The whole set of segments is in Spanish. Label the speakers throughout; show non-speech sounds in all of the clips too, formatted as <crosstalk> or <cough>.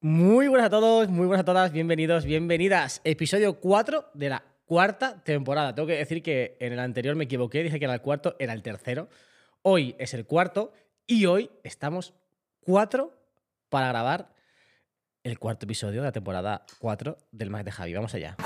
Speaker 1: Muy buenas a todos, muy buenas a todas, bienvenidos, bienvenidas. Episodio 4 de la cuarta temporada. Tengo que decir que en el anterior me equivoqué, dije que era el cuarto, era el tercero. Hoy es el cuarto y hoy estamos cuatro para grabar el cuarto episodio de la temporada 4 del Mac de Javi. Vamos allá.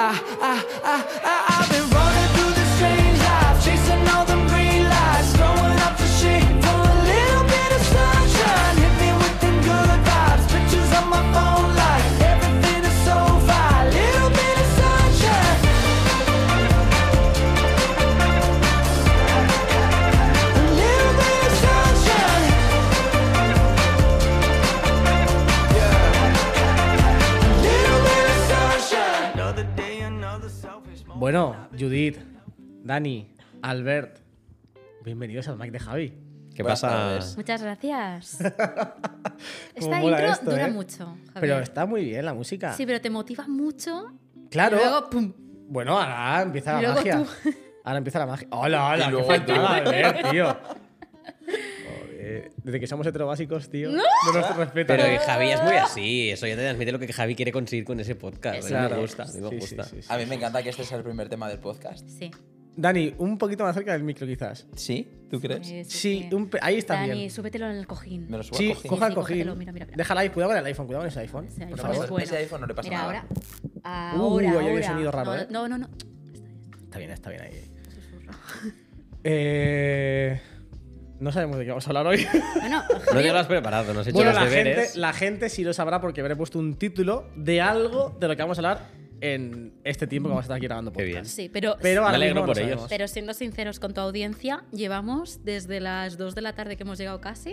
Speaker 1: Bueno, Judith, Dani, Albert, bienvenidos al Mac de Javi.
Speaker 2: ¿Qué
Speaker 3: Buenas
Speaker 2: pasa?
Speaker 3: tardes.
Speaker 1: <laughs>
Speaker 4: Muchas gracias.
Speaker 1: Cómo
Speaker 4: Esta
Speaker 1: mola
Speaker 4: intro
Speaker 1: esto,
Speaker 4: dura
Speaker 1: ¿eh?
Speaker 4: mucho. Javier.
Speaker 1: Pero está muy bien la música.
Speaker 4: Sí, pero te motiva mucho.
Speaker 1: claro.
Speaker 4: Y luego, pum.
Speaker 1: Bueno, ahora empieza la
Speaker 4: Y luego
Speaker 1: magia.
Speaker 4: tú. <laughs>
Speaker 1: Ahora empieza la magia. Hola, hola,
Speaker 3: Y
Speaker 1: qué
Speaker 3: luego
Speaker 1: faltada,
Speaker 3: tú.
Speaker 1: Albert, tío.
Speaker 2: <laughs>
Speaker 1: Joder, Desde que somos heterobásicos, tío, no, nos respetan.
Speaker 2: Pero que Javi ya es muy así. Eso ya te transmite lo que Javi quiere conseguir con ese podcast. A mí
Speaker 1: Claro.
Speaker 2: me gusta, a mí me
Speaker 1: Sí,
Speaker 2: gusta.
Speaker 1: sí, sí, sí.
Speaker 3: A mí me encanta que este sea el primer tema del podcast.
Speaker 4: Sí.
Speaker 1: Dani, un poquito más cerca del micro, quizás.
Speaker 3: ¿Sí? ¿Tú crees?
Speaker 4: Sí,
Speaker 1: Sí, un pe- ahí está
Speaker 4: Pues Dani,
Speaker 1: bien.
Speaker 4: súbetelo al cojín.
Speaker 3: Me lo subo
Speaker 1: Sí,
Speaker 3: al cojín.
Speaker 1: coja el
Speaker 4: Sí, sí, cógetelo,
Speaker 1: cojín.
Speaker 4: mira, mira, mira.
Speaker 1: Déjala ahí, cuidado con el iPhone, cuidado con ese iPhone.
Speaker 4: Ese iPhone
Speaker 1: Por
Speaker 4: es
Speaker 1: favor.
Speaker 4: bueno.
Speaker 3: Ese iPhone no le pasa
Speaker 4: Mira,
Speaker 3: nada.
Speaker 4: ahora.
Speaker 1: Uy, ahí
Speaker 4: Ahora.
Speaker 1: hay un
Speaker 4: ahora.
Speaker 1: Uh, sonido raro,
Speaker 4: no,
Speaker 1: ¿eh?
Speaker 4: no, no, no.
Speaker 1: Está bien, está bien ahí. <laughs>
Speaker 4: Susurro.
Speaker 1: Eh, no sabemos de qué vamos a hablar hoy.
Speaker 4: Bueno,
Speaker 2: No te lo has preparado, no has hecho
Speaker 1: bueno,
Speaker 2: los
Speaker 1: la gente,
Speaker 2: deberes.
Speaker 1: la gente sí lo sabrá porque habré puesto un título de algo de lo que vamos a hablar en este tiempo que vamos a estar aquí grabando
Speaker 2: Qué
Speaker 1: podcast.
Speaker 2: bien.
Speaker 4: sí, pero.
Speaker 1: Pero ahora
Speaker 2: alegro
Speaker 1: mismo
Speaker 2: por
Speaker 1: no
Speaker 2: ellos.
Speaker 1: sabemos.
Speaker 4: pero siendo sinceros con tu audiencia, llevamos desde las 2 de la tarde que hemos llegado casi.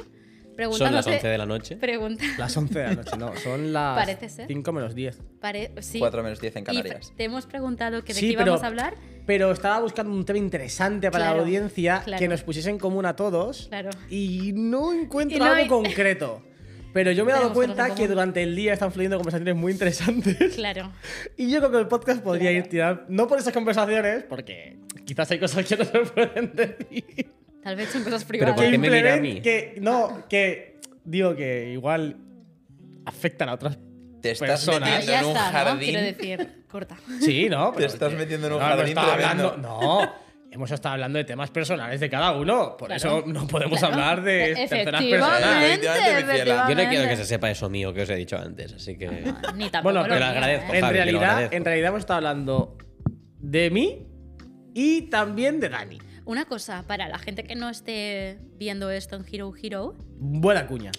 Speaker 2: Son las
Speaker 4: preguntándote-
Speaker 2: 11 de la noche.
Speaker 4: Pregunta.
Speaker 1: <laughs> Las 11 de la noche, no,
Speaker 4: <laughs>
Speaker 1: son
Speaker 4: Parece
Speaker 1: las
Speaker 4: ser.
Speaker 1: 5 menos 10.
Speaker 4: Pare- sí.
Speaker 3: 4 menos 10 en
Speaker 4: Y
Speaker 3: Canarias.
Speaker 4: te hemos preguntado que de
Speaker 1: Sí,
Speaker 4: qué
Speaker 1: pero-
Speaker 4: íbamos a hablar.
Speaker 1: Pero estaba buscando un tema interesante para la
Speaker 4: Claro,
Speaker 1: audiencia
Speaker 4: claro.
Speaker 1: que nos pusiese en común a todos
Speaker 4: Claro.
Speaker 1: y no encuentro
Speaker 4: Y no
Speaker 1: algo
Speaker 4: hay- <laughs>
Speaker 1: concreto. Pero yo me he dado
Speaker 4: Tenemos cosas en
Speaker 1: cuenta que
Speaker 4: común.
Speaker 1: durante el día están fluyendo conversaciones muy interesantes <laughs>
Speaker 4: Claro.
Speaker 1: y yo creo que el podcast podría
Speaker 4: Claro.
Speaker 1: ir tirando, no por esas conversaciones, porque quizás hay cosas que no se pueden decir.
Speaker 4: Tal vez son cosas
Speaker 2: Pero
Speaker 4: privadas.
Speaker 2: ¿por qué me mira a
Speaker 1: implemen-
Speaker 2: mí?
Speaker 1: Que, no, que digo que igual afectan a otras.
Speaker 3: Te estás
Speaker 1: Personas.
Speaker 4: Pero
Speaker 3: metiendo
Speaker 4: ya
Speaker 3: en un
Speaker 4: está, ¿no?
Speaker 3: jardín.
Speaker 4: Quiero decir, corta.
Speaker 1: Sí, ¿no?
Speaker 3: <laughs> Te
Speaker 1: Pero
Speaker 3: estás
Speaker 1: que-
Speaker 3: metiendo en un
Speaker 1: no,
Speaker 3: jardín
Speaker 1: no, estaba
Speaker 3: tremendo.
Speaker 1: hablando- no. Hemos estado hablando de temas personales de cada uno, por
Speaker 4: Claro.
Speaker 1: eso no podemos
Speaker 4: Claro. E-,
Speaker 1: hablar de terceras
Speaker 4: Efectivamente,
Speaker 1: personas.
Speaker 3: Ah, Efectivamente, mi ciela.
Speaker 4: efectivamente.
Speaker 2: Yo no quiero que se sepa eso mío que os he dicho antes, así que.
Speaker 4: Ni tampoco.
Speaker 1: Bueno, te lo
Speaker 4: mío,
Speaker 2: agradezco.
Speaker 4: ¿eh?
Speaker 1: En
Speaker 2: Javi, te lo
Speaker 1: realidad,
Speaker 2: agradezco.
Speaker 1: en realidad hemos estado hablando de mí y también de Dani.
Speaker 4: Una cosa, para la gente que no esté viendo esto en Hero Hero,
Speaker 1: Buena cuña.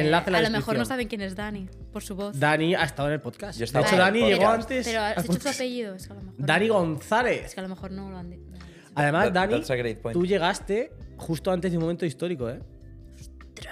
Speaker 1: Enlace en la
Speaker 4: a lo
Speaker 1: descripción.
Speaker 4: mejor no saben quién es Dani, por su voz.
Speaker 1: Dani ha estado en el podcast.
Speaker 3: Yo
Speaker 1: de
Speaker 3: estaba
Speaker 1: hecho,
Speaker 3: en el
Speaker 1: Dani
Speaker 3: podcast.
Speaker 1: llegó antes.
Speaker 4: Pero
Speaker 1: al
Speaker 4: has dicho su
Speaker 1: podcast.
Speaker 4: apellido, es que a lo mejor.
Speaker 1: Dani
Speaker 4: Es
Speaker 1: González.
Speaker 4: que a lo mejor no lo han dicho.
Speaker 1: Además,
Speaker 3: That-
Speaker 1: Dani,
Speaker 3: that's a great point.
Speaker 1: tú llegaste justo antes de un momento histórico, ¿eh?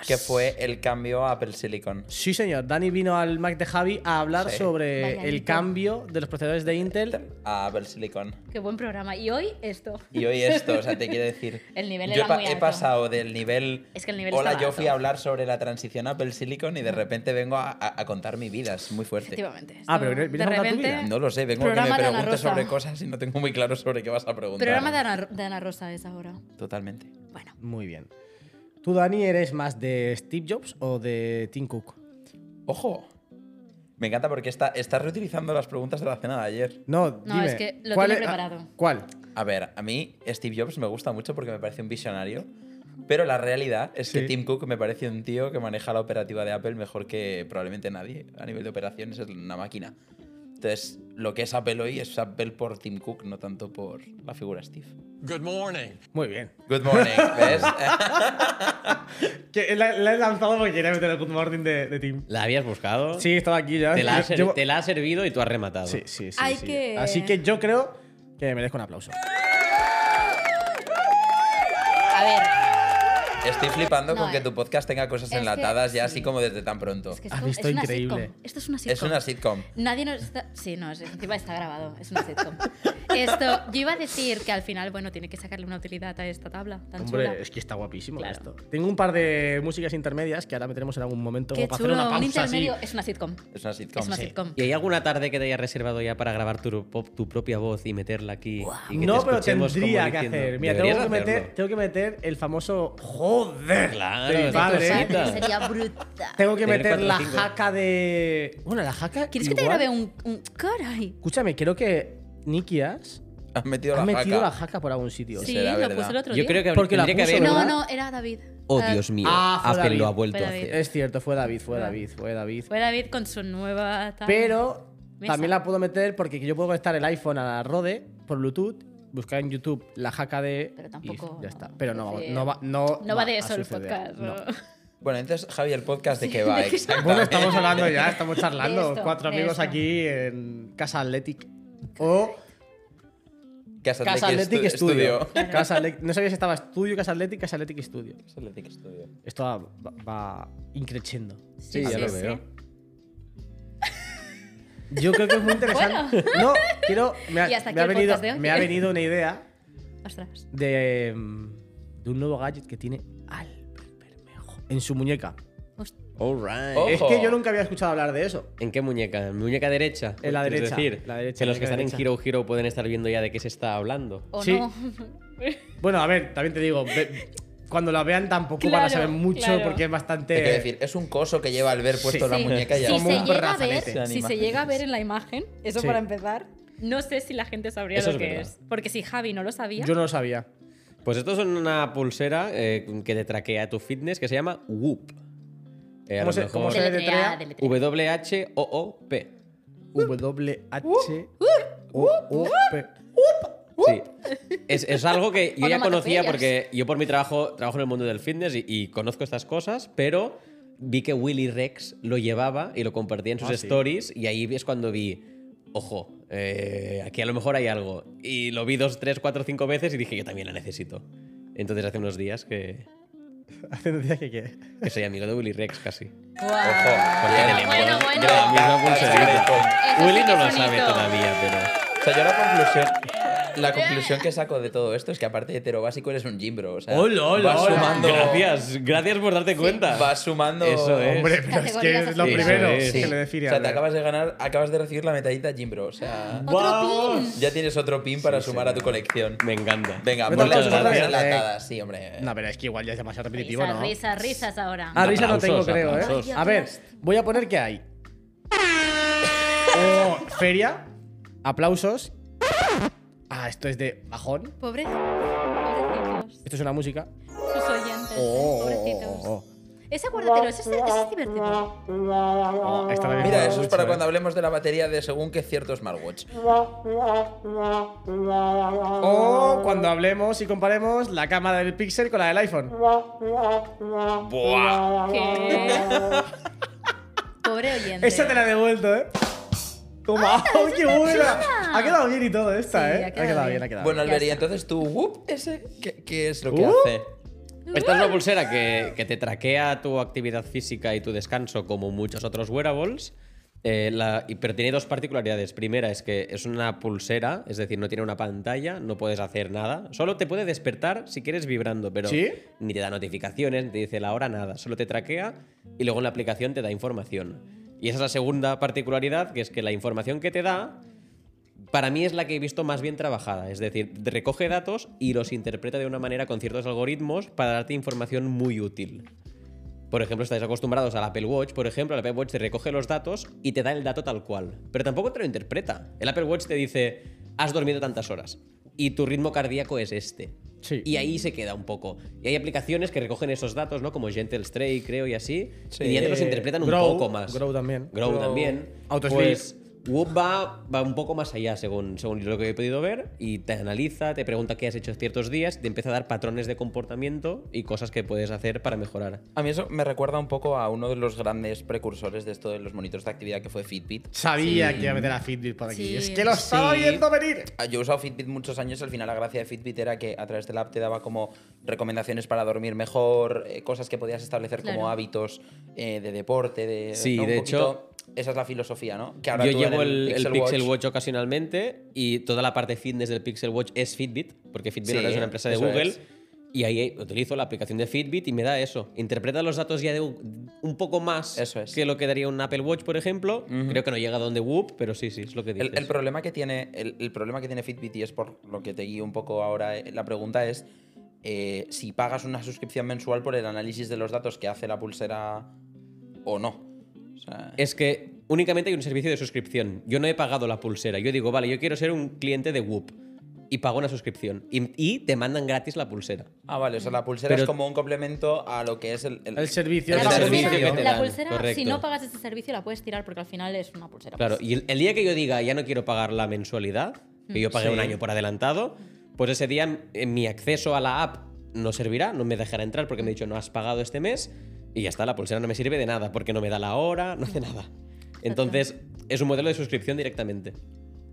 Speaker 3: Que fue el cambio a Apple Silicon.
Speaker 1: Sí, señor. Dani vino al Mac de Javi a hablar
Speaker 3: Sí.
Speaker 1: sobre
Speaker 4: Vaya
Speaker 1: el
Speaker 4: info.
Speaker 1: cambio de los procesadores de Intel.
Speaker 3: A Apple Silicon.
Speaker 4: Qué buen programa. Y hoy esto.
Speaker 3: Y hoy esto, o sea, te quiero decir.
Speaker 4: <laughs> El nivel
Speaker 3: yo
Speaker 4: era
Speaker 3: he pa-
Speaker 4: muy
Speaker 3: he
Speaker 4: alto.
Speaker 3: pasado del nivel.
Speaker 4: Es que el nivel
Speaker 3: Hola,
Speaker 4: estaba
Speaker 3: yo
Speaker 4: alto.
Speaker 3: fui a hablar sobre la transición a Apple Silicon y de repente vengo a, a- a contar mi vida. Es muy fuerte.
Speaker 4: Efectivamente.
Speaker 1: Ah, pero
Speaker 4: esto,
Speaker 1: vienes
Speaker 4: de
Speaker 1: a contar tu
Speaker 4: repente.
Speaker 1: vida.
Speaker 3: No lo sé, vengo a que
Speaker 4: Programa
Speaker 3: me
Speaker 4: de Ana
Speaker 3: preguntes
Speaker 4: Rosa.
Speaker 3: sobre cosas y no tengo muy claro sobre qué vas a preguntar.
Speaker 4: Programa de Ana, de Ana Rosa es ahora.
Speaker 3: Totalmente.
Speaker 4: Bueno.
Speaker 1: Muy bien. ¿Tú, Dani, eres más de Steve Jobs o de Tim Cook?
Speaker 3: ¡Ojo! Me encanta porque está, estás reutilizando las preguntas de la cena de ayer.
Speaker 1: No,
Speaker 4: No,
Speaker 1: dime,
Speaker 4: es que lo
Speaker 1: ¿cuál
Speaker 4: tiene
Speaker 1: es- ah,
Speaker 4: preparado.
Speaker 1: ¿Cuál?
Speaker 3: A ver, a mí Steve Jobs me gusta mucho porque me parece un visionario, pero la realidad es
Speaker 1: Sí.
Speaker 3: que Tim Cook me parece un tío que maneja la operativa de Apple mejor que probablemente nadie. A nivel de operaciones es una máquina. Entonces, lo que es Apple hoy es Apple por Tim Cook, no tanto por la figura Steve.
Speaker 5: Good morning.
Speaker 1: Muy bien.
Speaker 3: Good morning, <laughs> ¿ves? Eh,
Speaker 1: Que la, la he lanzado porque quería meter el good morning de, de Tim.
Speaker 2: ¿La habías buscado?
Speaker 1: Sí, estaba aquí ya.
Speaker 2: Te la, ha
Speaker 1: Yo-
Speaker 2: ser-
Speaker 1: yo-
Speaker 2: te la ha servido y tú has rematado.
Speaker 1: Sí, sí, sí.
Speaker 4: Hay
Speaker 1: sí.
Speaker 4: que-
Speaker 1: Así que yo creo que me merezco un aplauso.
Speaker 4: A ver.
Speaker 3: Estoy flipando
Speaker 4: No,
Speaker 3: con que
Speaker 4: eh.
Speaker 3: tu podcast tenga cosas
Speaker 4: Es que
Speaker 3: enlatadas ya
Speaker 4: sí.
Speaker 3: así como desde tan pronto.
Speaker 4: Es que
Speaker 1: Has
Speaker 4: esto
Speaker 1: visto
Speaker 4: es una
Speaker 1: increíble.
Speaker 4: sitcom. Esto es una sitcom.
Speaker 3: Es una sitcom.
Speaker 4: Nadie nos está. Sí, no, es- encima está grabado. Es una sitcom. Esto, yo iba a decir que al final, bueno, tiene que sacarle una utilidad a esta tabla tan chula.
Speaker 1: Hombre, es que está guapísimo
Speaker 4: Claro.
Speaker 1: esto. Tengo un par de músicas intermedias que ahora meteremos en algún momento como
Speaker 4: Qué
Speaker 1: para hacer una
Speaker 4: chulo, un
Speaker 1: pausa así.
Speaker 4: intermedio. Es una sitcom.
Speaker 3: Es una sitcom.
Speaker 4: Es una
Speaker 3: sí.
Speaker 4: sitcom.
Speaker 2: ¿Y hay alguna tarde que te hayas reservado ya para grabar tu, pop- tu propia voz y meterla aquí? y que te
Speaker 1: No, pero
Speaker 2: escuchemos como
Speaker 1: tendría que
Speaker 2: diciendo,
Speaker 1: hacer. Mira,
Speaker 2: "Deberías
Speaker 1: tengo que, meter,
Speaker 2: hacerlo"?
Speaker 1: tengo que meter el famoso ¡Jo! Joder.
Speaker 2: Claro,
Speaker 1: Mi
Speaker 2: es una
Speaker 1: padre.
Speaker 2: cosita.
Speaker 4: Sería brutal.
Speaker 1: Tengo que
Speaker 2: Tener
Speaker 1: meter
Speaker 2: cuatro o
Speaker 1: la
Speaker 2: cinco.
Speaker 1: jaca de. Bueno, la jaca.
Speaker 4: ¿Quieres que te
Speaker 1: igual-
Speaker 4: grabe un, un- Caray.
Speaker 1: Escúchame, creo que Nikias
Speaker 3: Has metido
Speaker 1: ha
Speaker 3: la
Speaker 1: metido
Speaker 3: jaca.
Speaker 1: la jaca por algún sitio.
Speaker 4: Sí,
Speaker 3: será
Speaker 4: lo
Speaker 3: verdad.
Speaker 4: puso el otro
Speaker 2: Yo
Speaker 4: día.
Speaker 2: creo que
Speaker 1: Porque la
Speaker 2: habría que
Speaker 1: puso,
Speaker 2: haber.
Speaker 1: ¿verdad?
Speaker 4: No, no, era David.
Speaker 2: Oh,
Speaker 4: Ah,
Speaker 2: Dios mío.
Speaker 1: Ah, fue
Speaker 2: Apple lo
Speaker 1: David.
Speaker 2: ha vuelto
Speaker 4: Fue
Speaker 2: a
Speaker 4: David.
Speaker 2: hacer.
Speaker 1: Es cierto, fue David, fue
Speaker 4: Claro.
Speaker 1: David, fue David.
Speaker 4: Ah. Fue David con su nueva. tal.
Speaker 1: Pero
Speaker 4: Mesa.
Speaker 1: también la puedo meter porque yo puedo conectar el iPhone a la Rode por Bluetooth, buscar en YouTube la jaca de.
Speaker 4: Pero
Speaker 1: y
Speaker 4: tampoco-
Speaker 1: ya está. Pero no,
Speaker 4: sí.
Speaker 1: no va. No,
Speaker 4: No va de
Speaker 1: a
Speaker 4: eso el
Speaker 1: suceder,
Speaker 4: podcast.
Speaker 1: no.
Speaker 4: ¿no?
Speaker 3: Bueno, entonces, Javi, ¿el podcast de
Speaker 4: <laughs>
Speaker 3: qué va? exactamente?
Speaker 1: Bueno, estamos hablando ya, estamos charlando.
Speaker 4: De esto,
Speaker 1: cuatro
Speaker 4: de
Speaker 1: amigos
Speaker 4: esto.
Speaker 1: aquí en Casa Athletic. O
Speaker 3: Casa,
Speaker 1: Casa
Speaker 3: Athletic
Speaker 1: Athletic
Speaker 3: Estu-
Speaker 1: Studio. <laughs> Casa Athletic- no sabía si estaba estudio, Casa Athletic, Casa Athletic Studio.
Speaker 3: Casa Athletic Studio.
Speaker 1: Esto va, va increciendo.
Speaker 3: Sí, ya lo veo.
Speaker 1: Yo creo que es muy interesante. No, quiero. Me
Speaker 4: <laughs> Y hasta
Speaker 1: ha,
Speaker 4: aquí
Speaker 1: me ha
Speaker 4: el
Speaker 1: venido,
Speaker 4: podcast de hoy.
Speaker 1: me ha venido una idea
Speaker 4: Ostras.
Speaker 1: de, mm, de un nuevo gadget que tiene Albert Bermejo en su muñeca.
Speaker 4: Host-
Speaker 2: All right.
Speaker 3: Oh.
Speaker 1: Es que yo nunca había escuchado hablar de eso.
Speaker 2: ¿En qué muñeca? ¿En muñeca derecha?
Speaker 1: En la
Speaker 2: Es
Speaker 1: derecha,
Speaker 2: decir,
Speaker 1: la derecha,
Speaker 2: que los
Speaker 1: muñeca
Speaker 2: que están en
Speaker 1: derecha.
Speaker 2: Hero Hero pueden estar viendo ya de qué se está hablando.
Speaker 4: O
Speaker 1: Sí.
Speaker 4: no.
Speaker 1: Bueno, a ver, también te digo, ve- cuando la vean tampoco van a
Speaker 4: Claro,
Speaker 1: saber mucho
Speaker 4: claro.
Speaker 1: porque es bastante.
Speaker 3: Hay que decir, es un coso que lleva Albert puesto en la
Speaker 4: Sí.
Speaker 3: muñeca y
Speaker 4: si,
Speaker 1: Como
Speaker 4: se
Speaker 1: un
Speaker 4: llega a
Speaker 1: brazalete.
Speaker 4: ver,
Speaker 3: Se
Speaker 4: si se
Speaker 3: anima.
Speaker 4: llega a ver en la imagen, eso
Speaker 1: Sí.
Speaker 4: para empezar, no sé si la gente sabría
Speaker 2: Eso
Speaker 4: lo
Speaker 2: es
Speaker 4: que
Speaker 2: verdad.
Speaker 4: es. Porque si Javi no lo sabía,
Speaker 1: Yo no lo sabía.
Speaker 2: Pues esto es una pulsera eh, que te traquea tu fitness que se llama Whoop. Eh, a
Speaker 1: ¿Cómo
Speaker 2: lo
Speaker 1: se- cómo
Speaker 2: mejor-
Speaker 1: se- deletrea,
Speaker 4: deletrea, deletrea.
Speaker 2: W-H-O-O-P.
Speaker 1: Uh, W
Speaker 4: Uh,
Speaker 1: H O O P.
Speaker 2: Sí. Es, es algo que yo ya conocía
Speaker 4: Onomatopeyas.
Speaker 2: porque yo por mi trabajo trabajo en el mundo del fitness y, y conozco estas cosas, pero vi que Willy Rex lo llevaba y lo compartía en sus
Speaker 1: Ah, sí.
Speaker 2: stories y ahí es cuando vi, ojo, eh, aquí a lo mejor hay algo. Y lo vi dos, tres, cuatro, cinco veces y dije, yo también la necesito. Entonces hace unos días que,
Speaker 1: Haciendo días que quede.
Speaker 2: que soy amigo de Willy Rex casi.
Speaker 3: Ojo.
Speaker 4: Bueno, bueno.
Speaker 2: Yo la misma pulserita.
Speaker 4: Eso sí
Speaker 2: Willy
Speaker 4: que
Speaker 2: no
Speaker 4: es
Speaker 2: lo
Speaker 4: bonito.
Speaker 2: sabe todavía, pero...
Speaker 3: O sea, yo la conclusión, la conclusión que saco de todo esto es que aparte de heterobásico eres un gimbro. O sea,
Speaker 2: Hola, hola,
Speaker 3: vas
Speaker 2: hola.
Speaker 3: sumando.
Speaker 2: Gracias, gracias por darte cuenta.
Speaker 3: Vas sumando.
Speaker 2: Eso es.
Speaker 1: Hombre, pero es que
Speaker 4: Categorías
Speaker 1: es lo
Speaker 2: así.
Speaker 1: primero
Speaker 2: Eso es.
Speaker 1: que le
Speaker 3: O
Speaker 1: define.
Speaker 3: sea, te
Speaker 1: Albert.
Speaker 3: acabas de ganar, acabas de recibir la medallita gimbro. O sea,
Speaker 4: Otro pin.
Speaker 3: ya tienes otro pin para sumar a tu colección.
Speaker 2: Me encanta.
Speaker 3: Venga,
Speaker 1: Me
Speaker 3: por las
Speaker 1: toca otra
Speaker 3: cosas
Speaker 1: vez.
Speaker 3: enlatadas, sí, hombre.
Speaker 1: No, pero es que igual ya es demasiado repetitivo,
Speaker 4: Risas,
Speaker 1: ¿no?
Speaker 4: risas, risas ahora.
Speaker 1: Ah, risa no tengo,
Speaker 2: Aplausos,
Speaker 1: creo,
Speaker 2: aplausos.
Speaker 1: ¿eh? A ver, voy a poner qué <laughs> hay. Oh, feria, aplausos. Ah, esto es de bajón.
Speaker 4: Pobre. Pobrecitos.
Speaker 1: Esto es una música.
Speaker 4: Sus oyentes.
Speaker 1: Oh,
Speaker 4: Ah, pobrecitos.
Speaker 1: oh, oh,
Speaker 4: Ese acuérdatelo, ese, es- ese es divertido.
Speaker 1: oh. Esta también
Speaker 3: Mira,
Speaker 1: mola
Speaker 3: eso es
Speaker 1: mucho,
Speaker 3: para
Speaker 1: ¿eh?
Speaker 3: cuando hablemos de la batería de según qué cierto smartwatch.
Speaker 1: O cuando hablemos y comparemos la cámara del Pixel con la del iPhone.
Speaker 4: ¿Qué? <laughs> Pobre oyente.
Speaker 1: Esa te la he devuelto, ¿eh? Toma,
Speaker 4: Ah,
Speaker 1: <laughs> ¡ay, qué buena! Ha quedado bien y todo esta,
Speaker 4: Sí,
Speaker 1: ¿eh?
Speaker 4: ha quedado bien.
Speaker 1: ha quedado
Speaker 3: Bueno,
Speaker 1: bien.
Speaker 3: Albert, y entonces tú, whoop, ese, ¿qué, qué es lo que
Speaker 1: Whoop.
Speaker 3: hace?
Speaker 2: Esta es una pulsera que, que te traquea tu actividad física y tu descanso como muchos otros wearables. Eh, la- y- pero tiene dos particularidades. Primera es que es una pulsera, es decir, no tiene una pantalla, no puedes hacer nada. Solo te puede despertar si quieres vibrando, pero
Speaker 1: ¿Sí?
Speaker 2: ni te da notificaciones, ni te dice la hora, nada. Solo te traquea y luego en la aplicación te da información. Y esa es la segunda particularidad, que es que la información que te da para mí es la que he visto más bien trabajada, es decir, recoge datos y los interpreta de una manera con ciertos algoritmos para darte información muy útil. Por ejemplo, estáis acostumbrados al Apple Watch, por ejemplo, el Apple Watch te recoge los datos y te da el dato tal cual, pero tampoco te lo interpreta. El Apple Watch te dice, has dormido tantas horas y tu ritmo cardíaco es este.
Speaker 1: Sí.
Speaker 2: Y ahí se queda un poco. Y hay aplicaciones que recogen esos datos, ¿no? Como Gentle Stray, creo, y así,
Speaker 3: Sí.
Speaker 2: y ya te los interpretan un
Speaker 1: Grow,
Speaker 2: poco más.
Speaker 1: Grow también.
Speaker 2: Grow
Speaker 3: Grow.
Speaker 2: también.
Speaker 1: Autosleep.
Speaker 2: Pues Whoop va, va un poco más allá, según, según lo que he podido ver, y te analiza, te pregunta qué has hecho ciertos días, te empieza a dar patrones de comportamiento y cosas que puedes hacer para mejorar.
Speaker 3: A mí eso me recuerda un poco a uno de los grandes precursores de esto de los monitores de actividad que fue Fitbit.
Speaker 1: Sabía que iba a meter a Fitbit por aquí.
Speaker 4: Sí.
Speaker 1: Es que lo estaba
Speaker 2: Sí.
Speaker 1: viendo venir.
Speaker 3: Ah, Yo he usado Fitbit muchos años. Al final, la gracia de Fitbit era que a través del app te daba como recomendaciones para dormir mejor, eh, cosas que podías establecer como
Speaker 4: Claro.
Speaker 3: hábitos eh, de deporte. De,
Speaker 2: Sí,
Speaker 3: ¿no? Un
Speaker 2: de
Speaker 3: poquito- Esa es la filosofía, ¿no? Que
Speaker 2: Yo
Speaker 3: tú en
Speaker 2: llevo el, el Pixel Watch. ocasionalmente y toda la parte fitness del Pixel Watch es Fitbit, porque Fitbit
Speaker 3: Sí,
Speaker 2: ahora es una empresa de
Speaker 3: eso
Speaker 2: Google.
Speaker 3: es.
Speaker 2: Y ahí utilizo la aplicación de Fitbit y me da eso. Interpreta los datos ya de un un poco más
Speaker 3: Eso es.
Speaker 2: que lo que daría un Apple Watch, por ejemplo. Creo que no llega donde Whoop, pero sí, sí, es lo que dices.
Speaker 3: El, el problema que tiene, el, el problema que tiene Fitbit, y es por lo que te guío un poco ahora eh, la pregunta, es eh, si pagas una suscripción mensual por el análisis de los datos que hace la pulsera o no. O sea,
Speaker 2: Es que únicamente hay un servicio de suscripción. Yo no he pagado la pulsera. Yo digo, vale, yo quiero ser un cliente de Whoop. Y pago una suscripción. Y, y te mandan gratis la pulsera.
Speaker 3: Ah, vale, o sea, la pulsera
Speaker 2: Pero-
Speaker 3: es como un complemento a lo que es el,
Speaker 1: El servicio.
Speaker 4: La
Speaker 2: El
Speaker 4: pulsera,
Speaker 2: servicio que te
Speaker 4: la
Speaker 2: dan,
Speaker 4: pulsera, si
Speaker 2: correcto.
Speaker 4: no pagas ese servicio, la puedes tirar porque al final es una pulsera.
Speaker 2: Claro,
Speaker 4: pues.
Speaker 2: y el, el día que yo diga, ya no quiero pagar la mensualidad, que yo pagué
Speaker 3: Sí.
Speaker 2: un año por adelantado, pues ese día eh, mi acceso a la app no servirá, no me dejará entrar porque me he dicho, no has pagado este mes. Y ya está, la pulsera no me sirve de nada porque no me da la hora, no hace nada. Entonces, es un modelo de suscripción directamente.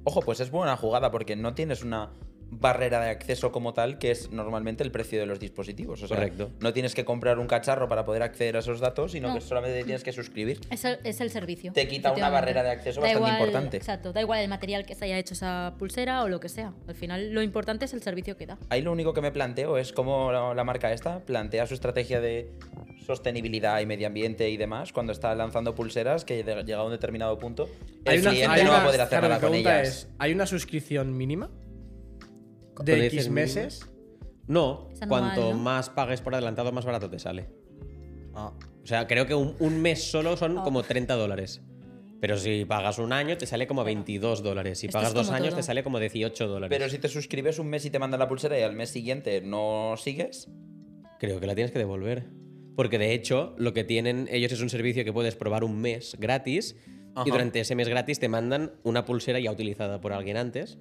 Speaker 3: Ojo, pues es buena jugada porque no tienes una barrera de acceso como tal que es normalmente el precio de los dispositivos. O sea,
Speaker 2: Correcto.
Speaker 3: No tienes que comprar un cacharro para poder acceder a esos datos, sino
Speaker 4: No.
Speaker 3: que solamente te tienes que suscribir.
Speaker 4: Es el, es el servicio.
Speaker 3: Te quita una
Speaker 4: efectivamente.
Speaker 3: barrera de acceso bastante
Speaker 4: igual-
Speaker 3: importante.
Speaker 4: Exacto, da igual el material que se haya hecho esa pulsera o lo que sea. Al final, lo importante es el servicio que da.
Speaker 3: Ahí lo único que me planteo es cómo la, la marca esta plantea su estrategia de sostenibilidad y medio ambiente y demás cuando está lanzando pulseras que de- llegado a un determinado punto el cliente no va a poder hacer
Speaker 1: claro,
Speaker 3: nada
Speaker 1: la
Speaker 3: con
Speaker 1: pregunta
Speaker 3: ellas.
Speaker 1: es, ¿hay una suscripción mínima
Speaker 2: Pero
Speaker 1: de X
Speaker 2: dices
Speaker 1: meses?
Speaker 2: No,
Speaker 4: Es anual,
Speaker 2: cuanto
Speaker 4: ¿no?
Speaker 2: más pagues por adelantado, más barato te sale. O sea, creo que un, un mes solo son
Speaker 4: Ah.
Speaker 2: como 30 dólares. Pero si pagas un año, te sale como 22 dólares. Si
Speaker 4: Esto
Speaker 2: pagas
Speaker 4: es
Speaker 2: dos
Speaker 4: como
Speaker 2: años,
Speaker 4: todo.
Speaker 2: te sale como 18 dólares.
Speaker 3: Pero si te suscribes un mes y te mandan la pulsera y al mes siguiente no sigues,
Speaker 2: Creo que la tienes que devolver. Porque de hecho, lo que tienen ellos es un servicio que puedes probar un mes gratis.
Speaker 3: Ajá.
Speaker 2: Y durante ese mes gratis te mandan una pulsera ya utilizada por alguien antes.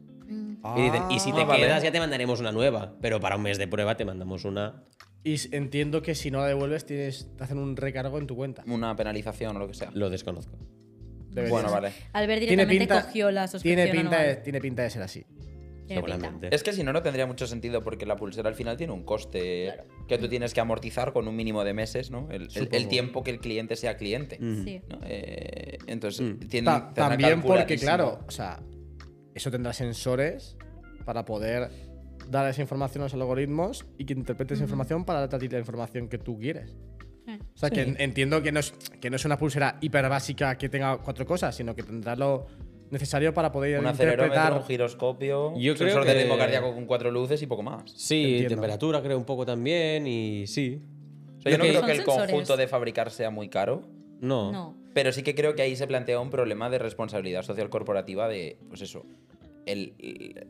Speaker 2: Y dicen, y si te
Speaker 3: Ah, vale.
Speaker 2: quedas, ya te mandaremos una nueva. Pero para un mes de prueba te mandamos una.
Speaker 1: Y s- entiendo que si no la devuelves tienes, te hacen un recargo en tu cuenta.
Speaker 3: una penalización o lo que sea.
Speaker 2: Lo desconozco.
Speaker 1: Debería
Speaker 3: Bueno,
Speaker 1: ser.
Speaker 3: vale.
Speaker 4: Albert
Speaker 1: Tiene
Speaker 4: directamente
Speaker 1: pinta,
Speaker 4: cogió la suscripción.
Speaker 1: tiene, pinta de,
Speaker 4: anual.
Speaker 1: tiene pinta de ser así.
Speaker 4: Tiene pinta.
Speaker 2: seguramente.
Speaker 3: Es que si no, no tendría mucho sentido porque la pulsera al final tiene un coste que tú tienes que amortizar con un mínimo de meses, ¿no? El, el- el
Speaker 1: Supongo.
Speaker 3: tiempo que el cliente sea cliente.
Speaker 2: Mm.
Speaker 4: Sí.
Speaker 3: ¿no? Eh, entonces,
Speaker 2: Mm.
Speaker 3: tienen-
Speaker 1: Ta-
Speaker 3: tendrá
Speaker 1: también porque,
Speaker 3: calculadísimo.
Speaker 1: claro, o sea, eso tendrá sensores para poder dar esa información a los algoritmos y que interprete esa información para darte a ti la información que tú quieres.
Speaker 4: Eh.
Speaker 1: O sea, que en- entiendo que no, es, que no es una pulsera hiper básica que tenga cuatro cosas, sino que tendrá lo necesario para poder
Speaker 3: Un acelerómetro,
Speaker 1: interpretar.
Speaker 3: un giroscopio,
Speaker 2: Yo
Speaker 3: un sensor
Speaker 2: creo
Speaker 3: de ritmo
Speaker 2: que-
Speaker 3: cardíaco con cuatro luces y poco más.
Speaker 2: Sí,
Speaker 1: Entiendo.
Speaker 2: temperatura creo un poco también y sí.
Speaker 3: O sea,
Speaker 2: Lo
Speaker 3: yo no
Speaker 2: que-
Speaker 3: creo que el
Speaker 4: Son sensores.
Speaker 3: conjunto de fabricar sea muy caro,
Speaker 2: No.
Speaker 4: No.
Speaker 3: pero sí que creo que ahí se plantea un problema de responsabilidad social corporativa de, pues eso, el- el,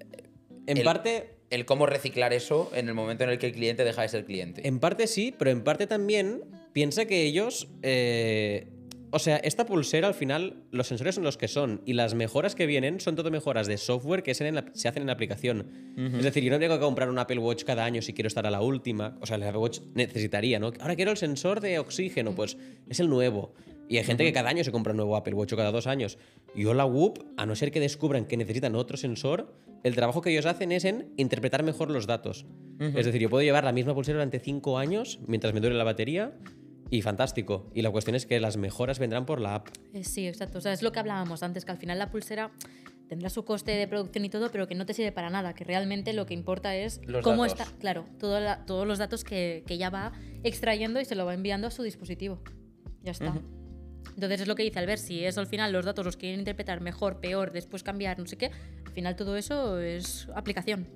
Speaker 2: En
Speaker 3: El-
Speaker 2: parte
Speaker 3: el cómo reciclar eso en el momento en el que el cliente deja de ser cliente.
Speaker 2: En parte sí, pero en parte también piensa que ellos. eh, o sea, esta pulsera al final, los sensores son los que son y las mejoras que vienen son todo mejoras de software que se, en la- se hacen en la aplicación. Es decir, yo no tengo que comprar un Apple Watch cada año si quiero estar a la última. O sea, el Apple Watch necesitaría, ¿no? Ahora quiero el sensor de oxígeno, pues es el nuevo. Y hay gente que cada año se compra un nuevo Apple Watch o cada dos años. Yo la Whoop, a no ser que descubran que necesitan otro sensor, el trabajo que ellos hacen es en interpretar mejor los datos. Es decir, yo puedo llevar la misma pulsera durante cinco años mientras me dure la batería y fantástico. Y la cuestión es que las mejoras vendrán por la app.
Speaker 4: Eh, Sí, exacto. O sea, es lo que hablábamos antes, que al final la pulsera tendrá su coste de producción y todo, pero que no te sirve para nada, que realmente lo que importa es
Speaker 3: Los
Speaker 4: cómo
Speaker 3: datos.
Speaker 4: está, claro, todo la- todos los datos que, que ya va extrayendo y se lo va enviando a su dispositivo. Ya está. Entonces es lo que dice Albert, si eso al final los datos los quieren interpretar mejor, peor, después cambiar, no sé qué, al final todo eso es aplicación.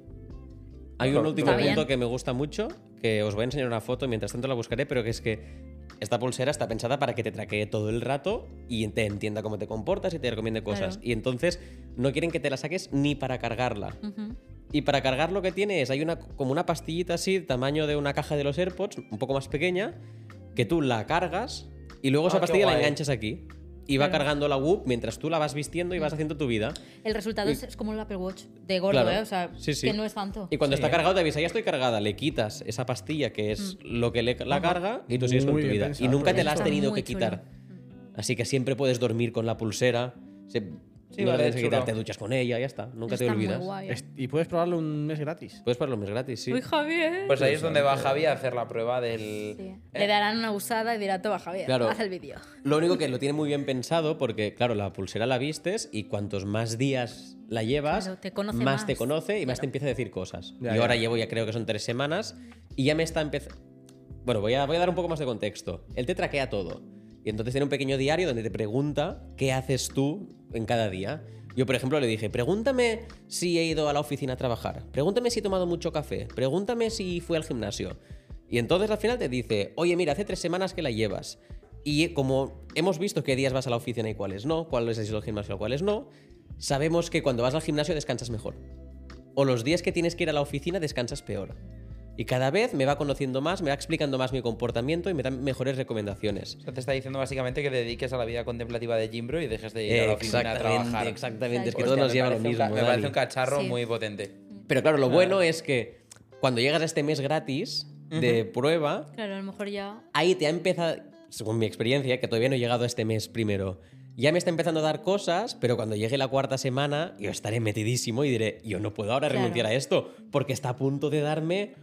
Speaker 2: Hay un
Speaker 3: Correcto.
Speaker 2: último
Speaker 4: Está
Speaker 2: punto
Speaker 4: bien.
Speaker 2: que me gusta mucho, que os voy a enseñar una foto, mientras tanto la buscaré, pero que es que esta pulsera está pensada para que te traquee todo el rato y te entienda cómo te comportas y te recomiende cosas.
Speaker 4: Claro.
Speaker 2: Y entonces no quieren que te la saques ni para cargarla.
Speaker 4: Ujú.
Speaker 2: Y para cargar lo que tiene es, hay una, como una pastillita así, tamaño de una caja de los AirPods, un poco más pequeña, que tú la cargas y luego
Speaker 3: Ah,
Speaker 2: esa
Speaker 3: qué
Speaker 2: pastilla la
Speaker 3: guay.
Speaker 2: enganchas aquí. Y va
Speaker 4: Claro.
Speaker 2: cargando la Whoop mientras tú la vas vistiendo y vas haciendo tu vida.
Speaker 4: El resultado es, es como el Apple Watch, de gordo,
Speaker 2: Claro.
Speaker 4: ¿eh? O sea,
Speaker 2: Sí, sí.
Speaker 4: que no es tanto.
Speaker 2: Y cuando
Speaker 3: Sí,
Speaker 2: está
Speaker 3: ¿eh?
Speaker 2: cargado te avisa, ya estoy cargada, le quitas esa pastilla que es lo que le- la carga y tú sigues con
Speaker 1: Muy
Speaker 2: tu
Speaker 1: bien
Speaker 2: vida.
Speaker 1: pensado,
Speaker 2: y nunca
Speaker 1: pero
Speaker 2: te la has
Speaker 4: Mm. está
Speaker 2: tenido
Speaker 4: muy
Speaker 2: que
Speaker 4: chulo. Mm.
Speaker 2: quitar. Así que siempre puedes dormir con la pulsera. se- no la
Speaker 3: vale,
Speaker 2: tienes que quitar,
Speaker 3: chulo.
Speaker 2: te duchas con ella, ya está. Nunca te
Speaker 4: Está muy
Speaker 2: olvidas.
Speaker 4: guay, ¿eh?
Speaker 1: Es- Y puedes probarlo un mes gratis.
Speaker 2: Puedes pagar los mes gratis, sí.
Speaker 4: Uy, Javier.
Speaker 3: Pues ahí es donde va Javi a hacer la prueba del...
Speaker 4: Sí. Le darán una usada y dirá, toma Javier,
Speaker 2: Claro.
Speaker 4: haz el vídeo.
Speaker 2: Lo único que lo tiene muy bien pensado porque, claro, la pulsera la vistes y cuantos más días la llevas,
Speaker 4: Claro, te conoce más.
Speaker 2: te conoce y más te empieza a decir cosas.
Speaker 1: Ya,
Speaker 2: y
Speaker 1: ya.
Speaker 2: ahora llevo ya creo que son tres semanas y ya me está empezando... Bueno, voy a, voy a dar un poco más de contexto. Él te traquea todo. Y entonces tiene un pequeño diario donde te pregunta qué haces tú en cada día. Yo, por ejemplo, le dije, pregúntame si he ido a la oficina a trabajar, pregúntame si he tomado mucho café, pregúntame si fui al gimnasio. Y entonces al final te dice, oye, mira, hace tres semanas que la llevas. Y como hemos visto qué días vas a la oficina y cuáles no, cuáles has ido al gimnasio y cuáles no, sabemos que cuando vas al gimnasio descansas mejor. O los días que tienes que ir a la oficina descansas peor. Y cada vez me va conociendo más, me va explicando más mi comportamiento y me da mejores recomendaciones.
Speaker 3: O sea, te está diciendo básicamente que te dediques a la vida contemplativa de Jimbro y dejes de ir a la oficina a trabajar.
Speaker 2: exactamente. Es que
Speaker 4: Hostia,
Speaker 2: todo
Speaker 3: Hostia,
Speaker 2: nos
Speaker 3: me
Speaker 2: lleva a lo mismo.
Speaker 3: parece un ca- me parece
Speaker 2: Dani.
Speaker 3: un cacharro
Speaker 4: Sí.
Speaker 3: muy potente.
Speaker 2: Pero claro, lo bueno es que cuando llegas a este mes gratis de prueba,
Speaker 4: Claro, a lo mejor ya.
Speaker 2: ahí te ha empezado, según mi experiencia, que todavía no he llegado a este mes primero, ya me está empezando a dar cosas, pero cuando llegue la cuarta semana, yo estaré metidísimo y diré, yo no puedo ahora
Speaker 4: Claro.
Speaker 2: renunciar a esto, porque está a punto de darme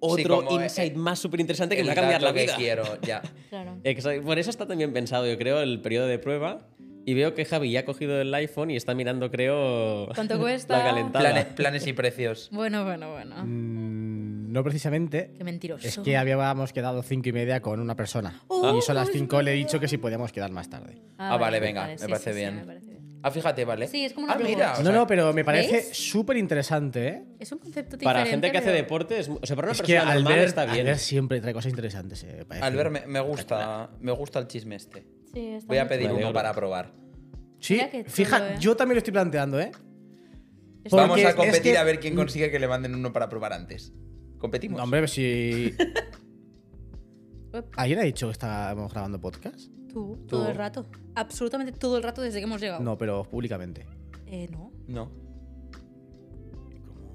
Speaker 3: como,
Speaker 2: otro
Speaker 3: eh,
Speaker 2: insight más súper interesante que
Speaker 3: El
Speaker 2: me va a cambiar la
Speaker 3: dato que
Speaker 2: vida.
Speaker 3: quiero, ya.
Speaker 4: Claro.
Speaker 2: Exacto. Por eso está también pensado, yo creo, el periodo de prueba. Y veo que Javi ya ha cogido el iPhone y está mirando, creo,
Speaker 4: ¿Cuánto
Speaker 2: <laughs>
Speaker 4: cuesta?
Speaker 2: la calentada.
Speaker 3: Plane- planes y precios.
Speaker 4: Bueno, bueno, bueno.
Speaker 1: Mm, No precisamente.
Speaker 4: Qué mentiroso.
Speaker 1: Es que habíamos quedado cinco y media con una persona.
Speaker 4: Oh,
Speaker 1: y son las
Speaker 4: es
Speaker 1: cinco, le he dicho que si podíamos quedar más tarde.
Speaker 3: Ah, vale, venga, me parece bien.
Speaker 4: me parece bien.
Speaker 3: Ah, fíjate, ¿vale?
Speaker 4: Sí, es como una
Speaker 3: Ah,
Speaker 4: prueba.
Speaker 3: mira. o
Speaker 1: No,
Speaker 3: sea,
Speaker 1: no, pero me parece
Speaker 4: ¿Ves?
Speaker 1: súper interesante, ¿eh?
Speaker 4: Es un concepto diferente.
Speaker 2: Para gente que hace
Speaker 4: pero-
Speaker 2: deporte, es- o sea, para una
Speaker 1: Es que
Speaker 2: persona normal
Speaker 1: Albert,
Speaker 2: está bien.
Speaker 1: Albert siempre trae cosas interesantes. eh, para decir.
Speaker 3: Albert, me, me gusta, me gusta el chisme este.
Speaker 4: Sí, está
Speaker 3: Voy a
Speaker 4: muy
Speaker 3: pedir
Speaker 2: Me
Speaker 3: uno
Speaker 2: alegro.
Speaker 3: para probar.
Speaker 1: Sí,
Speaker 4: Mira qué chulo,
Speaker 1: fíjate,
Speaker 4: eh.
Speaker 1: yo también lo estoy planteando, ¿eh?
Speaker 4: chulo. Está
Speaker 1: Porque
Speaker 3: Vamos
Speaker 1: es
Speaker 3: a
Speaker 1: que-
Speaker 3: competir a ver quién consigue que le manden uno para probar antes. ¿Competimos?
Speaker 1: No, hombre, pues
Speaker 4: <laughs>
Speaker 1: si.
Speaker 4: Uep.
Speaker 1: ¿Alguien ha dicho que estábamos grabando podcast?
Speaker 4: Tú, todo el rato. Absolutamente todo el rato desde que hemos llegado.
Speaker 1: No, pero públicamente.
Speaker 4: Eh, no.
Speaker 3: No.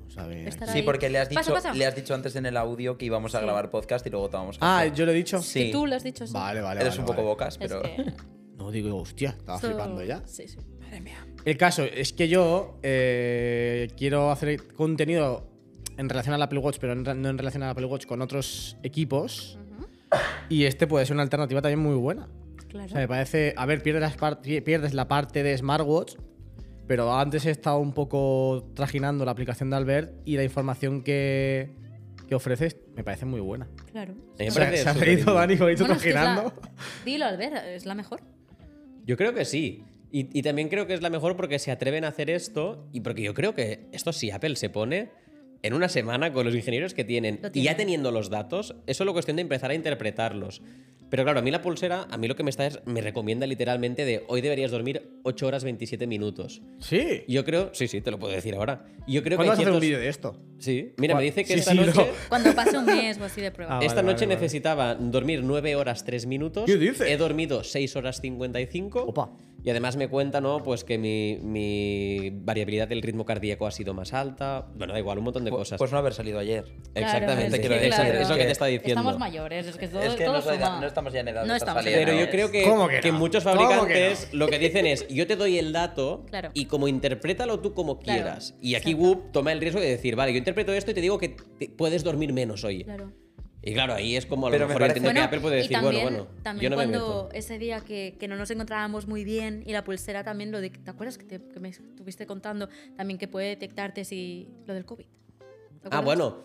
Speaker 1: O sea, bien,
Speaker 4: Estará
Speaker 1: aquí.
Speaker 3: Sí,
Speaker 4: ahí.
Speaker 3: porque le has, dicho,
Speaker 4: Pasa, pasa.
Speaker 3: le has dicho antes en el audio que íbamos a
Speaker 4: Sí.
Speaker 3: grabar podcast y luego tomamos
Speaker 1: Ah,
Speaker 3: café.
Speaker 1: yo lo he dicho.
Speaker 3: Sí.
Speaker 4: Que tú lo has dicho, sí.
Speaker 1: Vale, vale.
Speaker 3: Eres
Speaker 1: vale,
Speaker 3: un poco
Speaker 1: vale.
Speaker 3: bocas,
Speaker 4: Es
Speaker 3: pero...
Speaker 1: <laughs>
Speaker 4: que
Speaker 1: No digo, hostia, estaba
Speaker 4: esto-
Speaker 1: flipando ya.
Speaker 4: Sí, sí.
Speaker 1: El caso es que yo eh, quiero hacer contenido en relación al Apple Watch, pero en re- no en relación al Apple Watch con otros equipos. Y este puede ser una alternativa también muy buena.
Speaker 4: Claro.
Speaker 1: O sea, me parece. A ver, pierdes, las par- pi- pierdes la parte de smartwatch, pero antes he estado un poco trajinando la aplicación de Albert y la información que, que ofreces me parece muy buena.
Speaker 4: claro.
Speaker 2: Me
Speaker 1: O sea,
Speaker 2: parece
Speaker 1: se ha
Speaker 2: súper
Speaker 1: reído
Speaker 2: lindo.
Speaker 1: Dani con esto
Speaker 4: Bueno, es que es la-
Speaker 1: trajinando.
Speaker 4: Dilo, Albert, es la mejor.
Speaker 2: Yo creo que sí. Y, y también creo que es la mejor porque se atreven a hacer esto y porque yo creo que esto si Apple se pone en una semana con los ingenieros que tienen
Speaker 4: Lo
Speaker 2: y ya
Speaker 4: tienen.
Speaker 2: teniendo los datos, es solo cuestión de empezar a interpretarlos. Pero claro, a mí la pulsera, a mí lo que me está es, me recomienda literalmente de hoy deberías dormir 8 horas 27 minutos.
Speaker 1: <laughs> Sí.
Speaker 2: Yo creo, sí, sí, te lo puedo decir ahora. Yo creo que
Speaker 1: ¿Cuándo
Speaker 2: hay
Speaker 1: vas a hacer un
Speaker 2: ciertos-
Speaker 1: vídeo de esto?
Speaker 2: Sí, mira, me
Speaker 1: ¿Cuál?
Speaker 2: dice que
Speaker 1: Sí,
Speaker 2: esta
Speaker 1: sí,
Speaker 2: noche
Speaker 1: no.
Speaker 4: Cuando pase un mes o así de prueba.
Speaker 1: Ah,
Speaker 2: esta
Speaker 1: vale,
Speaker 2: noche
Speaker 1: vale, vale.
Speaker 2: necesitaba dormir 9 horas 3 minutos.
Speaker 1: ¿Qué dices?
Speaker 2: He dormido 6 horas 55.
Speaker 1: Opa.
Speaker 2: Y además me cuenta, ¿no? Pues que mi, mi variabilidad del ritmo cardíaco ha sido más alta. Bueno, da igual, un montón de
Speaker 3: Pu-
Speaker 2: cosas.
Speaker 3: Pues no haber salido ayer.
Speaker 4: Claro,
Speaker 2: Exactamente,
Speaker 4: es
Speaker 2: quiero
Speaker 4: que
Speaker 2: decir,
Speaker 4: claro.
Speaker 2: es lo que te está diciendo.
Speaker 4: Estamos mayores, es que todo,
Speaker 3: Es que
Speaker 4: todo
Speaker 3: no soy-
Speaker 4: suma.
Speaker 3: no estamos ya en edad de
Speaker 4: No
Speaker 3: estar
Speaker 4: estamos en
Speaker 3: saliendo.
Speaker 2: Pero
Speaker 4: edad.
Speaker 2: yo creo que,
Speaker 1: ¿Cómo que no?
Speaker 2: muchos
Speaker 1: ¿Cómo que no?
Speaker 2: fabricantes lo que dicen es, yo te doy el dato
Speaker 4: Claro.
Speaker 2: y como interprétalo tú como
Speaker 4: Claro,
Speaker 2: quieras. Y aquí
Speaker 4: exacto.
Speaker 2: Whoop toma el riesgo de decir, vale, yo interpreto esto y te digo que te- puedes dormir menos hoy.
Speaker 4: Claro.
Speaker 2: Y claro, ahí es como a lo
Speaker 3: Pero me
Speaker 2: mejor
Speaker 3: parece-
Speaker 2: entiendo
Speaker 3: Bueno,
Speaker 2: que Apple puede decir,
Speaker 4: y también,
Speaker 2: bueno, bueno,
Speaker 4: también
Speaker 2: yo no me
Speaker 4: cuando
Speaker 2: meto.
Speaker 4: ese día que, que no nos encontrábamos muy bien y la pulsera también lo de, ¿te acuerdas que, te- que me estuviste contando también que puede detectarte si lo del COVID? ¿Te
Speaker 2: Ah,
Speaker 4: acuerdas?
Speaker 2: bueno.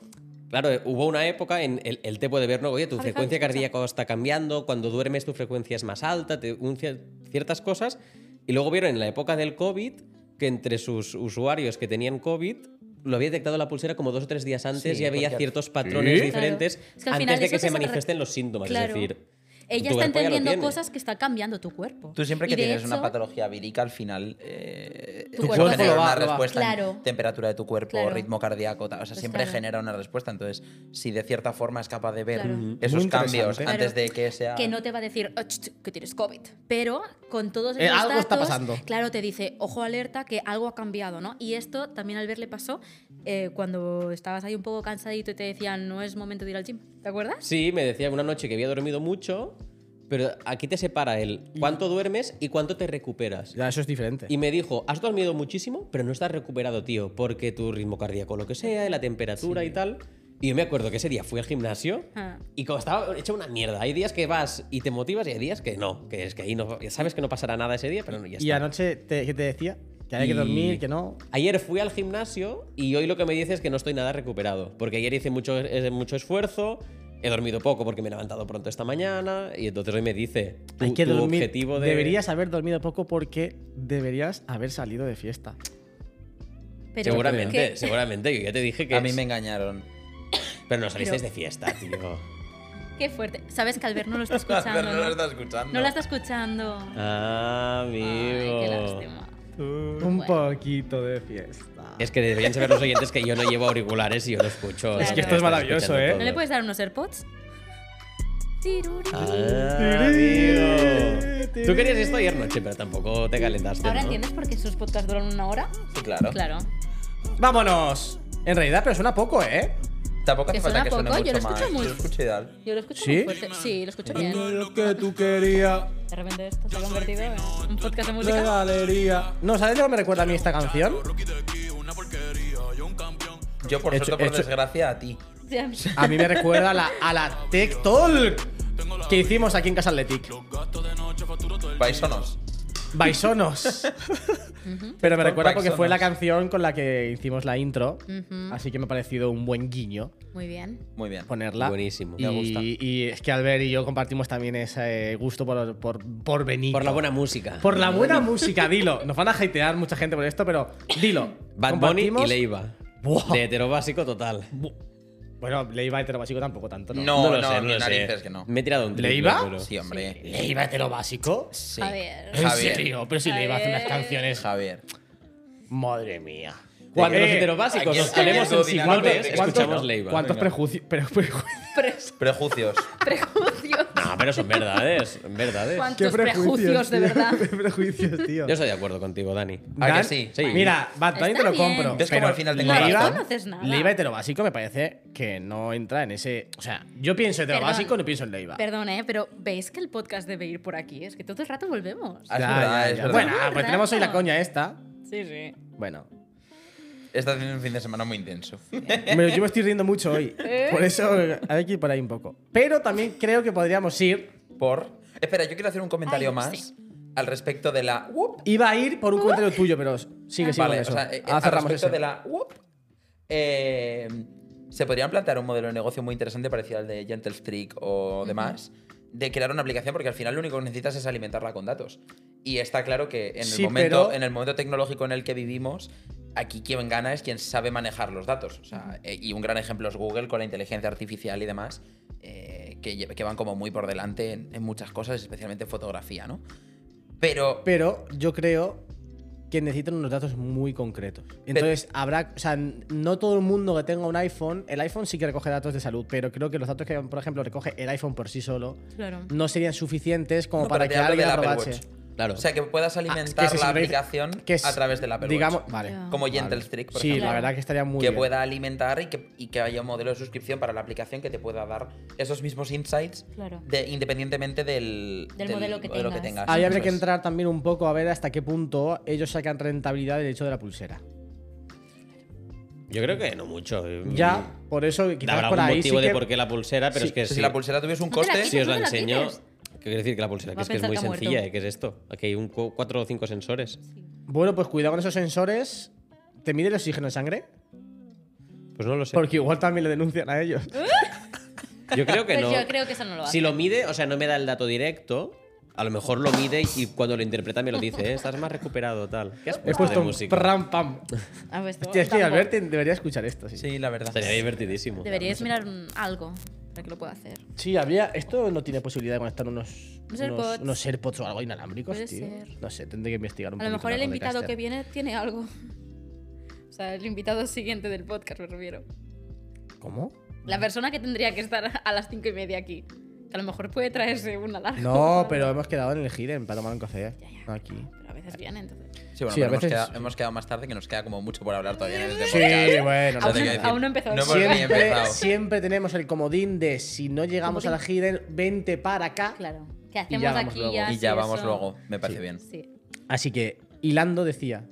Speaker 2: Claro, eh, hubo una época en el, el te puede ver, ¿no? Oye, tu
Speaker 4: Javi,
Speaker 2: frecuencia
Speaker 4: Javi, escucha.
Speaker 2: cardíaca está cambiando, cuando duermes tu frecuencia es más alta, te- un cier- ciertas cosas. Y luego vieron en la época del COVID que entre sus usuarios que tenían COVID lo había detectado la pulsera como dos o tres días antes
Speaker 3: Sí,
Speaker 2: y había
Speaker 3: porque-
Speaker 2: ciertos patrones
Speaker 1: ¿Sí?
Speaker 2: diferentes
Speaker 4: Claro. Es que al
Speaker 2: antes
Speaker 4: final
Speaker 2: de
Speaker 4: eso
Speaker 2: que
Speaker 4: te
Speaker 2: se
Speaker 4: hace re-
Speaker 2: manifiesten los síntomas.
Speaker 4: Claro.
Speaker 2: Es decir,
Speaker 4: Ella
Speaker 2: tu cuerpo ya
Speaker 4: está
Speaker 2: lo
Speaker 4: entendiendo
Speaker 2: tiene.
Speaker 4: cosas que está cambiando tu cuerpo.
Speaker 3: Tú siempre
Speaker 4: Y
Speaker 3: que
Speaker 4: de
Speaker 3: tienes una
Speaker 4: hecho,
Speaker 3: patología vírica, al final eh,
Speaker 4: Tu cuerpo
Speaker 3: genera
Speaker 1: lo va-
Speaker 3: una
Speaker 1: lo va.
Speaker 3: respuesta en
Speaker 4: Claro.
Speaker 3: temperatura de tu cuerpo,
Speaker 4: Claro.
Speaker 3: ritmo cardíaco, tal. O sea,
Speaker 4: Pues
Speaker 3: siempre
Speaker 4: claro.
Speaker 3: genera una respuesta. Entonces, si de cierta forma es capaz de ver
Speaker 4: Claro.
Speaker 3: esos
Speaker 1: Muy
Speaker 3: cambios
Speaker 1: interesante.
Speaker 3: antes
Speaker 4: Claro.
Speaker 3: de que sea...
Speaker 4: que no te va a decir "Oh, ch, ch, que tienes COVID, pero con todos
Speaker 1: Eh,
Speaker 4: esos
Speaker 1: algo está
Speaker 4: datos,
Speaker 1: pasando.
Speaker 4: claro, te dice, ojo alerta, que algo ha cambiado, ¿no? Y esto también al ver le pasó eh, cuando estabas ahí un poco cansadito y te decían, no es momento de ir al gym, ¿te acuerdas?
Speaker 2: sí, me decía una noche que había dormido mucho, pero aquí te separa el cuánto duermes y cuánto te recuperas.
Speaker 1: Ya, eso es diferente.
Speaker 2: Y me dijo, has dormido muchísimo, pero no estás recuperado, tío, porque tu ritmo cardíaco, lo que sea, la temperatura y tal. Y yo me acuerdo que ese día fui al gimnasio
Speaker 4: Ah.
Speaker 2: y como estaba hecha una mierda, hay días que vas y te motivas y hay días que no, que es que ahí no, sabes que no pasará nada ese día, pero no, ya
Speaker 1: Y
Speaker 2: está.
Speaker 1: anoche, te, ¿qué te decía? Que había que
Speaker 2: Y-
Speaker 1: dormir, que no.
Speaker 2: Ayer fui al gimnasio y hoy lo que me dice es que no estoy nada recuperado, porque ayer hice mucho, eh, mucho esfuerzo, He dormido poco porque me he levantado pronto esta mañana y entonces hoy me dice tu,
Speaker 1: Hay que
Speaker 2: tu
Speaker 1: dormir.
Speaker 2: objetivo de...
Speaker 1: Deberías haber dormido poco porque deberías haber salido de fiesta.
Speaker 4: Pero
Speaker 2: Seguramente,
Speaker 4: que-
Speaker 2: seguramente. Yo ya te dije que...
Speaker 3: A mí
Speaker 2: es-
Speaker 4: <laughs>
Speaker 3: me engañaron.
Speaker 2: Pero no salisteis
Speaker 4: Pero-
Speaker 2: de fiesta, tío.
Speaker 4: Qué fuerte. Sabes que Albert no lo está escuchando.
Speaker 3: Pero no lo
Speaker 4: ¿no?
Speaker 3: está escuchando.
Speaker 4: No la está escuchando.
Speaker 2: Ah,
Speaker 4: Ay, qué
Speaker 2: amigo.
Speaker 4: lástima.
Speaker 1: Un poquito de fiesta.
Speaker 2: Es que deberían saber los oyentes que yo no llevo auriculares y yo lo escucho.
Speaker 4: Claro. Es que esto
Speaker 1: es
Speaker 2: Estás
Speaker 1: maravilloso,
Speaker 2: escuchando
Speaker 1: ¿eh?
Speaker 2: todo.
Speaker 4: ¿No le puedes dar unos AirPods? Tiruri.
Speaker 2: Ah, amigo. Tú querías esto ayer noche, pero tampoco te calentaste.
Speaker 4: Ahora
Speaker 2: ¿no?
Speaker 4: entiendes por qué sus podcasts duran una hora.
Speaker 3: Sí, claro.
Speaker 4: Claro.
Speaker 1: ¡Vámonos! En realidad, pero suena poco, ¿eh?
Speaker 3: Tampoco hace
Speaker 4: Que
Speaker 3: falta
Speaker 4: suena
Speaker 3: que suene
Speaker 4: poco,
Speaker 3: mucho
Speaker 4: yo lo
Speaker 3: más.
Speaker 4: escucho muy-
Speaker 3: Yo lo escucho ideal.
Speaker 4: Yo lo escucho
Speaker 1: ¿Sí?
Speaker 4: muy fuerte. Sí, lo escucho bien.
Speaker 1: lo que tú querías,
Speaker 4: De repente esto se ha convertido en un podcast de música.
Speaker 1: galería. No, ¿sabes de lo que me recuerda a mí esta canción?
Speaker 3: Yo, por
Speaker 1: Hecho-
Speaker 3: suerte, por
Speaker 1: hecho-
Speaker 3: desgracia, a ti.
Speaker 4: Sí,
Speaker 1: A mí me recuerda a la, a la Tech Talk que hicimos aquí en Casa Athletic.
Speaker 3: Paisonos.
Speaker 1: Baisonos. Pero me
Speaker 3: Por
Speaker 1: recuerda porque fue la
Speaker 3: Baisonos.
Speaker 1: canción con la que hicimos la intro.
Speaker 4: Ujú.
Speaker 1: Así que me ha parecido un buen guiño
Speaker 4: Muy bien.
Speaker 3: Muy bien.
Speaker 1: ponerla.
Speaker 2: Buenísimo.
Speaker 1: Y,
Speaker 2: Me gusta.
Speaker 1: y es que Albert y yo compartimos también ese gusto por, por, por venir.
Speaker 2: Por la buena música.
Speaker 1: Por la buena música, dilo. Nos van a hatear mucha gente por esto, pero dilo.
Speaker 2: Bad Bunny y
Speaker 1: Compartimos-
Speaker 2: Leiva.
Speaker 1: Buah.
Speaker 2: De hetero básico total.
Speaker 1: Bueno, Leiva heterobásico tampoco tanto, ¿no?
Speaker 3: No, no,
Speaker 2: lo sé, no
Speaker 3: ni
Speaker 2: lo sé.
Speaker 3: narices que no.
Speaker 2: Me he tirado un triple.
Speaker 1: ¿Leiva?
Speaker 2: pero-
Speaker 3: Sí, hombre.
Speaker 1: ¿Leiva heterobásico?
Speaker 3: Sí.
Speaker 4: A ver.
Speaker 1: ¿En
Speaker 3: Javier.
Speaker 1: serio? Pero si Leiva hace unas
Speaker 4: Javier.
Speaker 1: canciones.
Speaker 3: Javier.
Speaker 1: Madre mía.
Speaker 2: Cuando
Speaker 1: Eh,
Speaker 2: los heterobásicos
Speaker 3: aquí-
Speaker 2: nos ponemos
Speaker 3: aquí
Speaker 2: en
Speaker 3: es lo dinámico,
Speaker 2: psicotes,
Speaker 3: ¿eh?
Speaker 2: escuchamos
Speaker 3: ¿Cuántos-
Speaker 2: Leiva.
Speaker 1: ¿Cuántos
Speaker 3: Venga.
Speaker 1: prejuicios? Pero prejuicios.
Speaker 4: Pres-
Speaker 3: Prejuicios.
Speaker 4: prejuicios.
Speaker 2: No, Ah, pero son verdades, verdades.
Speaker 4: ¿Cuántos prejuicios, de
Speaker 1: tío? <laughs>
Speaker 4: verdad?
Speaker 1: ¿Qué prejuicios, tío?
Speaker 2: Yo estoy de acuerdo contigo, Dani.
Speaker 3: ¿A que
Speaker 1: Dan-
Speaker 3: sí?
Speaker 2: Sí.
Speaker 1: Mira, Bad Bunny
Speaker 4: Está
Speaker 1: te lo
Speaker 4: bien.
Speaker 1: compro.
Speaker 3: ¿Ves cómo
Speaker 1: pero
Speaker 3: al final tengo
Speaker 1: Leiva-
Speaker 4: razón? No haces nada.
Speaker 1: Leiva heterobásico me parece que no entra en ese. O sea, yo pienso heterobásico,
Speaker 4: Perdón.
Speaker 1: no pienso en Leiva.
Speaker 4: Perdón, ¿eh? Pero ¿veis que el podcast debe ir por aquí? Es que todo el rato volvemos.
Speaker 3: Ah, es verdad, es verdad.
Speaker 1: Bueno,
Speaker 4: Todo el
Speaker 1: pues tenemos hoy la
Speaker 4: rato.
Speaker 1: coña esta.
Speaker 4: Sí, sí.
Speaker 1: Bueno.
Speaker 3: Está teniendo un fin de semana muy intenso.
Speaker 1: Me- yo me estoy riendo mucho
Speaker 4: <laughs>
Speaker 1: hoy. Por eso eh, hay que ir por ahí un poco. Pero también creo que podríamos ir.
Speaker 3: Por. Espera, yo quiero hacer un comentario
Speaker 4: Ay,
Speaker 3: más
Speaker 4: sí.
Speaker 3: al respecto de la. Whoop.
Speaker 1: Iba a ir por un comentario tuyo, pero sigue, sigue
Speaker 3: Vale,
Speaker 1: con
Speaker 3: o
Speaker 1: eso.
Speaker 3: sea, eh,
Speaker 1: Ahora
Speaker 3: al
Speaker 1: cerramos
Speaker 3: respecto
Speaker 1: eso.
Speaker 3: de la. Whoop, eh, se podrían plantear un modelo de negocio muy interesante parecido al de Gentle Streak o demás. De crear una aplicación, porque al final lo único que necesitas es alimentarla con datos. Y está claro que en el,
Speaker 1: Sí,
Speaker 3: momento,
Speaker 1: pero-
Speaker 3: en el momento tecnológico en el que vivimos, aquí quien gana es quien sabe manejar los datos. O sea, eh, y un gran ejemplo es Google con la inteligencia artificial y demás, eh, que, lle- que van como muy por delante en, en muchas cosas, especialmente en fotografía, ¿no? Pero
Speaker 1: Pero yo creo que necesitan unos datos muy concretos. Entonces, habrá. O sea, n- no todo el mundo que tenga un iPhone. El iPhone sí que recoge datos de salud, pero creo que los datos que, por ejemplo, recoge el iPhone por sí solo
Speaker 4: Claro.
Speaker 1: no serían suficientes como
Speaker 3: No,
Speaker 1: para
Speaker 3: pero
Speaker 1: que
Speaker 3: te hablo
Speaker 1: alguien
Speaker 3: del Apple
Speaker 1: aprobache.
Speaker 3: Watch.
Speaker 2: Claro.
Speaker 3: O sea, que puedas
Speaker 1: Ah, es
Speaker 3: alimentar
Speaker 1: que se
Speaker 3: la
Speaker 1: refiere-
Speaker 3: aplicación
Speaker 1: que es-
Speaker 3: a través del Apple Watch.
Speaker 1: digamos, Vale.
Speaker 4: Ya.
Speaker 3: Como
Speaker 1: Vale.
Speaker 3: Gentle Streak, por
Speaker 1: sí,
Speaker 3: ejemplo.
Speaker 1: la verdad que estaría muy
Speaker 3: que
Speaker 1: bien.
Speaker 3: pueda alimentar y que, y que haya un modelo de suscripción para la aplicación que te pueda dar esos mismos insights
Speaker 4: Claro.
Speaker 3: de- independientemente del,
Speaker 4: Del modelo que tengas.
Speaker 1: Ahí habría
Speaker 3: Eso
Speaker 1: que
Speaker 3: es.
Speaker 1: entrar también un poco a ver hasta qué punto ellos sacan rentabilidad del hecho de la pulsera.
Speaker 2: Yo creo que no mucho. Mm,
Speaker 1: Ya, por eso quizás
Speaker 2: Habrá
Speaker 1: por
Speaker 2: algún
Speaker 1: ahí sí
Speaker 2: motivo de
Speaker 1: que-
Speaker 2: por qué la pulsera, pero
Speaker 1: Sí,
Speaker 2: es que
Speaker 3: Si
Speaker 2: sí.
Speaker 3: la pulsera tuviese un
Speaker 4: No te la
Speaker 3: coste,
Speaker 4: quites.
Speaker 2: Si os la
Speaker 4: ¿Dónde la
Speaker 2: enseño,
Speaker 4: tienes?
Speaker 2: ¿qué quiere decir que la pulsera?
Speaker 4: Va
Speaker 2: Que
Speaker 4: a
Speaker 2: es que es
Speaker 4: pensar
Speaker 2: muy
Speaker 4: que ha muerto.
Speaker 2: sencilla, ¿eh? que es esto. Aquí hay un cu- cuatro o cinco sensores.
Speaker 1: Bueno, pues cuidado con esos sensores. ¿Te mide el oxígeno en sangre?
Speaker 2: Pues no lo sé.
Speaker 1: Porque igual también le denuncian a ellos.
Speaker 2: Yo creo que
Speaker 4: Pues
Speaker 2: no.
Speaker 4: yo creo que eso no lo hace.
Speaker 2: Si lo mide, o sea, no me da el dato directo. A lo mejor lo mide y cuando lo interpreta me lo dice, ¿eh? estás más recuperado, tal. ¿Qué has
Speaker 1: He
Speaker 2: puesto,
Speaker 1: puesto
Speaker 2: de
Speaker 1: un
Speaker 2: música?
Speaker 1: pram pam.
Speaker 4: Ah, pues,
Speaker 1: <laughs> Hostia, es que
Speaker 4: tampoco.
Speaker 1: Albert te- debería escuchar esto. Sí, sí.
Speaker 3: sí, la verdad.
Speaker 2: Estaría divertidísimo.
Speaker 4: Deberíais mirar un- algo para que lo pueda hacer.
Speaker 1: había. Esto no tiene posibilidad de conectar unos.
Speaker 4: Unos
Speaker 1: Unos,
Speaker 4: AirPods.
Speaker 1: unos AirPods o algo inalámbricos,
Speaker 4: Puede
Speaker 1: tío.
Speaker 4: ser.
Speaker 1: No sé, tendré que investigar un
Speaker 4: A lo
Speaker 1: poquito
Speaker 4: mejor el
Speaker 1: más
Speaker 4: invitado
Speaker 1: Rodecaster.
Speaker 4: que viene tiene algo. O sea, el invitado siguiente del podcast, me refiero. <laughs>
Speaker 1: ¿Cómo?
Speaker 4: La persona que tendría que estar a las cinco y media aquí. Que a lo mejor puede traerse una larga.
Speaker 1: No, pero hemos quedado en el Giren para tomar un café.
Speaker 4: Ya, ya.
Speaker 1: No aquí.
Speaker 4: Pero a veces viene, entonces.
Speaker 3: Sí, bueno,
Speaker 1: Sí, a
Speaker 3: pero hemos,
Speaker 1: veces-
Speaker 3: quedado, hemos quedado más tarde, que nos queda como mucho por hablar todavía en este
Speaker 1: Sí,
Speaker 3: podcast.
Speaker 1: bueno.
Speaker 4: Aún
Speaker 3: Entonces,
Speaker 4: no-
Speaker 3: hay que decir,
Speaker 4: aún no he empezado.
Speaker 3: No hemos ni
Speaker 1: Siempre,
Speaker 3: empezado.
Speaker 1: siempre tenemos el comodín de si no llegamos a la Giren, 20 para acá.
Speaker 4: Claro. ¿Qué
Speaker 1: Y
Speaker 4: hacemos
Speaker 1: ya vamos
Speaker 4: aquí
Speaker 1: luego.
Speaker 4: ya?
Speaker 3: Y
Speaker 4: si
Speaker 3: ya vamos
Speaker 4: eso-
Speaker 3: luego, me parece bien.
Speaker 4: Sí.
Speaker 1: Así que, hilando decía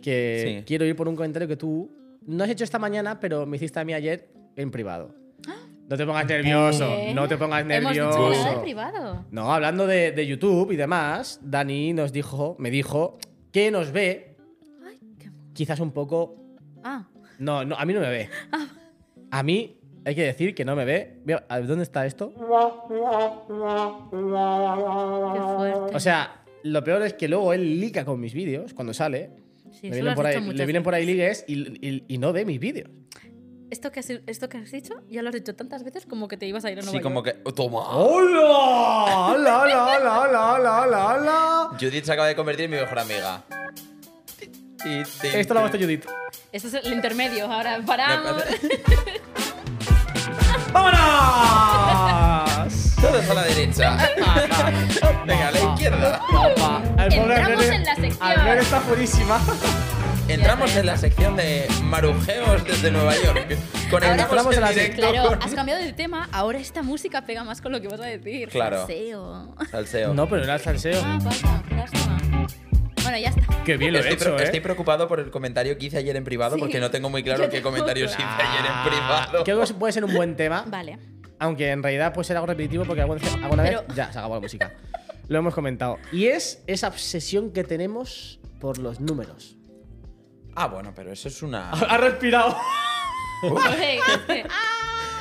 Speaker 1: que
Speaker 3: Sí.
Speaker 1: quiero ir por un comentario que tú no has hecho esta mañana, pero me hiciste a mí ayer en privado. No te pongas nervioso,
Speaker 4: ¿Eh?
Speaker 1: no te pongas
Speaker 4: Hemos dicho
Speaker 1: nervioso.
Speaker 4: que nada de privado.
Speaker 1: No, hablando de, de YouTube y demás, Dani nos dijo, me dijo que nos ve
Speaker 4: Ay, qué... mo-
Speaker 1: quizás un poco...
Speaker 4: Ah,
Speaker 1: No, no, a mí no me ve. A mí Hay que decir que no me ve. Mira, a ver, ¿Dónde está esto?
Speaker 4: Qué fuerte.
Speaker 1: O sea, lo peor es que luego él lica con mis vídeos cuando sale.
Speaker 4: Sí,
Speaker 1: le
Speaker 4: eso lo
Speaker 1: vienen
Speaker 4: has
Speaker 1: por ahí,
Speaker 4: dicho
Speaker 1: le
Speaker 4: muchas
Speaker 1: vienen por ahí
Speaker 4: veces.
Speaker 1: ligues y, y- y no ve mis vídeos.
Speaker 4: Esto que, has, esto que has dicho, ya lo has dicho tantas veces como que te ibas a ir a Nueva
Speaker 3: Sí, como
Speaker 4: York.
Speaker 3: que. ¡Oh, ¡Toma!
Speaker 1: ¡Hola! ¡Hola, hola, hola, hola, hola, hola, hola!
Speaker 3: Judith se acaba de convertir en mi mejor amiga.
Speaker 1: Esto lo ha puesto Judith.
Speaker 4: Este es el intermedio, ahora
Speaker 3: <laughs>
Speaker 4: paramos.
Speaker 1: ¡Vámonos!
Speaker 3: Todos a la <laughs> derecha. Venga, a la izquierda.
Speaker 1: <laughs> Al pobre
Speaker 4: Entramos
Speaker 1: Albert-
Speaker 4: en la sección.
Speaker 1: Albert está furísima.
Speaker 3: Entramos en la sección de marujeos desde Nueva York.
Speaker 1: Entramos
Speaker 3: Conectamos
Speaker 1: en
Speaker 3: en
Speaker 1: la
Speaker 3: directo
Speaker 4: Claro,
Speaker 3: con
Speaker 4: has cambiado de tema, ahora esta música pega más con lo que vas a decir.
Speaker 3: Claro.
Speaker 4: Salseo.
Speaker 3: salseo.
Speaker 1: No, pero era el salseo.
Speaker 4: Ah, vaya, qué lástima. Bueno, ya está.
Speaker 1: Qué bien lo he
Speaker 3: estoy, pre-
Speaker 1: hecho,
Speaker 3: estoy
Speaker 1: ¿eh?
Speaker 3: preocupado por el comentario que hice ayer en privado
Speaker 4: Sí.
Speaker 3: porque no tengo muy
Speaker 4: Yo
Speaker 3: claro qué
Speaker 4: tampoco.
Speaker 3: comentarios hice ayer en privado.
Speaker 1: Creo que puede ser un buen tema.
Speaker 4: Ah. <laughs> Vale.
Speaker 1: Aunque en realidad puede ser algo repetitivo porque alguna vez, alguna vez
Speaker 4: Pero-
Speaker 1: ya se acabó la música. Lo hemos comentado. Y es esa obsesión que tenemos por los números.
Speaker 3: Ah, bueno, pero eso es una.
Speaker 1: Ha respirado.
Speaker 4: Oye, <laughs> este,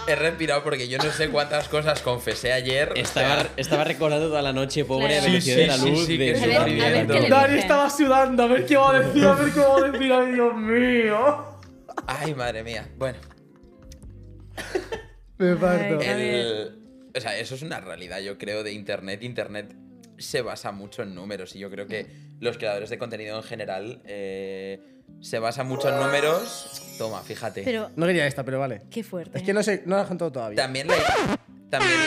Speaker 3: He respirado porque yo no sé cuántas cosas confesé ayer.
Speaker 2: <laughs>
Speaker 3: o
Speaker 2: Estaba,
Speaker 3: sea,
Speaker 2: estaba recordando toda la noche, pobre,
Speaker 4: Claro.
Speaker 2: la velocidad
Speaker 3: Sí,
Speaker 2: de la
Speaker 3: sí,
Speaker 2: luz.
Speaker 3: sí,
Speaker 2: de
Speaker 3: que
Speaker 2: su
Speaker 4: A ver, a ver,
Speaker 2: sufrimiento.
Speaker 4: ¿qué le
Speaker 1: Dani
Speaker 4: dicen?
Speaker 1: estaba sudando, a ver qué va a decir, a ver qué va a decir. Ay, Dios mío.
Speaker 3: Ay, madre mía. Bueno,
Speaker 1: Me
Speaker 4: parto. Ay.
Speaker 3: el- o sea, eso es una realidad, yo creo, de Internet. Internet se basa mucho en números y yo creo que los creadores de contenido en general eh, se basan mucho en números. Toma, fíjate.
Speaker 4: pero,
Speaker 1: No quería esta, pero vale.
Speaker 4: qué fuerte.
Speaker 1: Es que no sé, no la he contado todavía.
Speaker 3: También la. También.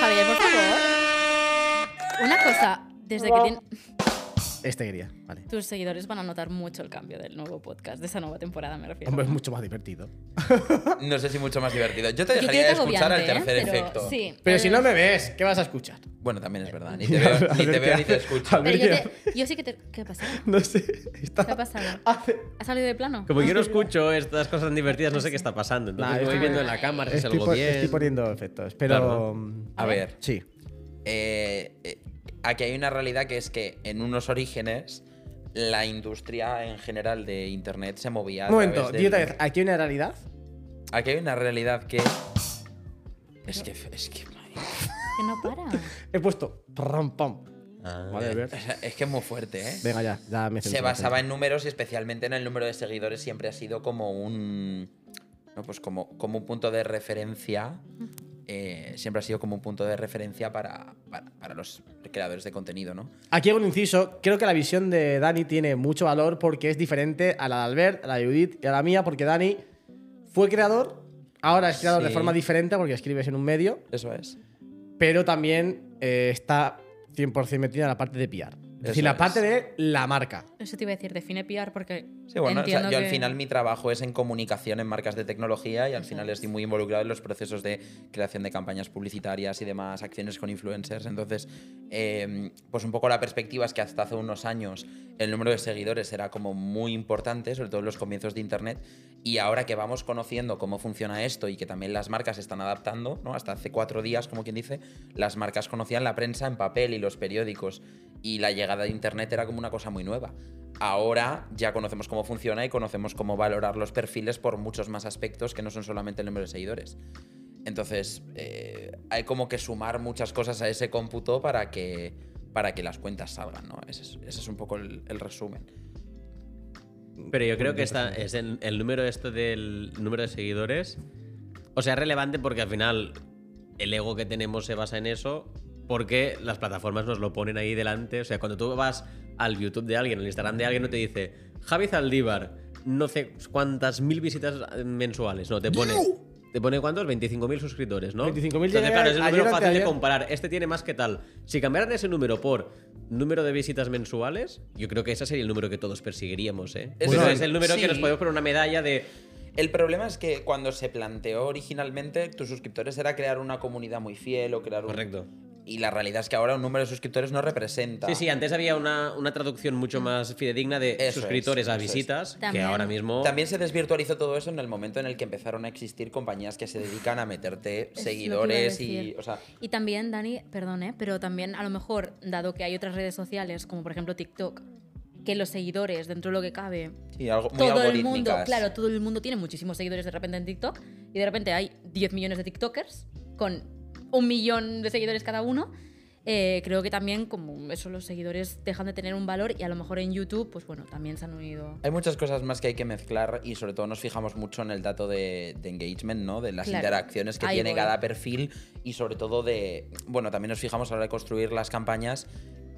Speaker 4: Javier, por favor. Una cosa, desde que tien-
Speaker 1: Este quería, vale.
Speaker 4: tus seguidores van a notar mucho el cambio del nuevo podcast, de esa nueva temporada, me refiero.
Speaker 1: Hombre, es mucho más divertido.
Speaker 3: No sé si mucho más divertido. Yo te
Speaker 4: Yo creo
Speaker 3: dejaría
Speaker 4: que
Speaker 3: escuchar al
Speaker 4: agobiante, ¿eh?
Speaker 3: tercer
Speaker 4: Pero
Speaker 3: efecto.
Speaker 4: Sí,
Speaker 1: Pero
Speaker 4: el-
Speaker 1: si no me ves, ¿qué vas a escuchar?
Speaker 3: Bueno, también es verdad. Ni te veo ni, te veo, ni te escucho.
Speaker 4: Pero yo, te- yo sí que te. ¿Qué ha pasado?
Speaker 1: No sé. Está...
Speaker 4: ¿Qué ha pasado?
Speaker 1: Hace-
Speaker 4: ¿Ha salido de plano? Ah,
Speaker 2: Como yo no escucho estas cosas tan divertidas, no sé qué está pasando.
Speaker 1: Nah,
Speaker 2: Entonces
Speaker 1: estoy-
Speaker 2: voy viendo en la cámara si
Speaker 1: Estoy,
Speaker 2: salgo
Speaker 1: po-
Speaker 2: bien.
Speaker 1: estoy poniendo efectos, pero.
Speaker 2: Claro.
Speaker 1: mm,
Speaker 3: A ver.
Speaker 1: Sí.
Speaker 3: eh, eh, aquí hay una realidad que es que en unos orígenes la industria en general de internet se movía. a
Speaker 1: Un momento,
Speaker 3: través del-
Speaker 1: di otra vez. Aquí hay una realidad.
Speaker 3: Aquí hay una realidad que. Es que. Es que. madre mía.
Speaker 4: Que no para.
Speaker 1: He puesto. Ram, pam.
Speaker 2: Ah.
Speaker 1: Vale, a ver.
Speaker 3: O sea, es que es muy fuerte, ¿eh?
Speaker 1: Venga, ya, ya me
Speaker 3: se basaba en números y especialmente en el número de seguidores siempre ha sido como un no, pues como, como un punto de referencia eh, siempre ha sido como un punto de referencia para, para, para los creadores de contenido no
Speaker 1: Aquí hago un inciso. Creo que la visión de Dani tiene mucho valor porque es diferente a la de Albert, a la de Judith y a la mía, porque Dani fue creador, ahora es creador de
Speaker 3: Sí.
Speaker 1: forma diferente porque escribes en un medio,
Speaker 3: eso es
Speaker 1: pero también eh, está 100% metida en la parte de PR. Es decir,
Speaker 3: Eso
Speaker 1: la
Speaker 3: es.
Speaker 1: parte de la marca.
Speaker 4: Eso te iba a decir, define PR porque.
Speaker 3: Sí, bueno, o sea,
Speaker 4: entiendo
Speaker 3: yo al
Speaker 4: que-
Speaker 3: final mi trabajo es en comunicación en marcas de tecnología y al final estoy muy involucrado en los procesos de creación de campañas publicitarias y demás, acciones con influencers. Entonces, eh, pues un poco la perspectiva es que hasta hace unos años el número de seguidores era como muy importante, sobre todo en los comienzos de Internet, y ahora que vamos conociendo cómo funciona esto y que también las marcas se están adaptando, ¿no? Hasta hace cuatro días, como quien dice, las marcas conocían la prensa en papel y los periódicos y la llegada de Internet era como una cosa muy nueva. Ahora ya conocemos cómo funciona y conocemos cómo valorar los perfiles por muchos más aspectos que no son solamente el número de seguidores. Entonces, eh, hay como que sumar muchas cosas a ese cómputo para que, para que las cuentas salgan, ¿no? Ese es, ese es un poco el, el resumen.
Speaker 2: Pero yo creo que esta, es el, el número este del número de seguidores. O sea, es relevante porque al final el ego que tenemos se basa en eso. Porque las plataformas nos lo ponen ahí delante. O sea, cuando tú vas al YouTube de alguien, al Instagram de alguien, no te dice Javi Zaldívar, no sé cuántas mil visitas mensuales. No, te pone. ¿Te pone cuántos? 25.000 suscriptores,
Speaker 1: 25.000
Speaker 2: ¿no? Entonces,
Speaker 1: llegué
Speaker 2: claro, es
Speaker 1: ayer
Speaker 2: un número fácil de
Speaker 1: anteayer.
Speaker 2: comparar comparar, este tiene más que tal. Si cambiaran ese número por número de visitas mensuales, yo creo que ese sería el número que todos persiguiríamos, ¿eh?
Speaker 3: Es
Speaker 2: Pero
Speaker 1: verdad.
Speaker 2: es el número
Speaker 3: Sí.
Speaker 2: que nos podemos poner una medalla de.
Speaker 3: El problema es que cuando se planteó originalmente, tus suscriptores era crear una comunidad muy fiel o crear un...
Speaker 2: Correcto.
Speaker 3: Y la realidad es que ahora un número de suscriptores no representa...
Speaker 2: Sí, sí, antes había una, una traducción mucho más fidedigna de
Speaker 3: Eso
Speaker 2: suscriptores
Speaker 3: es,
Speaker 2: a
Speaker 3: eso es.
Speaker 2: visitas, que
Speaker 4: También.
Speaker 2: ahora mismo.
Speaker 3: También se desvirtualizó todo eso en el momento en el que empezaron a existir compañías que se dedican a meterte
Speaker 4: Es lo que iba a
Speaker 3: seguidores y.
Speaker 4: decir.
Speaker 3: O sea,
Speaker 4: Y también, Dani, perdón, ¿eh? pero también a lo mejor, dado que hay otras redes sociales, como por ejemplo TikTok, que los seguidores, dentro de lo que cabe,
Speaker 3: Sí, algo muy
Speaker 4: todo el
Speaker 3: algorítmicas.
Speaker 4: mundo, claro, todo el mundo tiene muchísimos seguidores de repente en TikTok y de repente hay 10 millones de TikTokers con un millón de seguidores cada uno. eh, creo que también como eso los seguidores dejan de tener un valor y a lo mejor en YouTube, pues bueno, también se han unido.
Speaker 3: Hay muchas cosas más que hay que mezclar y sobre todo nos fijamos mucho en el dato de, de engagement, ¿no? De las
Speaker 4: Claro.
Speaker 3: interacciones que
Speaker 4: Ahí
Speaker 3: tiene
Speaker 4: voy.
Speaker 3: cada perfil y sobre todo de, bueno, también nos fijamos a la hora de construir las campañas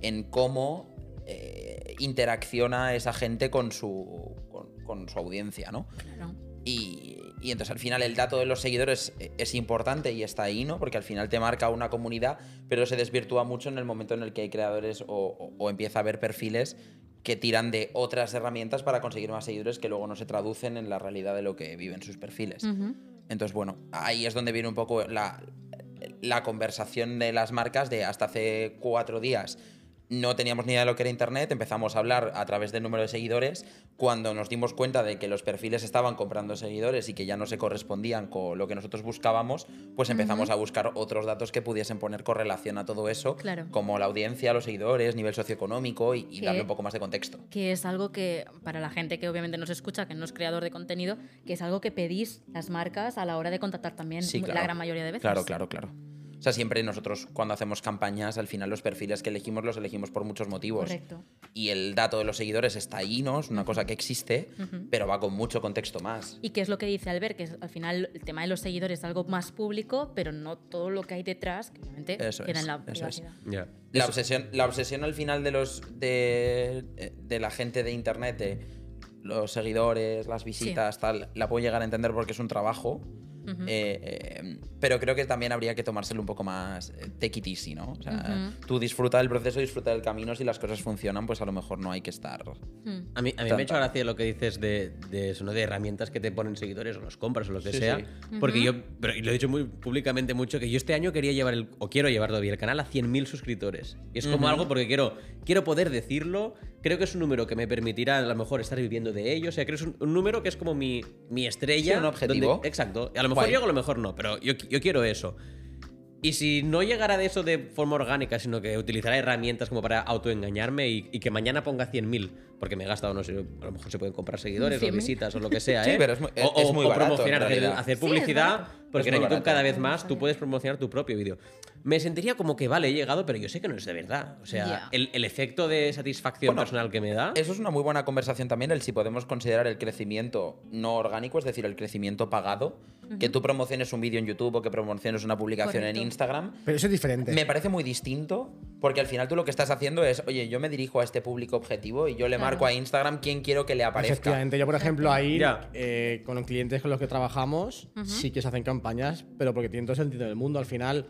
Speaker 3: en cómo eh, interacciona esa gente con su, con, con su audiencia, ¿no?
Speaker 4: Claro.
Speaker 3: Y, y entonces al final el dato de los seguidores eh, es importante y está ahí, ¿no? Porque al final te marca una comunidad, pero se desvirtúa mucho en el momento en el que hay creadores o, o- o empieza a haber perfiles que tiran de otras herramientas para conseguir más seguidores que luego no se traducen en la realidad de lo que viven sus perfiles.
Speaker 4: Ujú.
Speaker 3: Entonces, bueno, ahí es donde viene un poco la, la conversación de las marcas de hasta hace cuatro días. No teníamos ni idea de lo que era Internet, empezamos a hablar a través del número de seguidores. Cuando nos dimos cuenta de que los perfiles estaban comprando seguidores y que ya no se correspondían con lo que nosotros buscábamos, pues empezamos a buscar otros datos que pudiesen poner correlación a todo eso,
Speaker 4: Claro.
Speaker 3: como la audiencia, los seguidores, nivel socioeconómico y, y
Speaker 4: Que-
Speaker 3: darle un poco más de contexto.
Speaker 4: que es algo que, para la gente que obviamente nos escucha, que no es creador de contenido, que es algo que pedís las marcas a la hora de contratar también
Speaker 3: Sí, claro.
Speaker 4: la gran mayoría de veces.
Speaker 3: Claro, claro, claro. O sea, siempre nosotros cuando hacemos campañas, al final los perfiles que elegimos los elegimos por muchos motivos.
Speaker 4: Correcto.
Speaker 3: Y el dato de los seguidores está ahí, ¿no? Es una cosa que existe, pero va con mucho contexto más.
Speaker 4: Y que es lo que dice Albert, que es, al final el tema de los seguidores es algo más público, pero no todo lo que hay detrás, que obviamente
Speaker 3: Eso
Speaker 4: queda
Speaker 3: es,
Speaker 4: en la
Speaker 3: eso es.
Speaker 4: privacidad.
Speaker 2: Ya.
Speaker 3: La obsesión, la obsesión al final de los de, eh, de la gente de internet, de los seguidores, las visitas, tal, la puedo llegar a entender porque es un trabajo. eh, eh, pero creo que también habría que tomárselo un poco más eh, take it easy, ¿no? O sea,
Speaker 4: Ujú.
Speaker 3: tú disfruta del proceso, disfruta del camino, si las cosas funcionan, pues a lo mejor no hay que estar.
Speaker 4: Mm.
Speaker 2: A mí, a mí me
Speaker 3: Tanta.
Speaker 2: ha hecho gracia lo que dices de, de eso, ¿no? De herramientas que te ponen seguidores o los compras o lo que
Speaker 3: Sí,
Speaker 2: sea.
Speaker 3: sí.
Speaker 2: Porque yo, pero y lo he dicho muy públicamente mucho, que yo este año quería llevar el, o quiero llevar todavía el canal a 100.000 suscriptores. Y es como algo porque quiero, quiero poder decirlo. Creo que es un número que me permitirá a lo mejor estar viviendo de ello. O sea, creo que es un, un número que es como mi, mi estrella.
Speaker 3: Sí, un objetivo.
Speaker 2: donde- exacto. A lo mejor
Speaker 3: Guay.
Speaker 2: llego, a lo mejor no, pero yo, yo quiero eso. Y si no llegara de eso de forma orgánica, sino que utilizara herramientas como para autoengañarme y, y que mañana ponga 100.000, porque me he gastado, no sé, a lo mejor se pueden comprar seguidores o
Speaker 4: 100.000.
Speaker 2: visitas o lo que sea,
Speaker 3: Sí,
Speaker 2: ¿eh?
Speaker 3: pero es muy-
Speaker 2: o,
Speaker 3: es
Speaker 2: o-
Speaker 3: muy
Speaker 2: o
Speaker 3: barato, en
Speaker 2: promocionar, hacer,
Speaker 3: realidad.
Speaker 2: hacer
Speaker 4: Sí, es
Speaker 2: publicidad,
Speaker 4: barato.
Speaker 2: porque
Speaker 3: Es
Speaker 2: en
Speaker 3: muy
Speaker 2: YouTube
Speaker 3: barato.
Speaker 2: cada vez más tú
Speaker 4: Vale.
Speaker 2: puedes promocionar tu propio vídeo. Me sentiría como que, vale, he llegado, pero yo sé que no es de verdad. O sea,
Speaker 4: Ya.
Speaker 2: el, el efecto de satisfacción
Speaker 3: Bueno,
Speaker 2: personal que me da...
Speaker 3: Eso es una muy buena conversación también, el si podemos considerar el crecimiento no orgánico, es decir, el crecimiento pagado, que tú promociones un vídeo en YouTube o que promociones una publicación
Speaker 4: Correcto.
Speaker 3: en Instagram.
Speaker 1: Pero eso es diferente.
Speaker 3: Me parece muy distinto, porque al final tú lo que estás haciendo es, oye, yo me dirijo a este público objetivo y yo le
Speaker 4: Claro.
Speaker 3: marco a Instagram quién quiero que le aparezca.
Speaker 1: Efectivamente, yo por ejemplo ahí,
Speaker 2: Ya.
Speaker 1: eh, con los clientes con los que trabajamos, sí que se hacen campañas, pero porque tienen todo el sentido del mundo al final.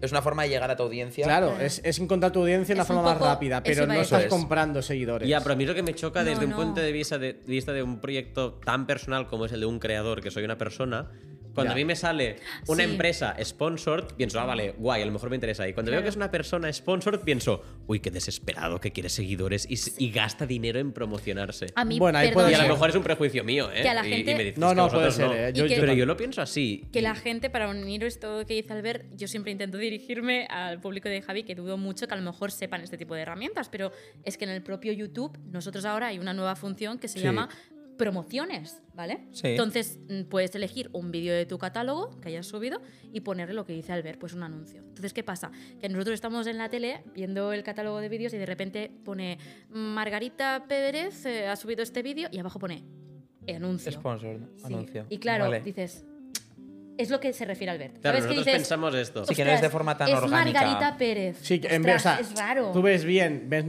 Speaker 3: Es una forma de llegar a tu audiencia.
Speaker 1: Claro, es, es encontrar tu audiencia de
Speaker 4: Es
Speaker 1: una forma
Speaker 4: un
Speaker 1: más
Speaker 4: poco-
Speaker 1: rápida,
Speaker 4: eso
Speaker 1: pero
Speaker 4: iba a
Speaker 1: no
Speaker 4: decir.
Speaker 1: estás comprando seguidores.
Speaker 2: Ya, pero a mí lo que me choca
Speaker 4: No,
Speaker 2: desde
Speaker 4: no.
Speaker 2: un punto de vista de, de vista de un proyecto tan personal como es el de un creador, que soy una persona, cuando
Speaker 1: Ya.
Speaker 2: a mí me sale una
Speaker 4: Sí.
Speaker 2: empresa sponsored, pienso, ah, vale, guay, a lo mejor me interesa ahí. Cuando veo que es una persona sponsored, pienso, uy, qué desesperado que quiere seguidores y, s- y gasta dinero en promocionarse.
Speaker 4: A mí,
Speaker 1: Bueno, ahí
Speaker 4: perdón,
Speaker 1: puede
Speaker 2: Y a
Speaker 1: ser.
Speaker 2: lo mejor es un prejuicio mío, ¿eh?
Speaker 4: Ah, Que a la
Speaker 2: Y-
Speaker 4: gente-
Speaker 2: y, me dices
Speaker 1: No,
Speaker 2: que
Speaker 1: no,
Speaker 2: vosotros
Speaker 1: puede ser, ¿eh? Yo-
Speaker 4: Y que- yo
Speaker 2: pero
Speaker 1: tam-
Speaker 2: yo lo pienso así.
Speaker 4: que
Speaker 2: y-
Speaker 4: la gente, para unir esto que dice Albert, yo siempre intento dirigirme al público de Javi, que dudo mucho que a lo mejor sepan este tipo de herramientas, pero es que en el propio YouTube nosotros ahora hay una nueva función que se
Speaker 1: Sí.
Speaker 4: llama promociones, ¿vale?
Speaker 3: Sí.
Speaker 4: Entonces mm, puedes elegir un vídeo de tu catálogo que hayas subido y ponerle lo que dice Albert, pues un anuncio. Entonces, ¿qué pasa? Que nosotros estamos en la tele viendo el catálogo de vídeos y de repente pone Margarita Pérez eh, ha subido este vídeo y abajo pone anuncio.
Speaker 3: Sponsor, ¿no?
Speaker 4: Sí.
Speaker 3: anuncio.
Speaker 4: Y claro,
Speaker 3: Vale.
Speaker 4: dices, es lo que se refiere Albert.
Speaker 2: Claro,
Speaker 4: ¿Sabes qué
Speaker 2: nosotros
Speaker 4: dices?
Speaker 2: pensamos esto.
Speaker 3: Sí, que no es de
Speaker 4: "Ostras,
Speaker 3: forma tan
Speaker 4: es
Speaker 3: orgánica".
Speaker 4: Margarita Pérez.
Speaker 1: Sí, que en vez-
Speaker 4: Ostras,
Speaker 1: o sea,
Speaker 4: es raro.
Speaker 1: Tú ves bien, ves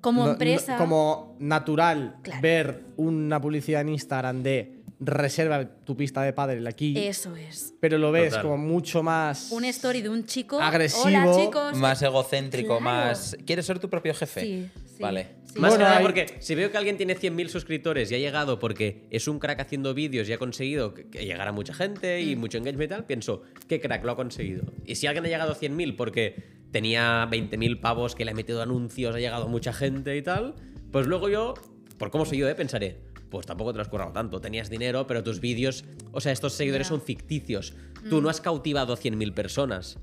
Speaker 4: como
Speaker 1: no- no-
Speaker 4: empresa,
Speaker 1: como natural
Speaker 4: Claro.
Speaker 1: ver una publicidad en Instagram de reserva tu pista de pádel aquí,
Speaker 4: eso es.
Speaker 1: pero lo ves
Speaker 2: Total.
Speaker 1: como mucho más
Speaker 4: Un story de un chico.
Speaker 1: Agresivo,
Speaker 4: Hola, chicos.
Speaker 3: Más egocéntrico,
Speaker 4: Claro.
Speaker 3: más... ¿Quieres ser tu propio jefe?
Speaker 4: Sí, sí,
Speaker 3: Vale.
Speaker 4: sí.
Speaker 2: Más
Speaker 1: Bueno,
Speaker 2: que nada
Speaker 1: hay-
Speaker 2: porque si veo que alguien tiene 100.000 suscriptores y ha llegado porque es un crack haciendo vídeos y ha conseguido que que llegar a mucha gente
Speaker 1: Mm.
Speaker 2: y mucho engagement y tal, pienso, qué crack lo ha conseguido. Y si alguien ha llegado a 100.000 porque tenía 20.000 pavos que le ha metido anuncios, ha llegado a mucha gente y tal, pues luego yo, por cómo soy yo, eh, pensaré, pues tampoco te lo has currado tanto, tenías dinero, pero tus vídeos, o sea, estos seguidores
Speaker 4: Ya.
Speaker 1: Mm.
Speaker 2: son ficticios. Tú no has cautivado a 100.000 personas.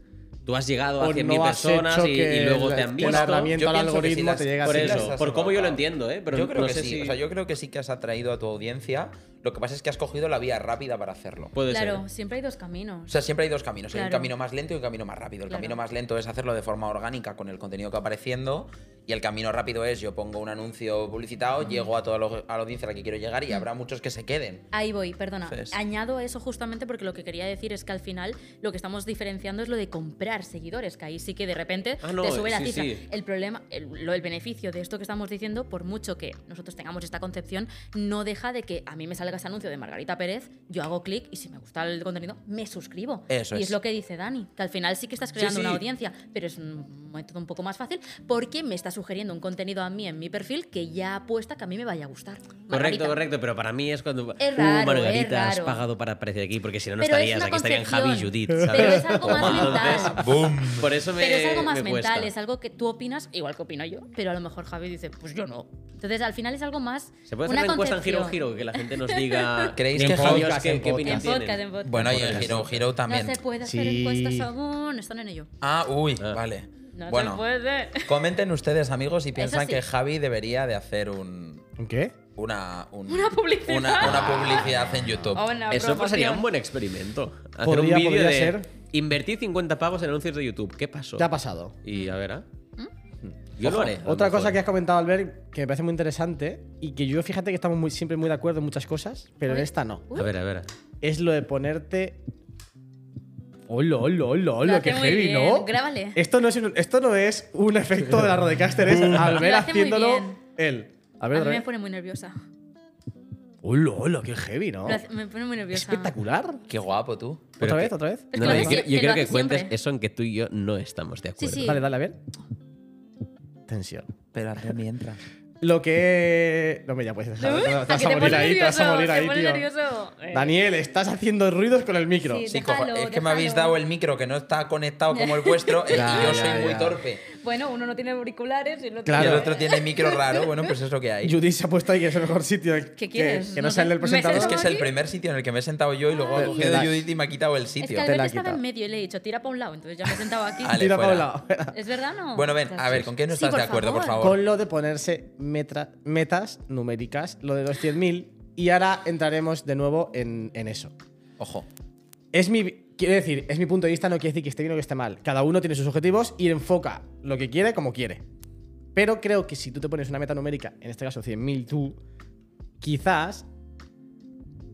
Speaker 2: Tú has llegado a
Speaker 1: O
Speaker 2: 100.000
Speaker 1: Pues no has
Speaker 2: personas
Speaker 1: hecho
Speaker 2: y,
Speaker 1: que
Speaker 2: y luego te han
Speaker 1: con
Speaker 2: visto.
Speaker 1: la herramienta
Speaker 3: Yo
Speaker 1: al
Speaker 3: pienso que si
Speaker 1: algoritmo
Speaker 3: las-
Speaker 1: te llega
Speaker 2: Por
Speaker 1: así.
Speaker 3: las
Speaker 2: eso,
Speaker 3: has
Speaker 2: por cómo yo lo
Speaker 3: solapado.
Speaker 2: entiendo, ¿eh? Pero
Speaker 3: yo creo
Speaker 2: no
Speaker 3: que
Speaker 2: sé
Speaker 3: sí.
Speaker 2: si
Speaker 3: O sea, yo creo que sí que has atraído a tu audiencia. Lo que pasa es que has cogido la vía rápida para hacerlo.
Speaker 2: puede
Speaker 4: Claro,
Speaker 2: ser.
Speaker 4: siempre hay dos caminos.
Speaker 3: O sea, siempre hay dos caminos. Hay un
Speaker 4: Claro.
Speaker 3: camino más lento y un camino más rápido. El
Speaker 4: Claro.
Speaker 3: camino más lento es hacerlo de forma orgánica con el contenido que va apareciendo. Y el camino rápido es yo pongo un anuncio publicitado, llego a toda lo- a la audiencia a la que quiero llegar y habrá muchos que se queden.
Speaker 4: Ahí voy, perdona.
Speaker 3: Entonces-
Speaker 4: Añado eso justamente porque lo que quería decir es que al final lo que estamos diferenciando es lo de comprar seguidores, que ahí sí que de repente
Speaker 2: Ah, no,
Speaker 4: te sube la
Speaker 2: sí,
Speaker 4: cifra.
Speaker 2: sí.
Speaker 4: El problema, el, lo- el beneficio de esto que estamos diciendo, por mucho que nosotros tengamos esta concepción, no deja de que a mí me salga ese anuncio de Margarita Pérez, yo hago clic y si me gusta el contenido, me suscribo.
Speaker 3: Eso
Speaker 4: y es.
Speaker 3: es.
Speaker 4: lo que dice Dani, que al final sí que estás creando una
Speaker 2: sí.
Speaker 4: audiencia, pero es un método un poco más fácil porque me está sugiriendo un contenido a mí en mi perfil que ya apuesta que a mí me vaya a gustar.
Speaker 2: Correcto,
Speaker 4: Margarita.
Speaker 2: correcto, pero para mí es cuando.
Speaker 4: Es
Speaker 2: uh,
Speaker 4: raro,
Speaker 2: Margarita,
Speaker 4: es
Speaker 2: has
Speaker 4: raro.
Speaker 2: pagado para aparecer aquí, porque si no, no
Speaker 4: Pero es
Speaker 2: estarías.
Speaker 4: una
Speaker 2: Aquí estarían
Speaker 4: concepción.
Speaker 2: Javi y Judith,
Speaker 4: Pero
Speaker 2: ¿sabes?
Speaker 4: es algo más
Speaker 2: Entonces, <laughs>
Speaker 4: mental.
Speaker 3: ¡Boom!
Speaker 2: Por eso me.
Speaker 4: Pero es algo
Speaker 2: me
Speaker 4: más mental,
Speaker 2: cuesta.
Speaker 4: es algo que tú opinas, igual que opino yo, pero a lo mejor Javi dice, pues yo no. Entonces al final es algo más.
Speaker 2: ¿Se puede hacer
Speaker 4: una
Speaker 2: una encuesta en Giro
Speaker 4: concepción.
Speaker 2: Giro? Que la gente
Speaker 1: <laughs>
Speaker 2: nos diga.
Speaker 3: ¿Creéis
Speaker 2: en
Speaker 3: que
Speaker 2: podcast,
Speaker 1: podcast,
Speaker 2: qué,
Speaker 1: en
Speaker 2: qué opinión
Speaker 4: En
Speaker 1: podcast?
Speaker 2: tienen?
Speaker 4: podcast, en podcast.
Speaker 3: Bueno, y
Speaker 2: Por
Speaker 3: en
Speaker 2: el
Speaker 3: Hero Hero también.
Speaker 4: No se puede hacer
Speaker 1: Sí.
Speaker 4: encuestas aún, están en ello.
Speaker 3: Ah, uy, vale.
Speaker 4: No
Speaker 3: bueno,
Speaker 4: se puede. <laughs>
Speaker 3: comenten ustedes, amigos, si piensan
Speaker 4: sí.
Speaker 3: que Javi debería de hacer un,
Speaker 1: ¿Un qué?
Speaker 3: una, un-
Speaker 4: Una publicidad. Ah,
Speaker 3: una- una publicidad en YouTube.
Speaker 4: O una
Speaker 2: Eso
Speaker 4: promoción.
Speaker 2: pues sería un buen experimento. Hacer
Speaker 1: Podría-
Speaker 2: un vídeo
Speaker 1: podría
Speaker 2: de
Speaker 1: ser.
Speaker 2: Invertir 50 pavos en anuncios de YouTube. ¿Qué pasó?
Speaker 1: Te ha pasado.
Speaker 2: Y a ver, ¿ah?
Speaker 4: ¿Mm?
Speaker 2: Yo lo haré. a lo
Speaker 1: eh, Otra
Speaker 2: mejor.
Speaker 1: cosa que has comentado, Albert, que me parece muy interesante y que yo fíjate que estamos muy, siempre muy de acuerdo en muchas cosas, pero en
Speaker 4: Uy.
Speaker 1: esta no.
Speaker 2: A ver, a ver.
Speaker 4: Uh.
Speaker 1: Es lo de ponerte. ¡Hola, hola, hola, hola!
Speaker 4: hace
Speaker 1: ¡Qué
Speaker 4: muy
Speaker 1: heavy,
Speaker 4: bien,
Speaker 1: ¿no?
Speaker 4: grábale.
Speaker 1: Esto no, es un, esto no es un efecto de la Rodecaster, es Albert
Speaker 4: Lo hace muy
Speaker 1: haciéndolo
Speaker 4: bien.
Speaker 1: él. A
Speaker 4: A
Speaker 1: ver,
Speaker 4: mí
Speaker 1: otra
Speaker 4: me
Speaker 1: vez.
Speaker 4: pone muy nerviosa.
Speaker 1: ¡Hola, hola! ¡Qué heavy, ¿no?
Speaker 4: Lo hace- Me pone muy nerviosa.
Speaker 1: Espectacular.
Speaker 3: Qué guapo tú.
Speaker 2: Pero
Speaker 1: ¿Otra
Speaker 2: que-
Speaker 1: vez? ¿Otra vez?
Speaker 4: Pero es que lo
Speaker 2: yo
Speaker 4: hace
Speaker 2: quiero-
Speaker 4: sie-
Speaker 2: yo
Speaker 4: que lo
Speaker 2: quiero que
Speaker 4: hace
Speaker 2: cuentes
Speaker 4: siempre.
Speaker 2: eso en que tú y yo no estamos de acuerdo.
Speaker 4: sí.
Speaker 1: Dale, dale, a ver. Tensión.
Speaker 3: Pero ahora mientras.
Speaker 1: Lo que. No me ya puedes dejar. Te vas a morir ahí, te vas a morir ahí, tío.
Speaker 4: Eh,
Speaker 1: Daniel, estás haciendo ruidos con el micro.
Speaker 4: Sí.
Speaker 3: Sí, cojo-
Speaker 4: Déjalo,
Speaker 3: es que me habéis
Speaker 4: déjalo.
Speaker 3: dado el micro que no está conectado como el vuestro
Speaker 4: <laughs>
Speaker 3: eh,
Speaker 2: Ya,
Speaker 3: y yo
Speaker 2: ya,
Speaker 3: soy muy
Speaker 1: ya.
Speaker 3: torpe.
Speaker 4: Bueno, uno no tiene auriculares y el otro.
Speaker 1: Claro.
Speaker 3: Y
Speaker 4: tiene-
Speaker 3: el otro tiene micro raro. Bueno, pues es lo que hay.
Speaker 1: Judith se ha puesto ahí que es el mejor sitio. que,
Speaker 4: quieres?
Speaker 1: Que no
Speaker 4: No
Speaker 1: sea el
Speaker 4: sé.
Speaker 1: del
Speaker 4: Me
Speaker 1: presentador.
Speaker 3: Es que es el
Speaker 4: aquí?
Speaker 3: primer sitio en el que me he sentado yo y luego ha
Speaker 4: Ay.
Speaker 3: cogido
Speaker 1: Relax.
Speaker 3: Judith y me ha quitado el
Speaker 4: Es
Speaker 3: sitio.
Speaker 4: que
Speaker 1: la
Speaker 4: Albert
Speaker 1: ha
Speaker 4: estaba
Speaker 1: quitado.
Speaker 4: en medio y le he dicho, tira para un lado. Entonces ya me he sentado aquí.
Speaker 3: Vale.
Speaker 1: Tira
Speaker 3: fuera.
Speaker 1: Paula.
Speaker 4: <laughs> ¿Es verdad o no?
Speaker 3: Bueno, ven, a ver, ¿con qué no
Speaker 4: Sí,
Speaker 3: estás
Speaker 4: por
Speaker 3: de acuerdo, por
Speaker 4: favor.
Speaker 3: favor?
Speaker 1: Con lo de ponerse metra- metas numéricas, lo de los 100.000. Y ahora entraremos de nuevo en, en eso.
Speaker 3: Ojo.
Speaker 1: Es mi. Quiero decir, es mi punto de vista, no quiere decir que esté bien o que esté mal. Cada uno tiene sus objetivos y enfoca lo que quiere como quiere. Pero creo que si tú te pones una meta numérica, en este caso 100.000 tú, quizás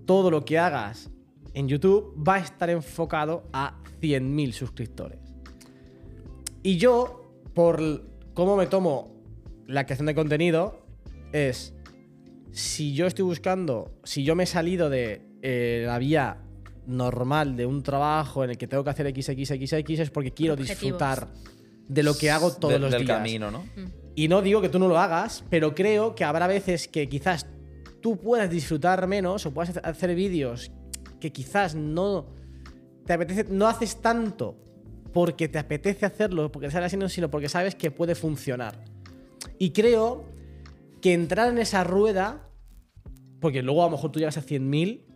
Speaker 1: todo lo que hagas en YouTube va a estar enfocado a 100.000 suscriptores. Y yo, por l- cómo me tomo la creación de contenido, es si yo estoy buscando, si yo me he salido de eh, la vía normal de un trabajo en el que tengo que hacer XXXX es porque quiero
Speaker 4: Objetivos.
Speaker 1: disfrutar de lo que hago todos
Speaker 3: De-
Speaker 1: los
Speaker 3: del
Speaker 1: días.
Speaker 3: camino, ¿no?
Speaker 4: Mm.
Speaker 1: Y no digo que tú no lo hagas, pero creo que habrá veces que quizás tú puedas disfrutar menos o puedas hacer vídeos que quizás no te apetece, no haces tanto porque te apetece hacerlo, porque te sale así, no, sino porque sabes que puede funcionar. Y creo que entrar en esa rueda, porque luego a lo mejor tú llegas a 100.000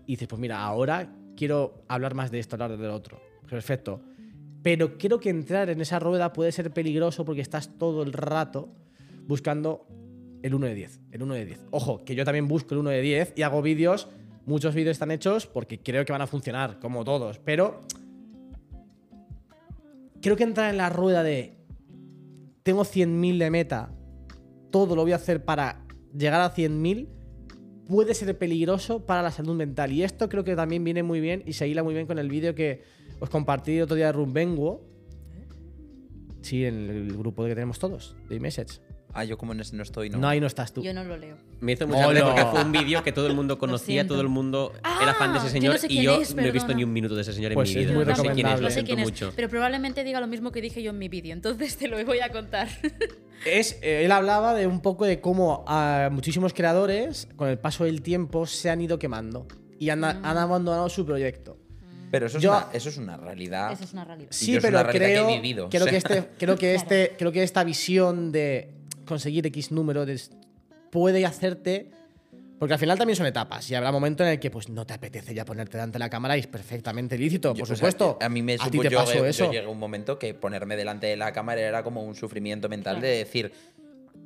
Speaker 1: y dices, pues mira, ahora quiero hablar más de esto, hablar del otro. Perfecto. Pero creo que entrar en esa rueda puede ser peligroso porque estás todo el rato buscando el 1 de 10. El 1 de 10. Ojo, que yo también busco el 1 de 10 y hago vídeos. Muchos vídeos están hechos porque creo que van a funcionar, como todos. Pero creo que entrar en la rueda de tengo 100.000 de meta, todo lo voy a hacer para llegar a 100.000, puede ser peligroso para la salud mental. Y esto creo que también viene muy bien y se hila muy bien con el vídeo que os compartí el otro día de Rumbenguo. Sí, en el grupo que tenemos todos, de iMessage.
Speaker 3: Ah, yo como en ese no estoy, no.
Speaker 1: No, ahí no estás tú.
Speaker 4: Yo no lo leo.
Speaker 2: Me hizo mucha
Speaker 1: Hola.
Speaker 2: gracia porque fue un vídeo que todo el mundo conocía,
Speaker 4: siento.
Speaker 2: todo el mundo
Speaker 4: Ah,
Speaker 2: era fan de ese
Speaker 4: yo
Speaker 2: señor
Speaker 4: no sé
Speaker 2: y
Speaker 4: quién
Speaker 2: yo
Speaker 4: es,
Speaker 2: no he visto
Speaker 4: perdona.
Speaker 2: ni un minuto de ese señor
Speaker 1: Pues
Speaker 2: en
Speaker 1: es
Speaker 2: mi vida.
Speaker 1: muy
Speaker 2: no sé quién es,
Speaker 1: recomendable.
Speaker 2: lo
Speaker 4: No sé
Speaker 2: siento
Speaker 4: quién es,
Speaker 2: mucho.
Speaker 4: pero probablemente diga lo mismo que dije yo en mi vídeo, entonces te lo voy a contar.
Speaker 1: Es, eh, él hablaba de un poco de cómo a muchísimos creadores, con el paso del tiempo, se han ido quemando y han,
Speaker 4: Ah.
Speaker 1: han abandonado su proyecto.
Speaker 3: Pero eso es,
Speaker 1: Yo-
Speaker 3: una, eso es una realidad.
Speaker 4: Eso es una realidad.
Speaker 3: Y
Speaker 1: Sí,
Speaker 3: yo es
Speaker 1: pero
Speaker 3: una realidad que he
Speaker 1: creo,
Speaker 3: vivido,
Speaker 1: creo
Speaker 3: o
Speaker 1: que
Speaker 3: sea.
Speaker 1: este, creo
Speaker 4: <laughs>
Speaker 1: que
Speaker 4: Claro.
Speaker 1: este, creo que esta visión de conseguir X número de- puede hacerte Porque al final también son etapas y habrá momento en el que pues no te apetece ya ponerte delante de la cámara y es perfectamente lícito,
Speaker 3: Yo-
Speaker 1: por
Speaker 3: o sea,
Speaker 1: supuesto.
Speaker 3: a mí me supo-
Speaker 1: ti te
Speaker 3: yo, eh,
Speaker 1: pasó
Speaker 3: yo
Speaker 1: eso.
Speaker 3: llegué a un momento que ponerme delante de la cámara era como un sufrimiento mental de decir,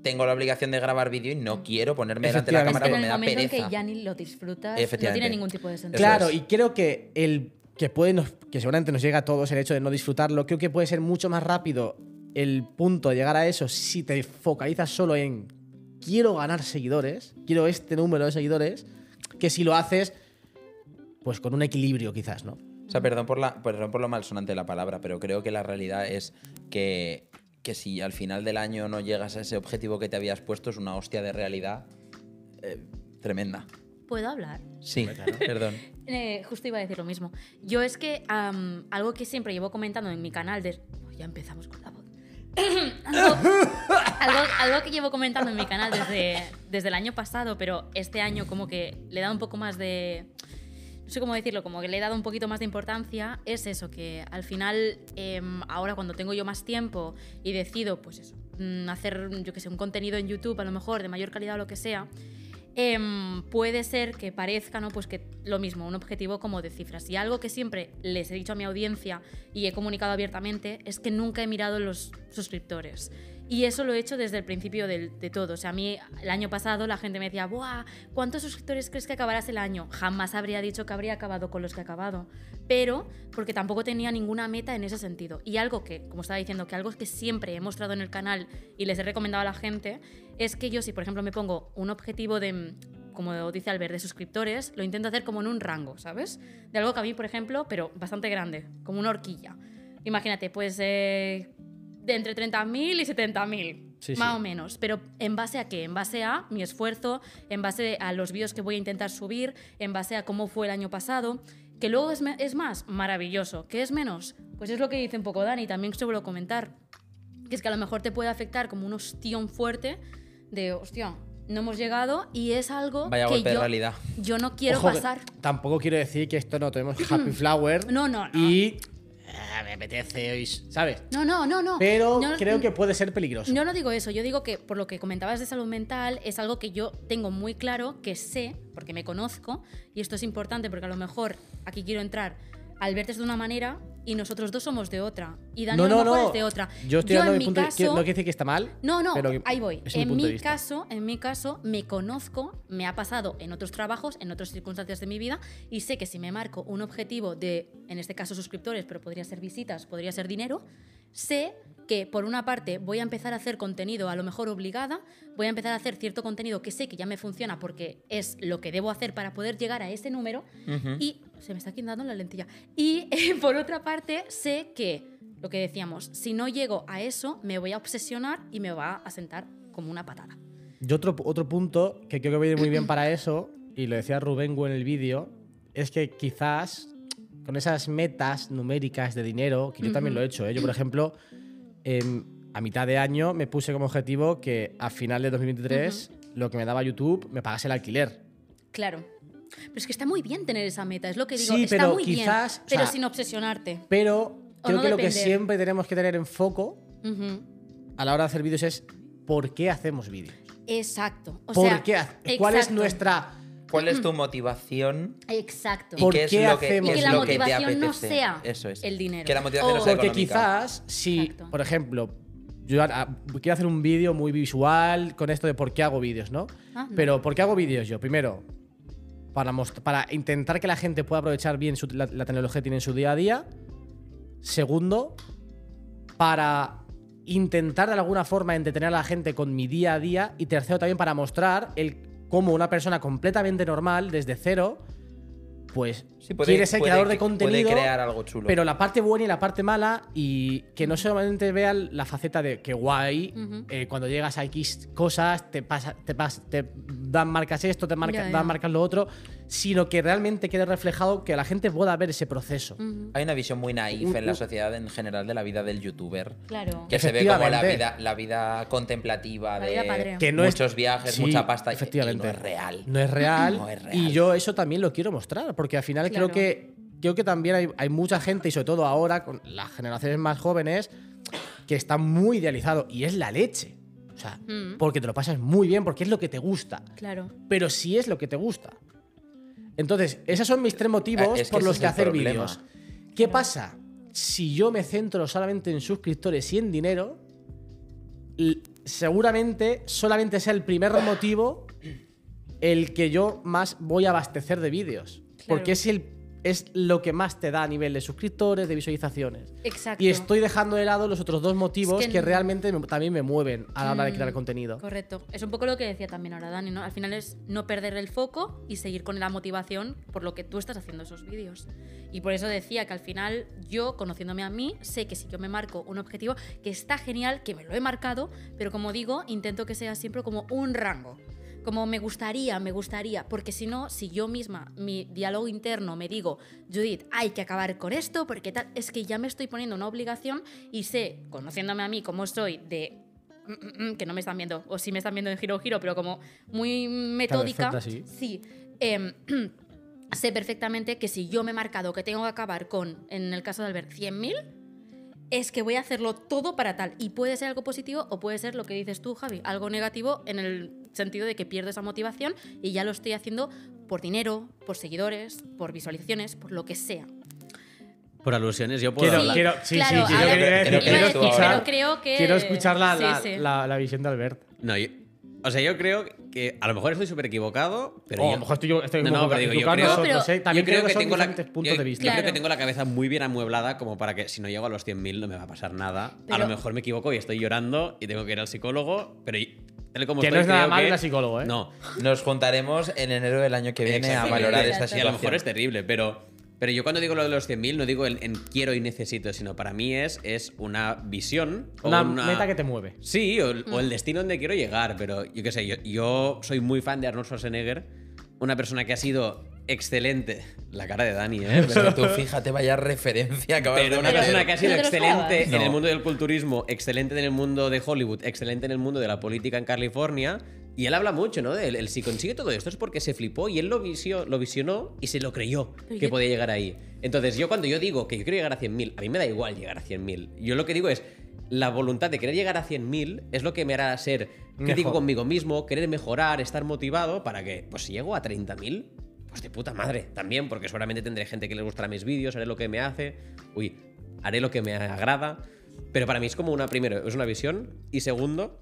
Speaker 3: tengo la obligación de grabar vídeo y no quiero ponerme delante de la
Speaker 1: Efectivamente.
Speaker 3: cámara
Speaker 4: en
Speaker 3: porque
Speaker 4: el
Speaker 3: me da
Speaker 4: momento en
Speaker 3: pereza.
Speaker 4: que ya ni lo disfrutas, no tiene
Speaker 3: Efectivamente.
Speaker 4: ningún tipo de sentido.
Speaker 3: Eso
Speaker 1: Claro,
Speaker 3: es.
Speaker 1: y creo que el que puede nos- que seguramente nos llega a todos el hecho de no disfrutarlo, creo que puede ser mucho más rápido el punto de llegar a eso si te focalizas solo en quiero ganar seguidores, quiero este número de seguidores, que si lo haces pues con un equilibrio quizás, ¿no?
Speaker 3: O sea, perdón por, la, perdón por lo malsonante de la palabra, pero creo que la realidad es que, que si al final del año no llegas a ese objetivo que te habías puesto, es una hostia de realidad eh, tremenda.
Speaker 4: ¿Puedo hablar?
Speaker 3: Sí, perdón.
Speaker 4: Eh, justo iba a decir lo mismo. Yo es que am, algo que siempre llevo comentando en mi canal de... Uy, ya empezamos con la voz. <coughs> algo, algo- algo que llevo comentando en mi canal desde, desde el año pasado, pero este año como que le he dado un poco más de... No sé cómo decirlo, como que le he dado un poquito más de importancia, es eso, que al final em, ahora cuando tengo yo más tiempo y decido, pues eso, mm, hacer, yo que sé, un contenido en YouTube a lo mejor de mayor calidad o lo que sea, em, puede ser que parezca, ¿no? Pues que lo mismo, un objetivo como de cifras. Y algo que siempre les he dicho a mi audiencia y he comunicado abiertamente es que nunca he mirado los suscriptores. Y eso lo he hecho desde el principio del- de todo. O sea, a mí el año pasado la gente me decía, ¡buah! ¿Cuántos suscriptores crees que acabarás el año? Jamás habría dicho que habría acabado con los que he acabado. Pero porque tampoco tenía ninguna meta en ese sentido. Y algo que, como estaba diciendo, que algo que siempre he mostrado en el canal y les he recomendado a la gente es que yo si por ejemplo me pongo un objetivo de mm, como dice Albert de suscriptores lo intento hacer como en un rango sabes de algo que a mí por ejemplo pero bastante grande como una horquilla imagínate pues eh, de entre 30.000 y 70.000
Speaker 1: Sí,
Speaker 4: más
Speaker 1: sí.
Speaker 4: o menos pero en base a qué en base a mi esfuerzo en base a los vídeos que voy a intentar subir en base a cómo fue el año pasado que luego es, me- es más maravilloso que es menos pues es lo que dice un poco Dani también se vuelvo a comentar que es que a lo mejor te puede afectar como un ostión fuerte de, hostia, no hemos llegado y es algo
Speaker 3: Vaya
Speaker 4: que
Speaker 3: golpe de
Speaker 4: yo,
Speaker 3: realidad.
Speaker 4: yo no quiero
Speaker 1: Ojo, que
Speaker 4: pasar.
Speaker 1: tampoco quiero decir que esto no
Speaker 4: <clears throat>
Speaker 1: tenemos happy flower
Speaker 4: No, no, no.
Speaker 1: y ah, me apetece hoy, ¿sabes?
Speaker 4: No, no, no, no.
Speaker 1: Pero
Speaker 4: Yo no-
Speaker 1: creo que puede ser peligroso.
Speaker 4: Yo no digo eso, yo digo que por lo que comentabas de salud mental es algo que yo tengo muy claro, que sé, porque me conozco, y esto es importante porque a lo mejor aquí quiero entrar, Albert es de una manera y nosotros dos somos de otra, y Dani a lo mejor es de otra.
Speaker 1: Yo estoy
Speaker 4: yo
Speaker 1: hablando de
Speaker 4: en mi
Speaker 1: punto de- que-
Speaker 4: caso-
Speaker 1: no quiere decir que está mal.
Speaker 4: No, no,
Speaker 1: pero que
Speaker 4: ahí voy.
Speaker 1: es mi
Speaker 4: En
Speaker 1: punto de
Speaker 4: mi
Speaker 1: vista.
Speaker 4: caso, en mi caso, me conozco, me ha pasado en otros trabajos, en otras circunstancias de mi vida, y sé que si me marco un objetivo de, en este caso, suscriptores, pero podría ser visitas, podría ser dinero, sé que por una parte voy a empezar a hacer contenido a lo mejor obligada, voy a empezar a hacer cierto contenido que sé que ya me funciona porque es lo que debo hacer para poder llegar a ese número, y se me está quitando la lentilla. Y <laughs> eh, por otra parte, sé que lo que decíamos, si no llego a eso, me voy a obsesionar y me va a sentar como una patada.
Speaker 1: Y otro, otro punto que creo que va a ir muy bien para eso, y lo decía Rubén Gu en el vídeo, es que quizás con esas metas numéricas de dinero, que yo también lo he hecho, ¿eh? yo por ejemplo, em, a mitad de año me puse como objetivo que a final de 2023 lo que me daba YouTube me pagase el alquiler.
Speaker 4: Claro. Pero es que está muy bien tener esa meta, es lo que digo.
Speaker 1: Sí,
Speaker 4: está
Speaker 1: pero
Speaker 4: muy
Speaker 1: quizás,
Speaker 4: bien,
Speaker 1: o
Speaker 4: pero
Speaker 1: sea-
Speaker 4: sin obsesionarte.
Speaker 1: Pero creo
Speaker 4: no
Speaker 1: que lo que
Speaker 4: depender.
Speaker 1: siempre tenemos que tener en foco
Speaker 4: Ujú.
Speaker 1: a la hora de hacer vídeos es por qué hacemos vídeos.
Speaker 4: Exacto. O
Speaker 1: ¿Por
Speaker 4: sea,
Speaker 1: qué? ha- ¿Cuál es
Speaker 4: exacto,
Speaker 1: nuestra...
Speaker 3: ¿Cuál es tu motivación?
Speaker 4: Exacto.
Speaker 1: ¿Por
Speaker 3: ¿Y qué es
Speaker 1: qué
Speaker 3: lo que,
Speaker 1: hacemos
Speaker 4: Y
Speaker 3: qué
Speaker 4: que
Speaker 3: es
Speaker 4: la
Speaker 3: lo que te
Speaker 4: motivación no
Speaker 3: apetece?
Speaker 4: sea
Speaker 3: Eso es.
Speaker 4: el dinero.
Speaker 3: Que la motivación no
Speaker 4: O-
Speaker 3: sea
Speaker 1: Porque
Speaker 3: económica.
Speaker 1: quizás si,
Speaker 4: Exacto.
Speaker 1: por ejemplo, yo ahora- ah, quiero hacer un vídeo muy visual con esto de por qué hago vídeos, ¿no?
Speaker 4: Ah, no.
Speaker 1: Pero ¿por qué hago vídeos yo? Primero, para, most- para intentar que la gente pueda aprovechar bien su- la, la tecnología que tiene en su día a día. Segundo, para intentar de alguna forma entretener a la gente con mi día a día. Y tercero, también para mostrar el cómo una persona completamente normal, desde cero, pues
Speaker 3: Sí,
Speaker 1: quiere ser creador de contenido.
Speaker 3: Puede crear algo chulo.
Speaker 1: Pero la parte buena y la parte mala, y que no solamente vean la faceta de que guay,
Speaker 4: Ujú.
Speaker 1: eh, cuando llegas a X cosas, te, pasa, te, pas- te dan marcas esto, te marca-
Speaker 4: Ya, ya.
Speaker 1: dan marcas lo otro, sino que realmente quede reflejado que la gente pueda ver ese proceso.
Speaker 4: Ujú.
Speaker 3: Hay una visión muy naif en la sociedad en general de la vida del youtuber.
Speaker 4: Claro.
Speaker 3: Que se ve como la
Speaker 1: Efectivamente.
Speaker 3: vida, la vida contemplativa
Speaker 4: La
Speaker 3: de
Speaker 4: vida padre.
Speaker 1: Que no es-
Speaker 3: muchos viajes,
Speaker 1: Sí,
Speaker 3: mucha pasta. y-
Speaker 1: efectivamente.
Speaker 3: Y no es real.
Speaker 1: No es real.
Speaker 3: No es real.
Speaker 1: Y yo eso también lo quiero mostrar, porque al final
Speaker 4: Claro.
Speaker 1: creo que creo que también hay, hay mucha gente, y sobre todo ahora, con las generaciones más jóvenes, que está muy idealizado. Y es la leche. O sea,
Speaker 4: Mm.
Speaker 1: porque te lo pasas muy bien, porque es lo que te gusta.
Speaker 4: Claro.
Speaker 1: Pero si es lo que te gusta. Entonces, esos son mis tres motivos
Speaker 3: Eh, es que
Speaker 1: por
Speaker 3: ese
Speaker 1: los
Speaker 3: es
Speaker 1: que
Speaker 3: el
Speaker 1: hacer
Speaker 3: problema.
Speaker 1: vídeos. ¿Qué pasa? Si yo me centro solamente en suscriptores y en dinero, l- seguramente solamente sea el primer motivo el que yo más voy a abastecer de vídeos.
Speaker 4: Claro.
Speaker 1: Porque es, el, es lo que más te da a nivel de suscriptores, de visualizaciones.
Speaker 4: Exacto.
Speaker 1: Y estoy dejando de lado los otros dos motivos
Speaker 4: Es
Speaker 1: que,
Speaker 4: que-
Speaker 1: realmente me- también me mueven a la hora de
Speaker 4: Mm,
Speaker 1: crear contenido.
Speaker 4: Correcto. Es un poco lo que decía también ahora Dani, ¿no? Al final es no perder el foco y seguir con la motivación por lo que tú estás haciendo esos vídeos. Y por eso decía que al final yo, conociéndome a mí, sé que si yo me marco un objetivo que está genial, que me lo he marcado, pero como digo, intento que sea siempre como un rango. Como me gustaría, me gustaría, porque si no, si yo misma, mi diálogo interno me digo, Judith, hay que acabar con esto, porque tal, es que ya me estoy poniendo una obligación y sé, conociéndome a mí como soy de mm, mm, mm, que no me están viendo, o si me están viendo en giro giro, pero como muy metódica.
Speaker 1: perfecta, sí.
Speaker 4: Sí. em, <clears throat> sé perfectamente que si yo me he marcado que tengo que acabar con, en el caso de Albert, 100.000, es que voy a hacerlo todo para tal. Y puede ser algo positivo o puede ser lo que dices tú, Javi, algo negativo en el sentido de que pierdo esa motivación y ya lo estoy haciendo por dinero, por seguidores, por visualizaciones, por lo que sea.
Speaker 2: Por alusiones, yo puedo
Speaker 1: Quiero,
Speaker 2: hablar.
Speaker 1: quiero, sí,
Speaker 4: Claro,
Speaker 1: sí, sí, yo
Speaker 3: ahora-
Speaker 1: quería decir,
Speaker 3: Creo que
Speaker 1: quiero
Speaker 3: eres tú
Speaker 1: escuchar,
Speaker 3: ahora.
Speaker 4: Creo que-
Speaker 1: quiero escuchar la,
Speaker 4: sí,
Speaker 1: la-
Speaker 4: sí.
Speaker 1: la- la visión de Albert.
Speaker 2: No, yo- o sea, yo creo que a lo mejor estoy súper equivocado, pero
Speaker 1: O a
Speaker 2: yo-
Speaker 1: lo mejor estoy, yo- estoy
Speaker 2: No,
Speaker 1: un
Speaker 2: no,
Speaker 1: poco
Speaker 2: pero digo, yo
Speaker 1: equivocado,
Speaker 2: creo-
Speaker 1: nosotros,
Speaker 4: No, pero-
Speaker 1: ¿eh? también
Speaker 2: yo
Speaker 1: creo, que, son
Speaker 2: tengo la-
Speaker 1: diferentes
Speaker 2: yo-
Speaker 1: puntos de vista.
Speaker 2: yo creo que
Speaker 4: Claro.
Speaker 2: tengo la cabeza muy bien amueblada como para que si no llego a los 100.000 no me va a pasar nada. a
Speaker 4: Pero-
Speaker 2: lo mejor me equivoco y estoy llorando y tengo que ir al psicólogo, pero y- tal y como
Speaker 1: Que no
Speaker 2: estoy,
Speaker 1: es nada
Speaker 2: creo
Speaker 1: malo
Speaker 2: que-
Speaker 1: ir al psicólogo, ¿eh?
Speaker 2: No.
Speaker 3: Nos juntaremos en enero del año que viene a
Speaker 2: Exactamente.
Speaker 3: valorar esta
Speaker 4: Sí,
Speaker 2: Y a
Speaker 3: situación.
Speaker 2: lo mejor este- es terrible, pero, pero yo cuando digo lo de los 100.000 no digo el, en quiero y necesito, sino para mí es, es una visión. o
Speaker 1: Una meta que te mueve.
Speaker 2: Sí, o, el- o el destino donde quiero llegar, pero yo qué sé, yo, yo soy muy fan de Arnold Schwarzenegger, una persona que ha sido excelente. La cara de Dani,
Speaker 3: <laughs>
Speaker 2: ¿eh?
Speaker 3: Pero tú fíjate, vaya referencia acabas
Speaker 2: Pero
Speaker 3: de
Speaker 2: una
Speaker 3: meter.
Speaker 2: persona que ha sido
Speaker 4: ¿No te lo
Speaker 2: excelente
Speaker 4: esperabas?
Speaker 2: en el
Speaker 3: No.
Speaker 2: mundo del culturismo, excelente en el mundo de Hollywood, excelente en el mundo de la política en California. Y él habla mucho, ¿no? De él, él, si consigue todo esto es porque se flipó y él lo, visio- lo visionó y se lo creyó
Speaker 4: Pero
Speaker 2: que
Speaker 4: yo-
Speaker 2: podía llegar ahí. Entonces, yo cuando yo digo que yo quiero llegar a 100.000, a mí me da igual llegar a 100.000. Yo lo que digo es, la voluntad de querer llegar a 100.000 es lo que me hará ser crítico
Speaker 1: Mejor.
Speaker 2: conmigo mismo, querer mejorar, estar motivado para que, pues si llego a 30.000, pues de puta madre también, porque seguramente tendré gente que le gustará mis vídeos, haré lo que me hace, uy, haré lo que me agrada. Pero para mí es como una, primero, es una visión y segundo,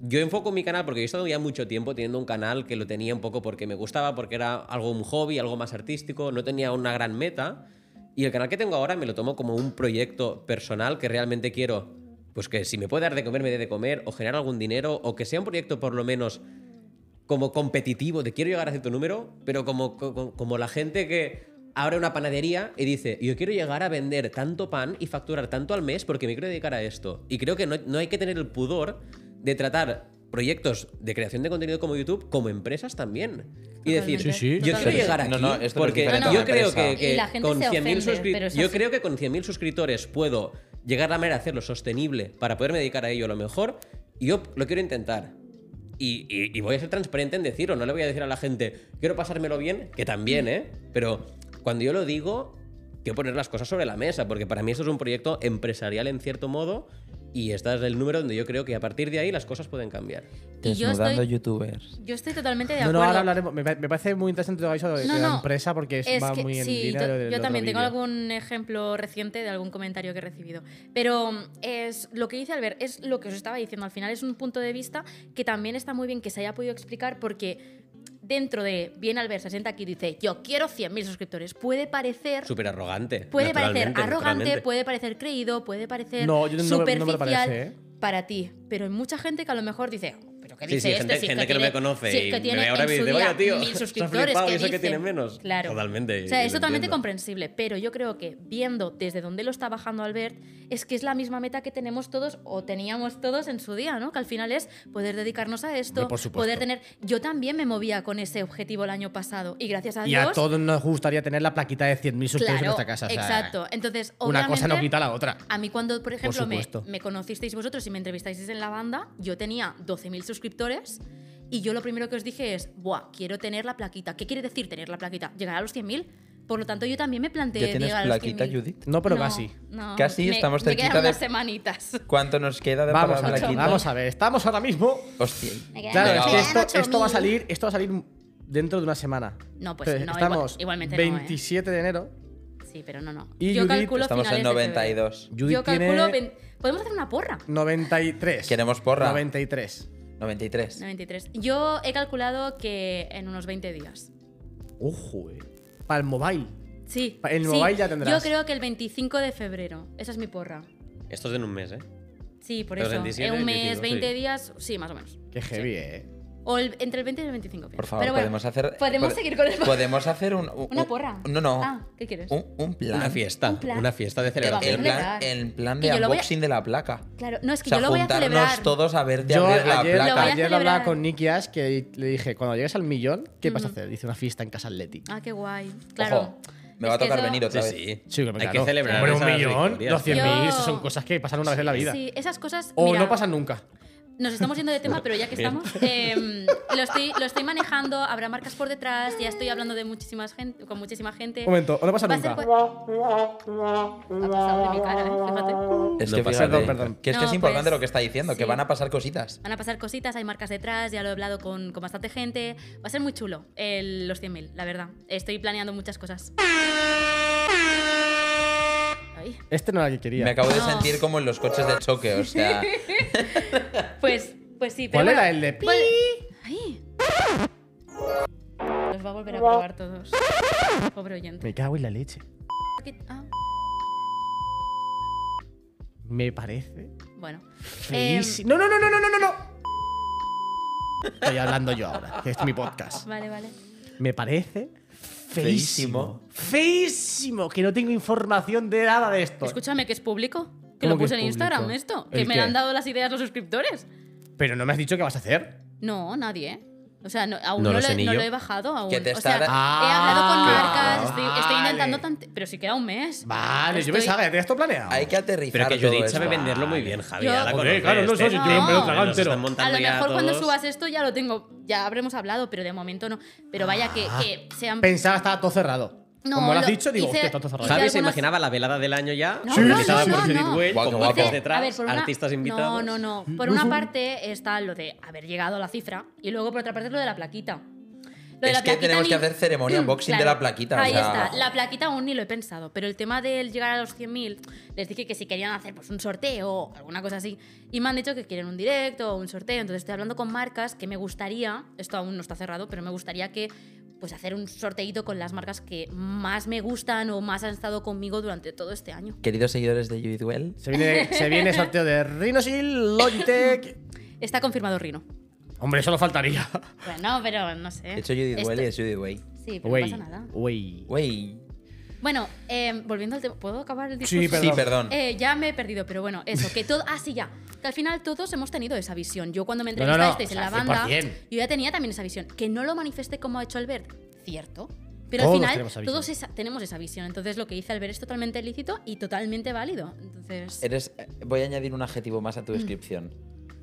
Speaker 2: yo enfoco mi canal porque yo he estado ya mucho tiempo teniendo un canal que lo tenía un poco porque me gustaba, porque era algo un hobby, algo más artístico, no tenía una gran meta. Y el canal que tengo ahora me lo tomo como un proyecto personal que realmente quiero, pues que si me puede dar de comer, me dé de comer, o generar algún dinero, o que sea un proyecto por lo menos como competitivo, de quiero llegar a cierto número, pero como, como, como la gente que abre una panadería y dice, yo quiero llegar a vender tanto pan y facturar tanto al mes porque me quiero dedicar a esto. Y creo que no, no hay que tener el pudor de tratar proyectos de creación de contenido como YouTube como empresas también. Y decir,
Speaker 4: Totalmente.
Speaker 1: Sí, sí.
Speaker 2: yo quiero
Speaker 4: Totalmente.
Speaker 2: llegar aquí
Speaker 3: No, no, esto no es
Speaker 2: porque
Speaker 3: diferente
Speaker 4: a
Speaker 2: yo
Speaker 4: una
Speaker 2: creo
Speaker 3: empresa.
Speaker 2: que, que
Speaker 4: Y la gente
Speaker 2: con
Speaker 4: se
Speaker 2: 100.000
Speaker 4: ofende, pero
Speaker 2: suscriptores,
Speaker 4: es
Speaker 2: yo
Speaker 4: así.
Speaker 2: creo creo que con 100.000 suscriptores puedo llegar a la manera de hacerlo sostenible para poderme dedicar a ello a lo mejor. Y yo lo quiero intentar. Y, y- y voy a ser transparente en decirlo. No le voy a decir a la gente, quiero pasármelo bien, que también, ¿eh? Pero cuando yo lo digo, quiero poner las cosas sobre la mesa, porque para mí esto es un proyecto empresarial en cierto modo. Y este es el número donde yo creo que a partir de ahí las cosas pueden cambiar.
Speaker 4: Y yo
Speaker 3: Desnudando
Speaker 4: estoy-
Speaker 3: youtubers.
Speaker 4: Yo estoy totalmente de
Speaker 1: No,
Speaker 4: acuerdo.
Speaker 1: no, ahora hablaremos. Me, me parece muy interesante todo eso de
Speaker 4: No,
Speaker 1: de la
Speaker 4: no.
Speaker 1: empresa porque es- va
Speaker 4: que-
Speaker 1: muy en
Speaker 4: sí,
Speaker 1: línea
Speaker 4: yo-
Speaker 1: de lo del
Speaker 4: Yo
Speaker 1: otro
Speaker 4: también tengo
Speaker 1: vídeo.
Speaker 4: algún ejemplo reciente de algún comentario que he recibido. Pero mm, es lo que dice Albert, es lo que os estaba diciendo. Al final es un punto de vista que también está muy bien que se haya podido explicar porque dentro de bien Albert se sienta aquí y dice yo quiero 100.000 suscriptores. Puede parecer
Speaker 2: Súper arrogante.
Speaker 4: puede parecer
Speaker 2: naturalmente,
Speaker 4: arrogante,
Speaker 2: naturalmente.
Speaker 4: puede parecer creído, puede parecer
Speaker 1: No, yo no me- no me lo
Speaker 4: superficial
Speaker 1: parece, ¿eh?
Speaker 4: para ti. Pero hay mucha gente que a lo mejor dice, pero ¿qué
Speaker 2: Sí,
Speaker 4: dice
Speaker 2: sí,
Speaker 4: este?
Speaker 2: gente-
Speaker 4: Si es
Speaker 2: gente que no
Speaker 4: tiene-
Speaker 2: me conoce
Speaker 4: si es
Speaker 2: y
Speaker 4: que
Speaker 2: me
Speaker 4: tiene
Speaker 2: ve ahora
Speaker 4: en
Speaker 2: y me
Speaker 4: su
Speaker 2: dice,
Speaker 4: día
Speaker 2: <laughs> "Vaya, tío,
Speaker 4: mil
Speaker 2: se ha
Speaker 4: suscriptores,
Speaker 2: flipado,
Speaker 4: ¿qué
Speaker 2: y eso que
Speaker 4: dice?".
Speaker 2: tiene menos.
Speaker 4: Claro.
Speaker 2: Totalmente,
Speaker 4: O sea,
Speaker 2: y
Speaker 4: es
Speaker 2: lo
Speaker 4: totalmente
Speaker 2: entiendo.
Speaker 4: comprensible, pero yo creo que viendo desde dónde lo está bajando Albert, es que es la misma meta que tenemos todos o teníamos todos en su día, ¿no? Que al final es poder dedicarnos a esto,
Speaker 1: Hombre, por supuesto.
Speaker 4: poder tener... Yo también me movía con ese objetivo el año pasado y gracias a
Speaker 1: Y
Speaker 4: Dios...
Speaker 1: a todos nos gustaría tener la plaquita de 100.000 suscriptores
Speaker 4: Claro,
Speaker 1: en nuestra casa. o sea,
Speaker 4: exacto. Entonces,
Speaker 1: Una cosa no
Speaker 4: obviamente,
Speaker 1: quita la otra.
Speaker 4: a mí cuando, por ejemplo, me,
Speaker 1: supuesto.
Speaker 4: me conocisteis vosotros y me entrevistasteis en la banda, yo tenía 12.000 suscriptores y yo lo primero que os dije es, Buah, quiero tener la plaquita. ¿Qué quiere decir tener la plaquita? ¿Llegar a los 100.000? Por lo tanto, yo también me planteé.
Speaker 3: ¿Ya tienes
Speaker 4: llegar a los
Speaker 3: plaquita,
Speaker 4: 100.000.
Speaker 3: Judith?
Speaker 1: No, pero
Speaker 4: No,
Speaker 1: casi.
Speaker 4: no,
Speaker 3: Casi
Speaker 4: me-
Speaker 3: estamos
Speaker 4: Me
Speaker 3: cerquita
Speaker 4: quedan
Speaker 3: de-
Speaker 4: unas semanitas.
Speaker 3: ¿Cuánto nos queda de
Speaker 1: Vamos a,
Speaker 3: para
Speaker 1: ver,
Speaker 4: Ocho.
Speaker 3: plaquita?
Speaker 1: vamos a ver, estamos ahora mismo.
Speaker 3: Hostia.
Speaker 4: Me quedan-
Speaker 1: Claro,
Speaker 3: Venga,
Speaker 1: es que
Speaker 3: va.
Speaker 1: esto, esto va a
Speaker 4: 8.000.
Speaker 1: salir, esto va a salir dentro de una semana.
Speaker 4: No, pues
Speaker 1: Entonces,
Speaker 4: no,
Speaker 1: estamos
Speaker 4: igual- igualmente no, ¿eh?
Speaker 1: 27 de enero.
Speaker 4: Sí, pero no, no.
Speaker 1: Y
Speaker 4: yo
Speaker 1: Judith,
Speaker 4: calculo
Speaker 3: Estamos en
Speaker 4: finales de febrero.
Speaker 3: 92.
Speaker 1: Judith
Speaker 4: yo calculo.
Speaker 1: tiene
Speaker 4: vein- Podemos hacer una porra.
Speaker 1: 93.
Speaker 3: Queremos porra.
Speaker 1: 93.
Speaker 3: 93.
Speaker 4: 93. Yo he calculado que en unos 20 días.
Speaker 1: Ojo, eh. Para el mobile.
Speaker 4: Sí.
Speaker 1: Pa- el
Speaker 4: sí.
Speaker 1: mobile ya tendrás.
Speaker 4: Yo creo que el 25 de febrero. Esa es mi porra.
Speaker 2: Esto es de en un mes, ¿eh?
Speaker 4: Sí, por
Speaker 2: Pero
Speaker 4: eso.
Speaker 2: 27,
Speaker 4: en un mes,
Speaker 2: 25,
Speaker 4: 20
Speaker 2: sí.
Speaker 4: días, sí, más o menos.
Speaker 1: Qué heavy, eh.
Speaker 4: O el- entre el 20 y el 25. pienso.
Speaker 3: Por favor,
Speaker 4: Pero bueno,
Speaker 3: podemos hacer.
Speaker 4: Podemos
Speaker 3: pode-
Speaker 4: seguir con el
Speaker 3: Podemos hacer un, un-
Speaker 4: <laughs> Una
Speaker 3: un-
Speaker 4: porra.
Speaker 3: No, no.
Speaker 4: Ah, ¿qué quieres?
Speaker 3: Un, un plan.
Speaker 2: Una fiesta.
Speaker 4: Un plan.
Speaker 2: Una fiesta de
Speaker 4: Pero
Speaker 2: celebración.
Speaker 3: El
Speaker 4: vamos a
Speaker 3: plan,
Speaker 4: celebrar.
Speaker 3: el plan
Speaker 4: Que
Speaker 3: de
Speaker 4: yo lo voy a-
Speaker 3: unboxing de la placa.
Speaker 4: Claro, no, es que
Speaker 3: o sea,
Speaker 4: yo lo voy a
Speaker 3: juntarnos
Speaker 4: celebrar.
Speaker 3: todos a verte
Speaker 1: Yo
Speaker 3: abrir la
Speaker 1: ayer,
Speaker 4: Lo voy a
Speaker 3: placa.
Speaker 1: ayer lo
Speaker 4: celebrar.
Speaker 1: hablaba con Nicky Ash que le dije, cuando llegues al millón, ¿qué vas a hacer? Dice una fiesta en Casa Atleti.
Speaker 4: Ah, qué guay. Claro.
Speaker 3: Ojo, me
Speaker 4: Es
Speaker 3: va a
Speaker 4: que
Speaker 3: tocar
Speaker 4: eso-
Speaker 3: venir otra
Speaker 2: Sí,
Speaker 3: vez.
Speaker 2: sí.
Speaker 1: Sí,
Speaker 2: Hay
Speaker 1: claro.
Speaker 2: que celebrar.
Speaker 1: Hombre, un
Speaker 2: esas
Speaker 1: millón,
Speaker 2: victorias.
Speaker 1: 200.000,
Speaker 4: Yo-
Speaker 1: eso son cosas que pasan una vez en la vida.
Speaker 4: Sí, esas cosas.
Speaker 1: O
Speaker 4: mira,
Speaker 1: no pasan nunca.
Speaker 4: Nos estamos yendo de tema, pero ya que estamos,
Speaker 3: <laughs>
Speaker 4: eh, lo, estoy, lo estoy manejando, habrá marcas por detrás, ya estoy hablando de muchísimas gente, con muchísima gente.
Speaker 1: Un momento, o no pasa
Speaker 4: Eh, Va a ser
Speaker 1: nunca.
Speaker 4: cu- Ha pasado de mi cara, ¿eh? Fíjate.
Speaker 3: Es
Speaker 2: No pasa
Speaker 3: que fíjate,
Speaker 1: nada. Perdón, perdón.
Speaker 3: Que es que
Speaker 4: No,
Speaker 3: es importante
Speaker 4: pues,
Speaker 3: lo que está diciendo, que
Speaker 4: sí.
Speaker 3: van a pasar cositas.
Speaker 4: Van a pasar cositas, hay marcas detrás, ya lo he hablado con, con bastante gente. Va a ser muy chulo el- los 100.000, la verdad. Estoy planeando muchas cosas. Ay.
Speaker 1: Este no era el que quería.
Speaker 3: Me acabo de
Speaker 4: No.
Speaker 3: sentir como en los coches de choque,
Speaker 4: <laughs>
Speaker 3: o sea.
Speaker 4: Pues, pues sí, pero.
Speaker 1: ¿Cuál era
Speaker 4: bueno,
Speaker 1: el de pi?
Speaker 4: pues- ¡Ay! Los va a volver a probar todos. Pobre oyente.
Speaker 1: Me cago en la leche.
Speaker 4: Ah,
Speaker 1: Me parece.
Speaker 4: bueno. Em,
Speaker 1: feísimo. No, no, no, no, no, no, no, no. Estoy hablando yo ahora, que es mi podcast.
Speaker 4: vale, vale.
Speaker 1: Me parece feísimo. Feísimo, que no tengo información de nada de esto.
Speaker 4: Escúchame, que es público. Que
Speaker 1: ¿Cómo
Speaker 4: lo
Speaker 1: que
Speaker 4: puse
Speaker 1: es
Speaker 4: en Instagram
Speaker 1: público?
Speaker 4: esto.
Speaker 1: ¿El
Speaker 4: Que me
Speaker 1: qué?
Speaker 4: han dado las ideas los suscriptores.
Speaker 1: Pero no me has dicho qué vas a hacer.
Speaker 4: No, nadie. ¿eh? O sea, no- aún
Speaker 2: No
Speaker 4: no,
Speaker 2: lo
Speaker 4: lo,
Speaker 2: sé
Speaker 4: he-
Speaker 2: ni
Speaker 4: no
Speaker 2: yo.
Speaker 4: lo he bajado aún.
Speaker 3: Que te
Speaker 4: o sea,
Speaker 3: estará-
Speaker 4: he hablado con
Speaker 1: Ah,
Speaker 4: marcas, estoy, estoy
Speaker 1: vale.
Speaker 4: intentando tante- Pero si queda un mes.
Speaker 1: Vale, yo
Speaker 4: Estoy-
Speaker 1: pensaba que ya tenías esto planeado.
Speaker 3: Hay que aterrizar.
Speaker 2: Pero que
Speaker 3: todo
Speaker 2: Judith sabe
Speaker 3: esto.
Speaker 2: venderlo muy bien, Javi.
Speaker 4: Yo-
Speaker 2: Ya la
Speaker 1: Joder,
Speaker 2: conoces.
Speaker 1: claro, no sé, si
Speaker 2: te- te-
Speaker 4: yo me lo he
Speaker 2: te-
Speaker 1: tragado
Speaker 2: nos
Speaker 1: entero.
Speaker 2: ¿eh? están
Speaker 4: A
Speaker 2: montando
Speaker 4: lo
Speaker 2: ya
Speaker 4: mejor cuando
Speaker 2: todos.
Speaker 4: subas esto ya lo tengo, ya habremos hablado, pero de momento no. Pero vaya que,
Speaker 2: Ah.
Speaker 4: que sean.
Speaker 1: Pensaba que estaba todo cerrado.
Speaker 4: No,
Speaker 1: Como lo has
Speaker 4: lo-
Speaker 1: dicho, digo,
Speaker 4: hice-
Speaker 1: hostia, está todo cerrado.
Speaker 4: hice-
Speaker 2: Javi se
Speaker 4: algunas-
Speaker 2: imaginaba la velada del año ya,
Speaker 4: No,
Speaker 2: organizada
Speaker 1: no, no,
Speaker 2: por
Speaker 4: no,
Speaker 2: Judith
Speaker 4: no.
Speaker 2: Güell,
Speaker 3: Guau,
Speaker 2: con
Speaker 3: guau,
Speaker 2: marcas
Speaker 3: guau.
Speaker 4: A ver,
Speaker 2: detrás,
Speaker 4: por una-
Speaker 2: artistas invitados.
Speaker 4: No, no,
Speaker 2: Mm,
Speaker 4: no. Por una parte está lo de haber llegado a la cifra y luego por otra parte lo de la plaquita. Lo de
Speaker 3: Es
Speaker 4: la
Speaker 3: que
Speaker 4: plaquita
Speaker 3: tenemos
Speaker 4: ni-
Speaker 3: que hacer ceremonia unboxing
Speaker 4: Mm,
Speaker 3: de
Speaker 4: Claro,
Speaker 3: la plaquita. o
Speaker 4: Ahí
Speaker 3: sea,
Speaker 4: está. La plaquita aún ni lo he pensado, pero el tema del llegar a los 100.000, les dije que si querían hacer pues un sorteo o alguna cosa así y me han dicho que quieren un directo o un sorteo, entonces estoy hablando con marcas que me gustaría, esto aún no está cerrado, pero me gustaría que pues hacer un sorteito con las marcas que más me gustan o más han estado conmigo durante todo este año.
Speaker 3: Queridos seguidores de Judith Well,
Speaker 1: Se viene, se viene sorteo de Rhinosil, Logitech.
Speaker 4: Está confirmado Rino.
Speaker 1: Hombre, solo faltaría.
Speaker 4: Bueno, pero no sé.
Speaker 3: he hecho Judith
Speaker 4: Esto-
Speaker 3: Well y es Judith Way.
Speaker 4: Sí, pero
Speaker 1: Wey,
Speaker 4: no pasa nada.
Speaker 1: wey.
Speaker 3: Wey.
Speaker 4: Bueno, eh, volviendo al tema, ¿puedo acabar el
Speaker 1: Sí, Perdón.
Speaker 4: discurso?
Speaker 3: Sí, perdón.
Speaker 4: Eh, ya me he perdido, pero bueno, eso, que todo. Ah, sí, ya. Que al final todos hemos tenido esa visión. Yo cuando me
Speaker 1: No, no, no,
Speaker 4: entrevistasteis
Speaker 1: o sea,
Speaker 4: en la banda,
Speaker 1: 100%.
Speaker 4: yo ya tenía también esa visión. Que no lo manifesté como ha hecho Albert, cierto. Pero al
Speaker 1: Todos
Speaker 4: final
Speaker 1: tenemos esa visión.
Speaker 4: todos esa- tenemos esa visión. Entonces lo que dice Albert es totalmente lícito y totalmente válido. Entonces.
Speaker 3: Eres, eh, voy a añadir un adjetivo más a tu descripción.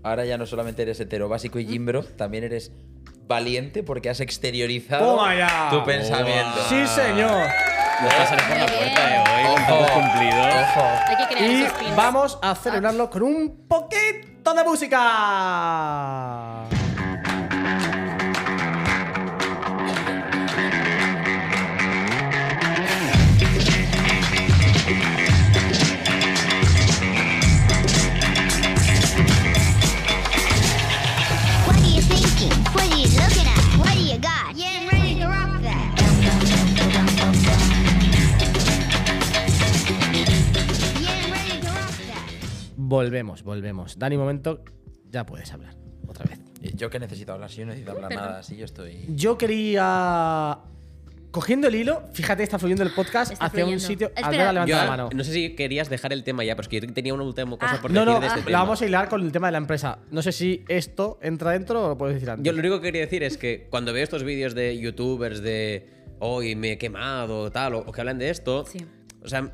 Speaker 3: Ahora ya no solamente eres hetero básico y gimbro, también eres valiente porque has exteriorizado
Speaker 1: ¡Toma ya!
Speaker 3: tu pensamiento.
Speaker 1: Sí,
Speaker 2: Toma.
Speaker 1: señor.
Speaker 2: Nos pasaré por la
Speaker 4: Muy
Speaker 2: puerta,
Speaker 4: bien.
Speaker 2: eh, hoy, con todos cumplidos.
Speaker 3: Ojo.
Speaker 4: Hay que crear
Speaker 1: Y
Speaker 4: esos pins.
Speaker 1: vamos a celebrarlo con un poquito de música.
Speaker 5: What are you thinking? What are you looking at? What do you got? Yeah, I'm ready to rock that. Yeah, I'm ready to rock that.
Speaker 1: Volvemos, volvemos. Dani, momento, ya puedes hablar otra vez.
Speaker 3: Yo que necesito hablar, si yo no necesito hablar
Speaker 4: Perdón.
Speaker 3: nada, si yo estoy.
Speaker 1: Yo quería. Cogiendo el hilo, fíjate, está fluyendo el podcast
Speaker 4: Está
Speaker 1: hacia un
Speaker 4: fluyendo.
Speaker 1: sitio.
Speaker 4: Espera.
Speaker 1: Albert ha levantado
Speaker 2: Yo
Speaker 1: la mano.
Speaker 2: no sé si querías dejar el tema ya, pero es que yo tenía una última cosa
Speaker 4: Ah.
Speaker 2: por
Speaker 1: No,
Speaker 2: decir
Speaker 1: no,
Speaker 2: de este
Speaker 1: la
Speaker 2: tema.
Speaker 1: vamos a hilar con el tema de la empresa. No sé si esto entra dentro o lo puedes decir antes.
Speaker 2: Yo lo único que quería decir es que cuando veo estos vídeos de youtubers de hoy me he quemado tal, o, o que hablan de esto,
Speaker 4: Sí.
Speaker 2: o sea, no,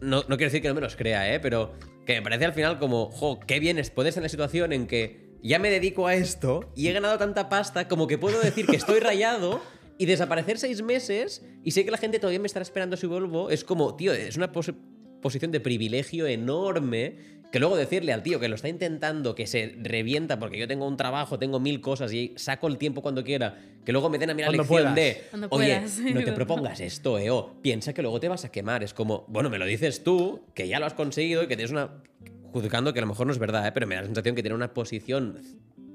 Speaker 2: no quiero decir que no me los crea, ¿eh? pero que me parece al final como, jo, qué bien es ponerse en la situación en que ya me dedico a esto y he ganado tanta pasta como que puedo decir que estoy rayado Y desaparecer seis meses y sé que la gente todavía me estará esperando su Volvo. Es como, tío, es una pos- posición de privilegio enorme que luego decirle al tío que lo está intentando, que se revienta porque yo tengo un trabajo, tengo mil cosas y saco el tiempo cuando quiera, que luego me den a mí la
Speaker 1: Cuando
Speaker 2: lección
Speaker 1: puedas.
Speaker 2: de,
Speaker 4: Cuando
Speaker 2: oye,
Speaker 4: puedas".
Speaker 2: no
Speaker 4: <laughs>
Speaker 2: te propongas esto, eh, o piensa que luego te vas a quemar. Es como, bueno, me lo dices tú, que ya lo has conseguido y que tienes una... Juzgando que a lo mejor no es verdad, eh, pero me da la sensación que tiene una posición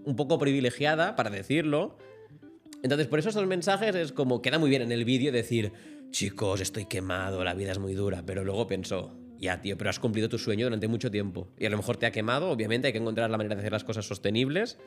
Speaker 2: un poco privilegiada para decirlo. Entonces, por eso esos mensajes es como queda muy bien en el vídeo decir, chicos, estoy quemado, la vida es muy dura, pero luego pensó, ya, tío, pero has cumplido tu sueño durante mucho tiempo. Y a lo mejor te ha quemado, obviamente, hay que encontrar la manera de hacer las cosas sostenibles.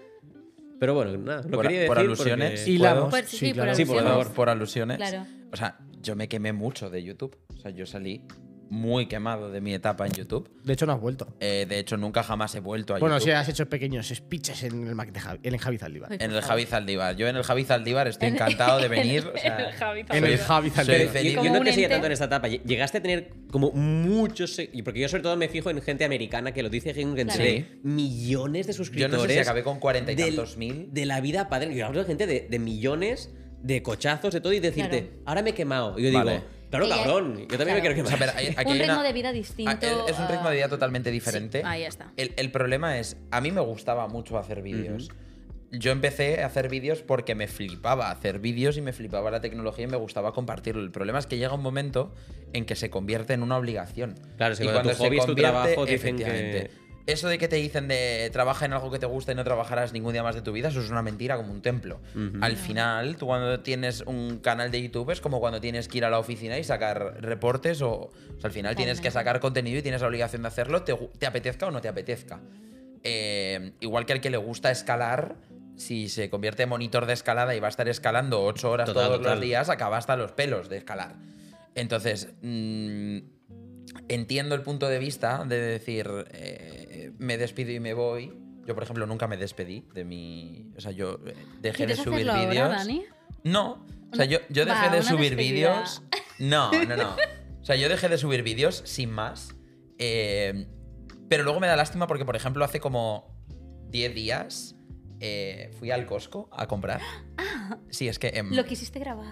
Speaker 2: Pero bueno, nada, lo
Speaker 3: Por-
Speaker 2: quería decir.
Speaker 3: por alusiones.
Speaker 2: porque-
Speaker 3: Y-
Speaker 1: Hilamos.
Speaker 4: Pues sí, por
Speaker 3: Sí, por
Speaker 4: alusiones.
Speaker 3: favor, por alusiones.
Speaker 4: Claro.
Speaker 3: O sea, yo me quemé mucho de YouTube. O sea, yo salí muy quemado de mi etapa en YouTube.
Speaker 1: De hecho, no has vuelto.
Speaker 3: Eh, de hecho, nunca jamás he vuelto a
Speaker 1: Bueno,
Speaker 3: YouTube.
Speaker 1: si has hecho pequeños speeches en el, Mac de Javi, en el Javi Zaldívar.
Speaker 4: Ay,
Speaker 3: En
Speaker 4: por
Speaker 3: el
Speaker 4: favor.
Speaker 3: Javi Zaldívar. Yo en el Javi Zaldívar estoy encantado de venir. o sea,
Speaker 4: <laughs> El Javi
Speaker 1: En el
Speaker 4: Zaldívar.
Speaker 1: Javi
Speaker 3: soy
Speaker 1: Zaldívar.
Speaker 2: Yo,
Speaker 3: feliz.
Speaker 2: yo
Speaker 4: Como
Speaker 2: no
Speaker 4: un
Speaker 2: te seguía
Speaker 4: ente.
Speaker 2: tanto en esta etapa. Lle- Llegaste a tener como muchos. se- y Porque yo, sobre todo, me fijo en gente americana que lo dice gente
Speaker 4: Claro.
Speaker 2: de millones de
Speaker 3: Yo
Speaker 2: suscriptores.
Speaker 3: no sé si acabé con cuarenta y
Speaker 2: del-
Speaker 3: tantos mil.
Speaker 2: De la vida padre. Yo hablo de gente de, de millones, de cochazos, de todo, y decirte,
Speaker 4: Claro.
Speaker 2: ahora me he quemado. Y yo
Speaker 3: Vale.
Speaker 2: digo, claro,
Speaker 4: Que ya-
Speaker 2: cabrón, yo también me
Speaker 4: claro.
Speaker 2: quiero
Speaker 3: O
Speaker 2: quemar.
Speaker 3: sea, pero
Speaker 2: <laughs>
Speaker 3: hay- aquí
Speaker 4: Un
Speaker 3: hay
Speaker 4: ritmo
Speaker 3: una-
Speaker 4: de vida distinto,
Speaker 3: Ah, Es un ritmo
Speaker 4: ah,
Speaker 3: de vida totalmente diferente.
Speaker 4: ahí está.
Speaker 3: El, el problema es, a mí me gustaba mucho hacer vídeos. Yo empecé a hacer vídeos porque me flipaba hacer vídeos y me flipaba la tecnología y me gustaba compartirlo. El problema es que llega un momento en que se convierte en una obligación.
Speaker 2: Claro, es que
Speaker 3: Y
Speaker 2: cuando tu
Speaker 3: se
Speaker 2: hobby es tu
Speaker 3: convierte,
Speaker 2: trabajo, dicen que-
Speaker 3: efectivamente, Eso de que te dicen de trabaja en algo que te gusta y no trabajarás ningún día más de tu vida, eso es una mentira como un templo. Al final, tú cuando tienes un canal de YouTube es como cuando tienes que ir a la oficina y sacar reportes o, o sea, al final tienes que
Speaker 4: Totalmente.
Speaker 3: sacar contenido y tienes la obligación de hacerlo, te, gu- te apetezca o no te apetezca. Eh, igual que al que le gusta escalar, si se convierte en monitor de escalada y va a estar escalando ocho horas
Speaker 2: Total,
Speaker 3: todos
Speaker 2: total.
Speaker 3: los días, acaba hasta los pelos de escalar. Entonces, mm, entiendo el punto de vista de decir, eh, me despido y me voy. Yo, por ejemplo, nunca me despedí de mi... O sea, yo eh, dejé de
Speaker 4: ¿Quieres
Speaker 3: subir
Speaker 4: hacerlo ahora,
Speaker 3: vídeos.
Speaker 4: Dani?
Speaker 3: No. O sea, yo, yo
Speaker 4: Va,
Speaker 3: dejé de
Speaker 4: una
Speaker 3: subir
Speaker 4: despedida.
Speaker 3: vídeos. No, no, no.
Speaker 4: <laughs>
Speaker 3: O sea, yo dejé de subir vídeos sin más. Eh, pero luego me da lástima porque, por ejemplo, hace como 10 días eh, fui al Costco
Speaker 4: <gasps>
Speaker 3: a comprar. Sí, es que. em,
Speaker 4: Ah. Lo quisiste grabar.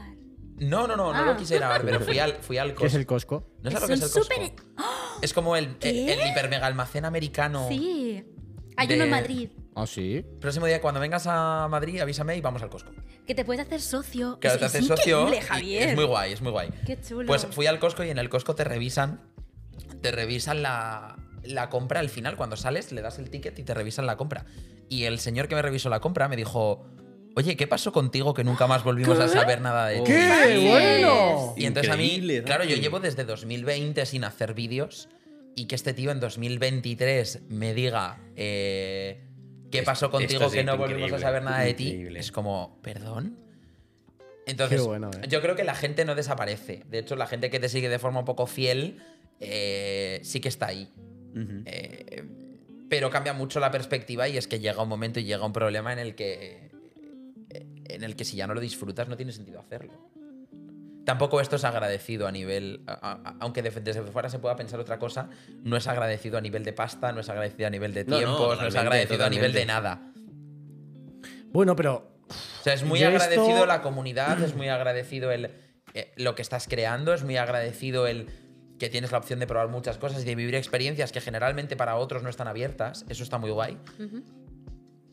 Speaker 3: No, no, no, no
Speaker 4: Ah.
Speaker 3: lo quise grabar, pero fui al, fui al
Speaker 1: <laughs>
Speaker 3: Costco.
Speaker 1: ¿Qué es el Costco?
Speaker 3: ¿No sabes lo
Speaker 4: Es
Speaker 3: que es
Speaker 4: un
Speaker 3: el Costco?
Speaker 4: súper- ¡Ah!
Speaker 3: Es como el, el,
Speaker 4: ¿Qué?
Speaker 3: el hiper mega almacén americano.
Speaker 4: Sí. Hay
Speaker 3: De-
Speaker 4: uno en Madrid
Speaker 1: Ah, sí.
Speaker 3: Próximo día, cuando vengas a Madrid, avísame y vamos al Costco.
Speaker 4: que te puedes hacer socio.
Speaker 3: Claro,
Speaker 4: es,
Speaker 3: te haces
Speaker 4: es
Speaker 3: socio.
Speaker 4: increíble,
Speaker 3: y-
Speaker 4: Javier.
Speaker 3: Es muy guay, es muy guay.
Speaker 4: Qué chulo.
Speaker 3: Pues fui al Costco y en el Costco te revisan. Te revisan la, la compra al final. Cuando sales, le das el ticket y te revisan la compra. Y el señor que me revisó la compra me dijo: Oye, ¿qué pasó contigo que nunca más volvimos a saber nada de ti?
Speaker 1: ¡Qué
Speaker 4: Vale.
Speaker 1: bueno!
Speaker 3: Y entonces a mí,
Speaker 2: Increíble, Dani.
Speaker 3: claro, yo llevo desde 2020 sin hacer vídeos y que este tío en 2023 me diga eh, qué pasó contigo
Speaker 2: esto sí
Speaker 3: que
Speaker 2: es
Speaker 3: no volvimos a
Speaker 2: increíble,
Speaker 3: saber nada de ti.
Speaker 2: increíble.
Speaker 3: Es como, perdón. Entonces,
Speaker 1: Qué bueno, eh.
Speaker 3: yo creo que la gente no desaparece. De hecho, la gente que te sigue de forma un poco fiel eh, sí que está ahí.
Speaker 2: Ujú.
Speaker 3: Eh, pero cambia mucho la perspectiva y es que llega un momento y llega un problema en el que en el que si ya no lo disfrutas no tiene sentido hacerlo. Tampoco esto es agradecido a nivel, a- a- aunque de- desde fuera se pueda pensar otra cosa, no es agradecido a nivel de pasta, no es agradecido a nivel de
Speaker 2: No, no,
Speaker 3: tiempos, no, es
Speaker 2: totalmente,
Speaker 3: agradecido a nivel
Speaker 2: totalmente.
Speaker 3: de nada.
Speaker 1: Bueno, pero
Speaker 3: O sea, es muy
Speaker 1: Yo
Speaker 3: agradecido
Speaker 1: esto-
Speaker 3: la comunidad, es muy agradecido el, eh, lo que estás creando, es muy agradecido el que tienes la opción de probar muchas cosas y de vivir experiencias que generalmente para otros no están abiertas. Eso está muy guay.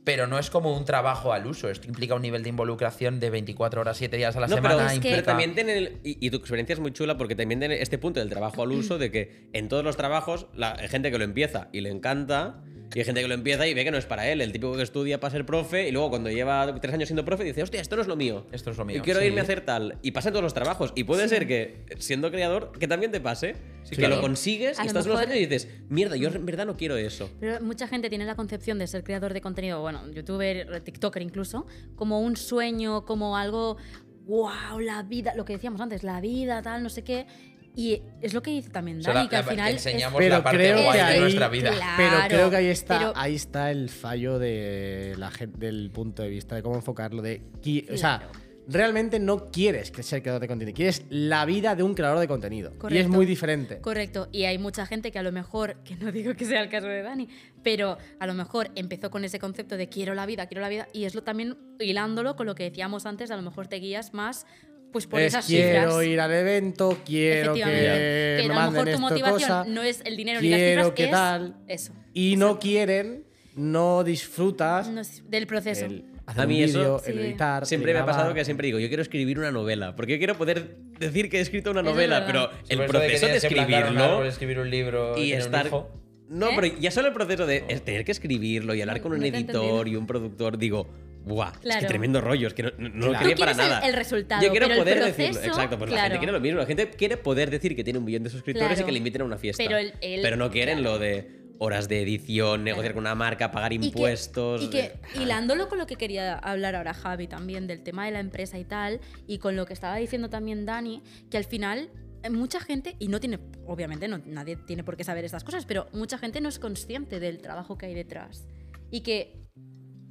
Speaker 3: Pero no es como un trabajo al uso. Esto implica un nivel de involucración de 24 horas, 7 días a la
Speaker 2: No,
Speaker 3: semana.
Speaker 2: pero,
Speaker 4: Es que-
Speaker 2: pero
Speaker 3: implica-
Speaker 2: también tiene el- y, y tu experiencia es muy chula porque también tiene este punto del trabajo al uso de que en todos los trabajos la hay gente que lo empieza y le encanta y hay gente que lo empieza y ve que no es para él. El típico que estudia para ser profe y luego cuando lleva tres años siendo profe dice, hostia, esto no es lo mío.
Speaker 3: Esto es lo
Speaker 2: Y
Speaker 3: mío,
Speaker 2: quiero
Speaker 3: sí.
Speaker 2: irme a hacer tal. Y pasa en todos los trabajos. Y puede ser que, siendo creador, que también te pase. que
Speaker 3: claro.
Speaker 2: lo consigues
Speaker 4: A
Speaker 2: y
Speaker 4: lo
Speaker 2: estás unos
Speaker 4: mejor-
Speaker 2: años y dices, mierda, yo en verdad no quiero eso.
Speaker 4: Pero mucha gente tiene la concepción de ser creador de contenido, bueno, youtuber, eh, tiktoker incluso, como un sueño, como algo, wow, la vida, lo que decíamos antes, la vida, tal, no sé qué. Y es lo que dice también
Speaker 3: O
Speaker 4: Dani,
Speaker 3: sea, la-
Speaker 4: que al
Speaker 3: la-
Speaker 4: final...
Speaker 3: que
Speaker 4: es-
Speaker 3: enseñamos
Speaker 1: Pero
Speaker 3: la parte
Speaker 1: creo
Speaker 3: guay
Speaker 1: que
Speaker 3: de
Speaker 1: ahí-
Speaker 3: nuestra vida.
Speaker 4: Claro.
Speaker 1: Pero creo que ahí está,
Speaker 4: pero-
Speaker 1: ahí está el fallo de la gen- del punto de vista de cómo enfocarlo. De qui- O sea, realmente no quieres que ser creador de contenido, quieres la vida de un creador de contenido. Y es
Speaker 4: Correcto.
Speaker 1: muy diferente.
Speaker 4: Correcto, y hay mucha gente que a lo mejor, que no digo que sea el caso de Dani, pero a lo mejor empezó con ese concepto de quiero la vida, quiero la vida, y es lo también hilándolo con lo que decíamos antes, a lo mejor te guías más pues por
Speaker 1: Es,
Speaker 4: esas
Speaker 1: quiero
Speaker 4: cifras.
Speaker 1: ir al evento, quiero que,
Speaker 4: Efectivamente.
Speaker 1: me
Speaker 4: que a lo
Speaker 1: manden
Speaker 4: mejor tu
Speaker 1: esta
Speaker 4: motivación
Speaker 1: cosa.
Speaker 4: no es el dinero ni
Speaker 1: quiero
Speaker 4: las cifras,
Speaker 1: que
Speaker 4: es
Speaker 1: tal.
Speaker 4: eso.
Speaker 1: y no quieren, no disfrutas
Speaker 4: No es- del proceso.
Speaker 2: El-
Speaker 1: hacer
Speaker 2: a mí
Speaker 1: un
Speaker 2: eso
Speaker 1: vídeo,
Speaker 4: Sí.
Speaker 1: el editar.
Speaker 2: siempre
Speaker 1: el
Speaker 2: me ha pasado
Speaker 1: grabar.
Speaker 2: que siempre digo, yo quiero escribir una novela, porque yo quiero poder decir que he escrito una
Speaker 4: Eso es
Speaker 2: novela,
Speaker 4: verdad.
Speaker 2: pero
Speaker 3: Sí,
Speaker 2: el
Speaker 3: por eso de que
Speaker 2: proceso de
Speaker 3: tienes que plantar un
Speaker 2: escribirlo
Speaker 3: árbol, escribir un libro
Speaker 2: y
Speaker 3: tener un
Speaker 2: estar...
Speaker 3: hijo.
Speaker 2: No,
Speaker 4: ¿Eh?
Speaker 2: pero ya solo el proceso de es tener que escribirlo y hablar
Speaker 4: No,
Speaker 2: con un
Speaker 4: no te he
Speaker 2: editor y
Speaker 4: entendido.
Speaker 2: un productor, digo, ¡buah! Es que
Speaker 4: Claro.
Speaker 2: tremendo rollo, es que no, no- no
Speaker 1: Claro.
Speaker 2: lo
Speaker 1: Tú
Speaker 2: quería para
Speaker 4: quieres el-
Speaker 2: nada.
Speaker 4: el resultado,
Speaker 2: Yo quiero
Speaker 4: pero el
Speaker 2: poder
Speaker 4: proceso,
Speaker 2: decirlo, exacto, pues la gente
Speaker 4: claro.
Speaker 2: quiere lo mismo, la gente quiere poder decir que tiene un millón de suscriptores y
Speaker 4: Claro.
Speaker 2: que le inviten a una fiesta.
Speaker 4: Pero el- el-
Speaker 2: Pero no quieren lo de horas de edición, negociar con una marca, pagar
Speaker 4: que-
Speaker 2: impuestos.
Speaker 4: Y que, hilándolo con lo que quería hablar ahora Javi también, del tema de la empresa y tal, y con lo que estaba diciendo también Dani, que al final eh, mucha gente, y no tiene, obviamente no, nadie tiene por qué saber estas cosas, pero mucha gente no es consciente del trabajo que hay detrás. Y que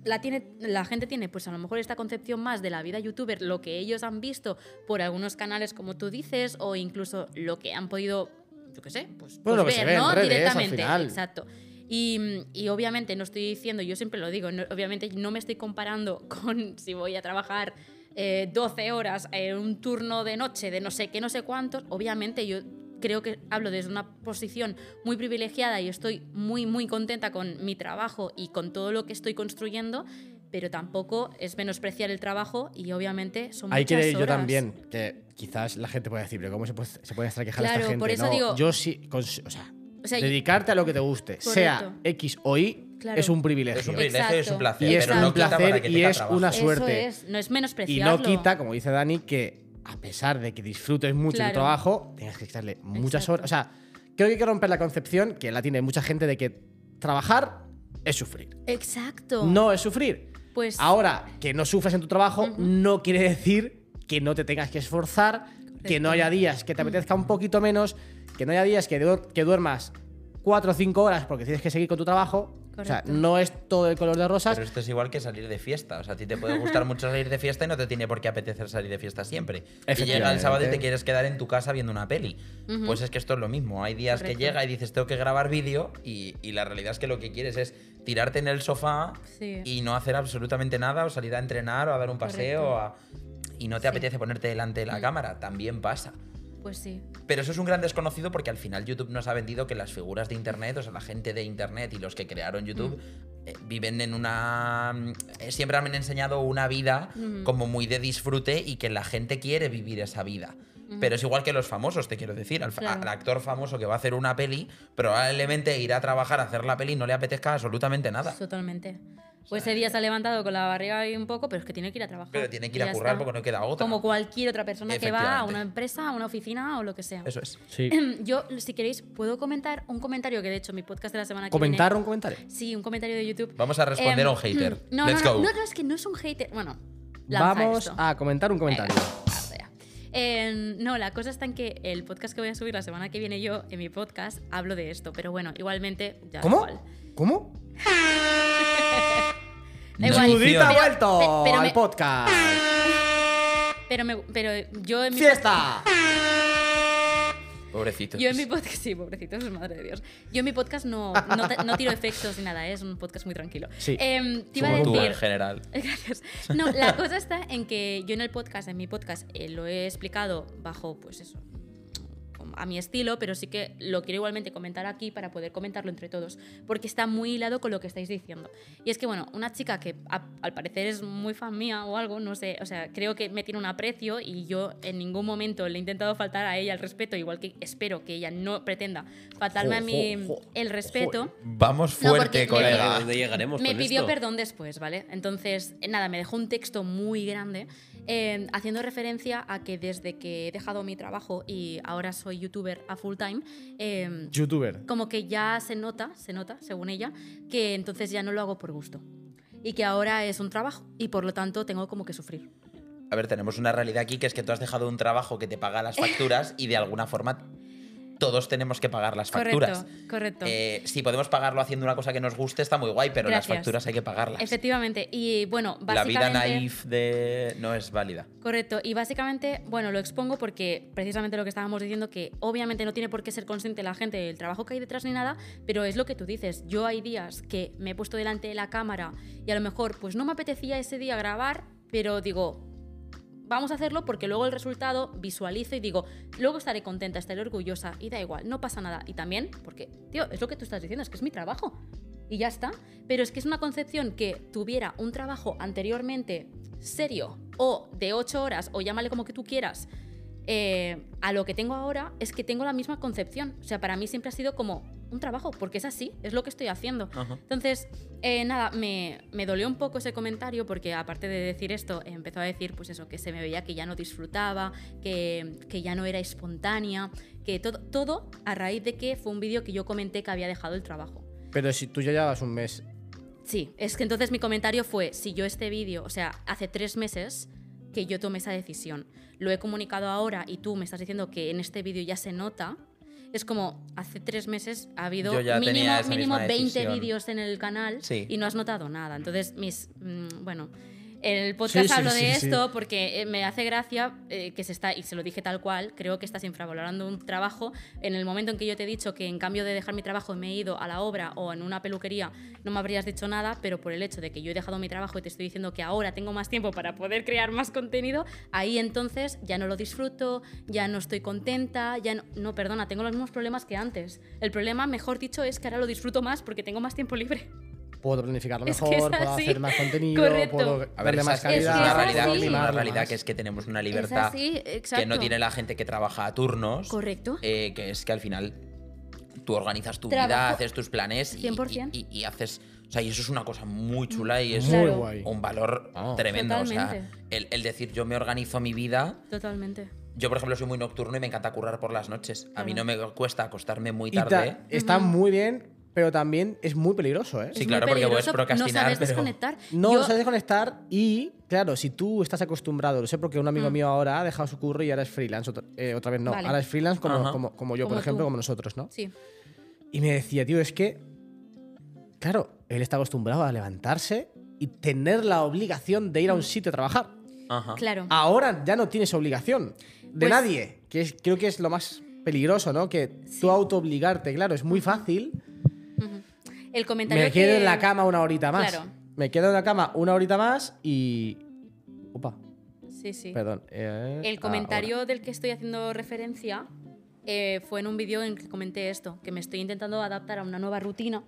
Speaker 4: la, tiene, la gente tiene, pues a lo mejor esta concepción más de la vida youtuber, lo que ellos han visto por algunos canales, como tú dices, o incluso lo que han podido, yo qué sé, pues,
Speaker 1: Bueno, lo
Speaker 4: pues
Speaker 1: que se
Speaker 4: ver,
Speaker 1: ve en
Speaker 4: ¿no?
Speaker 1: redes, al
Speaker 4: Directamente.
Speaker 1: final.
Speaker 4: Exacto. Y, mm, y obviamente no estoy diciendo, yo siempre lo digo, no- obviamente no me estoy comparando <laughs> con si voy a trabajar eh, 12 horas en un turno de noche de no sé qué, no sé cuántos. Obviamente yo creo que hablo desde una posición muy privilegiada y estoy muy, muy contenta con mi trabajo y con todo lo que estoy construyendo, pero tampoco es menospreciar el trabajo y obviamente son
Speaker 1: Ahí
Speaker 4: muchas
Speaker 1: que yo
Speaker 4: horas.
Speaker 1: también, que quizás la gente puede decir, pero ¿cómo se puede, se puede estar quejando
Speaker 4: Claro,
Speaker 1: esta gente?
Speaker 4: por eso
Speaker 1: No,
Speaker 4: digo-
Speaker 1: yo sí, cons- o sea,
Speaker 4: O sea, y-
Speaker 1: dedicarte a lo que te guste, sea
Speaker 4: Correcto.
Speaker 1: X o Y,
Speaker 4: Claro.
Speaker 1: es un privilegio.
Speaker 3: Es un privilegio y es
Speaker 4: Exacto.
Speaker 3: un placer.
Speaker 1: Y es
Speaker 3: pero
Speaker 1: un
Speaker 3: no quita para
Speaker 1: placer
Speaker 3: que
Speaker 1: y
Speaker 3: tenga
Speaker 1: es
Speaker 3: trabajo.
Speaker 1: una
Speaker 4: Eso
Speaker 1: suerte.
Speaker 4: es, no es
Speaker 1: y
Speaker 4: menospreciarlo.
Speaker 1: no quita, como dice Dani, que a pesar de que disfrutes mucho
Speaker 4: Claro.
Speaker 1: tu trabajo, tengas que echarle muchas
Speaker 4: Exacto.
Speaker 1: horas. O sea, creo que hay que romper la concepción que la tiene mucha gente de que trabajar es sufrir.
Speaker 4: Exacto.
Speaker 1: No es sufrir.
Speaker 4: Pues
Speaker 1: Ahora, que no sufras en tu trabajo no quiere decir que no te tengas que esforzar, que no haya días que te apetezca un poquito menos, que no haya días que, duer- que duermas cuatro o cinco horas porque tienes que seguir con tu trabajo. O
Speaker 4: Correcto.
Speaker 1: sea, no es todo el color de rosas.
Speaker 3: Pero esto es igual que salir de fiesta. O sea, a ti te puede
Speaker 4: <laughs>
Speaker 3: gustar mucho salir de fiesta y no te tiene por qué apetecer salir de fiesta siempre. Y llega el
Speaker 1: Efectivamente.
Speaker 3: sábado y te quieres quedar en tu casa viendo una peli. Pues es que esto es lo mismo. Hay días
Speaker 4: Correcto.
Speaker 3: que llega y dices, tengo que grabar vídeo y, y la realidad es que lo que quieres es tirarte en el sofá
Speaker 4: Sí.
Speaker 3: y no hacer absolutamente nada o salir a entrenar o a dar un paseo o a- y no te apetece ponerte delante de la cámara. También pasa.
Speaker 4: Pues sí.
Speaker 3: Pero eso es un gran desconocido porque al final YouTube nos ha vendido que las figuras de Internet, o sea, la gente de Internet y los que crearon YouTube,
Speaker 4: Mm.
Speaker 3: eh, viven en una... eh, siempre han enseñado una vida
Speaker 4: Mm.
Speaker 3: como muy de disfrute y que la gente quiere vivir esa vida. Pero es igual que los famosos, te quiero decir. Al, fa-
Speaker 4: Mm. Claro.
Speaker 3: al actor famoso que va a hacer una peli, probablemente irá a trabajar a hacer la peli y no le apetezca absolutamente nada.
Speaker 4: Totalmente. Pues ese día se ha levantado con la barriga ahí un poco, pero es que tiene que ir a trabajar.
Speaker 3: Pero tiene que ir
Speaker 4: Y
Speaker 3: a
Speaker 4: ya
Speaker 3: currar
Speaker 4: está.
Speaker 3: porque no queda otra.
Speaker 4: Como cualquier otra persona que va a una
Speaker 3: Efectivamente.
Speaker 4: empresa, a una oficina o lo que sea.
Speaker 3: Eso es.
Speaker 1: Sí.
Speaker 4: <clears throat> Yo, si queréis, puedo comentar un comentario que de hecho mi podcast de la semana
Speaker 1: <laughs>
Speaker 4: que
Speaker 1: Comentar
Speaker 4: viene-
Speaker 1: un comentario.
Speaker 4: Sí, un comentario de YouTube.
Speaker 3: Vamos a responder
Speaker 4: Em,
Speaker 3: a un hater.
Speaker 4: <clears throat> No,
Speaker 3: Let's
Speaker 4: no,
Speaker 3: go.
Speaker 4: no, no, no, es que no es un hater. Bueno, lanza
Speaker 1: Vamos
Speaker 4: esto.
Speaker 1: a comentar un comentario.
Speaker 4: Venga, vamos allá. Eh, no, la cosa está en que el podcast que voy a subir la semana que viene yo, en mi podcast, hablo de esto. Pero bueno, igualmente, ya da
Speaker 1: ¿Cómo?
Speaker 4: igual.
Speaker 1: ¿Cómo?
Speaker 4: Da
Speaker 3: Notición.
Speaker 4: igual.
Speaker 1: Judith ha
Speaker 4: Pero-
Speaker 1: vuelto
Speaker 4: pe- pero
Speaker 1: al
Speaker 4: me-
Speaker 1: podcast.
Speaker 4: Pero, me- pero yo en mi
Speaker 1: ¡Fiesta!
Speaker 3: Pobrecito.
Speaker 4: Yo en mi podcast, sí, pobrecitos, madre de Dios. Yo en mi podcast no, no, te- no tiro efectos ni nada, ¿eh? es un podcast muy tranquilo.
Speaker 1: Sí.
Speaker 4: Em, te iba a
Speaker 3: Como tú, en
Speaker 4: decir.
Speaker 3: general.
Speaker 4: <laughs> Gracias. No, la cosa está en que yo en el podcast, en mi podcast, eh, lo he explicado bajo, pues eso, a mi estilo, pero sí que lo quiero igualmente comentar aquí para poder comentarlo entre todos, porque está muy hilado con lo que estáis diciendo. Y es que, bueno, una chica que a- al parecer es muy fan mía o algo, no sé, o sea, creo que me tiene un aprecio y yo en ningún momento le he intentado faltar a ella el respeto, igual que espero que ella no pretenda faltarme a
Speaker 1: Jo,
Speaker 4: mí
Speaker 1: jo, jo.
Speaker 4: el respeto.
Speaker 3: Vamos
Speaker 4: No,
Speaker 3: fuerte,
Speaker 4: porque-
Speaker 3: colega.
Speaker 2: ¿Dónde llegaremos
Speaker 4: Me
Speaker 2: con
Speaker 4: pidió
Speaker 2: esto?
Speaker 4: perdón después, ¿vale? Entonces, eh, nada, me dejó un texto muy grande eh, haciendo referencia a que desde que he dejado mi trabajo y ahora soy youtuber a full time, eh,
Speaker 1: Youtuber.
Speaker 4: como que ya se nota, se nota, según ella, que entonces ya no lo hago por gusto. Y que ahora es un trabajo y por lo tanto tengo como que sufrir.
Speaker 3: A ver, tenemos una realidad aquí que es que tú has dejado un trabajo que te paga las facturas y de alguna forma todos tenemos que pagar las facturas.
Speaker 4: Correcto, correcto.
Speaker 3: Eh, si podemos pagarlo haciendo una cosa que nos guste, está muy guay, pero las
Speaker 4: Gracias.
Speaker 3: facturas hay que pagarlas.
Speaker 4: Efectivamente. Y bueno,
Speaker 3: La
Speaker 4: básicamente.
Speaker 3: vida naif de... no es válida.
Speaker 4: Correcto, y básicamente, bueno, lo expongo porque precisamente lo que estábamos diciendo, que obviamente no tiene por qué ser consciente la gente del trabajo que hay detrás ni nada, pero es lo que tú dices. Yo hay días que me he puesto delante de la cámara y a lo mejor pues no me apetecía ese día grabar, pero digo, vamos a hacerlo porque luego el resultado visualizo y digo, luego estaré contenta, estaré orgullosa y da igual, no pasa nada. Y también, porque, tío, es lo que tú estás diciendo, es que es mi trabajo y ya está. Pero es que es una concepción que tuviera un trabajo anteriormente serio o de 8 horas o llámale como que tú quieras. eh, a lo que tengo ahora es que tengo la misma concepción. O sea, para mí siempre ha sido como un trabajo, porque es así, es lo que estoy haciendo.
Speaker 3: Ajá.
Speaker 4: Entonces, eh, nada, me, me dolió un poco ese comentario porque aparte de decir esto, empezó a decir pues eso, que se me veía que ya no disfrutaba, que, que ya no era espontánea, que todo, todo a raíz de que fue un vídeo que yo comenté que había dejado el trabajo.
Speaker 1: Pero si tú ya llevas un mes.
Speaker 4: Sí, es que entonces mi comentario fue, si yo este vídeo, o sea, hace tres meses que yo tomé esa decisión, lo he comunicado ahora y tú me estás diciendo que en este vídeo ya se nota, es como, hace tres meses ha habido
Speaker 3: Yo ya
Speaker 4: mínimo,
Speaker 3: tenía esa
Speaker 4: mínimo
Speaker 3: misma
Speaker 4: 20
Speaker 3: decisión.
Speaker 4: vídeos en el canal
Speaker 3: Sí.
Speaker 4: y no has notado nada. Entonces, mis... mm, bueno, el podcast
Speaker 1: sí,
Speaker 4: hablo
Speaker 1: sí,
Speaker 4: de
Speaker 1: sí.
Speaker 4: esto porque eh, me hace gracia eh, que se está, y se lo dije tal cual, creo que estás infravalorando un trabajo. En el momento en que yo te he dicho que en cambio de dejar mi trabajo me he ido a la obra o en una peluquería, no me habrías dicho nada, pero por el hecho de que yo he dejado mi trabajo y te estoy diciendo que ahora tengo más tiempo para poder crear más contenido, ahí entonces ya no lo disfruto, ya no estoy contenta, ya no, no, perdona, tengo los mismos problemas que antes. El problema, mejor dicho, es que ahora lo disfruto más porque tengo más tiempo libre.
Speaker 1: Puedo planificarlo
Speaker 4: Es que
Speaker 1: mejor,
Speaker 4: es
Speaker 1: puedo
Speaker 4: así.
Speaker 1: hacer más contenido,
Speaker 4: Correcto.
Speaker 1: puedo
Speaker 3: A ver,
Speaker 1: darle
Speaker 3: esa-
Speaker 1: más
Speaker 3: es
Speaker 1: calidad.
Speaker 3: una
Speaker 4: es
Speaker 3: realidad,
Speaker 4: así.
Speaker 3: una
Speaker 1: mimarlo
Speaker 3: realidad
Speaker 1: más.
Speaker 3: que es que tenemos una libertad
Speaker 4: así,
Speaker 3: que no
Speaker 4: exacto.
Speaker 3: tiene la gente que trabaja a turnos.
Speaker 4: Correcto.
Speaker 3: eh, que es que al final tú organizas tu vida,
Speaker 4: Trabajo-
Speaker 3: haces tus planes y,
Speaker 4: 100%.
Speaker 3: y- y- y haces. O sea, y eso es una cosa muy chula y es
Speaker 1: Muy
Speaker 4: Claro.
Speaker 1: guay.
Speaker 3: un valor tremendo. O sea,
Speaker 4: Totalmente.
Speaker 3: el, el decir yo me organizo mi vida.
Speaker 4: Totalmente.
Speaker 3: Yo, por ejemplo, soy muy nocturno y me encanta currar por las noches. A mí no
Speaker 4: Claro.
Speaker 3: me cuesta acostarme muy
Speaker 1: Y ta-
Speaker 3: tarde.
Speaker 1: está muy bien, pero también es muy peligroso, ¿eh?
Speaker 3: Sí,
Speaker 4: Es muy
Speaker 3: claro, porque puedes
Speaker 4: peligroso,
Speaker 3: procrastinar,
Speaker 4: No sabes
Speaker 3: pero-
Speaker 4: desconectar.
Speaker 1: No,
Speaker 4: Yo-
Speaker 1: lo sabes desconectar y, claro, si tú estás acostumbrado, lo sé porque un amigo mío ahora ha dejado su curro y ahora es freelance, otra, eh, otra vez no,
Speaker 4: Mm. Vale.
Speaker 1: ahora es freelance como,
Speaker 3: Ajá.
Speaker 1: como, como yo,
Speaker 4: Como
Speaker 1: por ejemplo,
Speaker 4: tú.
Speaker 1: como nosotros, ¿no?
Speaker 4: Sí,
Speaker 1: Y me decía, tío, es que, claro, él está acostumbrado a levantarse y tener la obligación de ir a
Speaker 4: Mm.
Speaker 1: un sitio a trabajar. Ah.
Speaker 3: Ajá.
Speaker 4: claro.
Speaker 1: Ahora ya no tienes obligación de
Speaker 4: Pues-
Speaker 1: nadie, que es- creo que es lo más peligroso, ¿no? Que tú autoobligarte, claro, es muy fácil.
Speaker 4: El comentario
Speaker 1: Me quedo
Speaker 4: que-
Speaker 1: en la cama una horita más.
Speaker 4: Claro.
Speaker 1: Me quedo en la cama una horita más y... Opa,
Speaker 4: Sí, sí.
Speaker 1: perdón. eh,
Speaker 4: El comentario del que estoy haciendo referencia eh, fue en un vídeo en que comenté esto, que me estoy intentando adaptar a una nueva rutina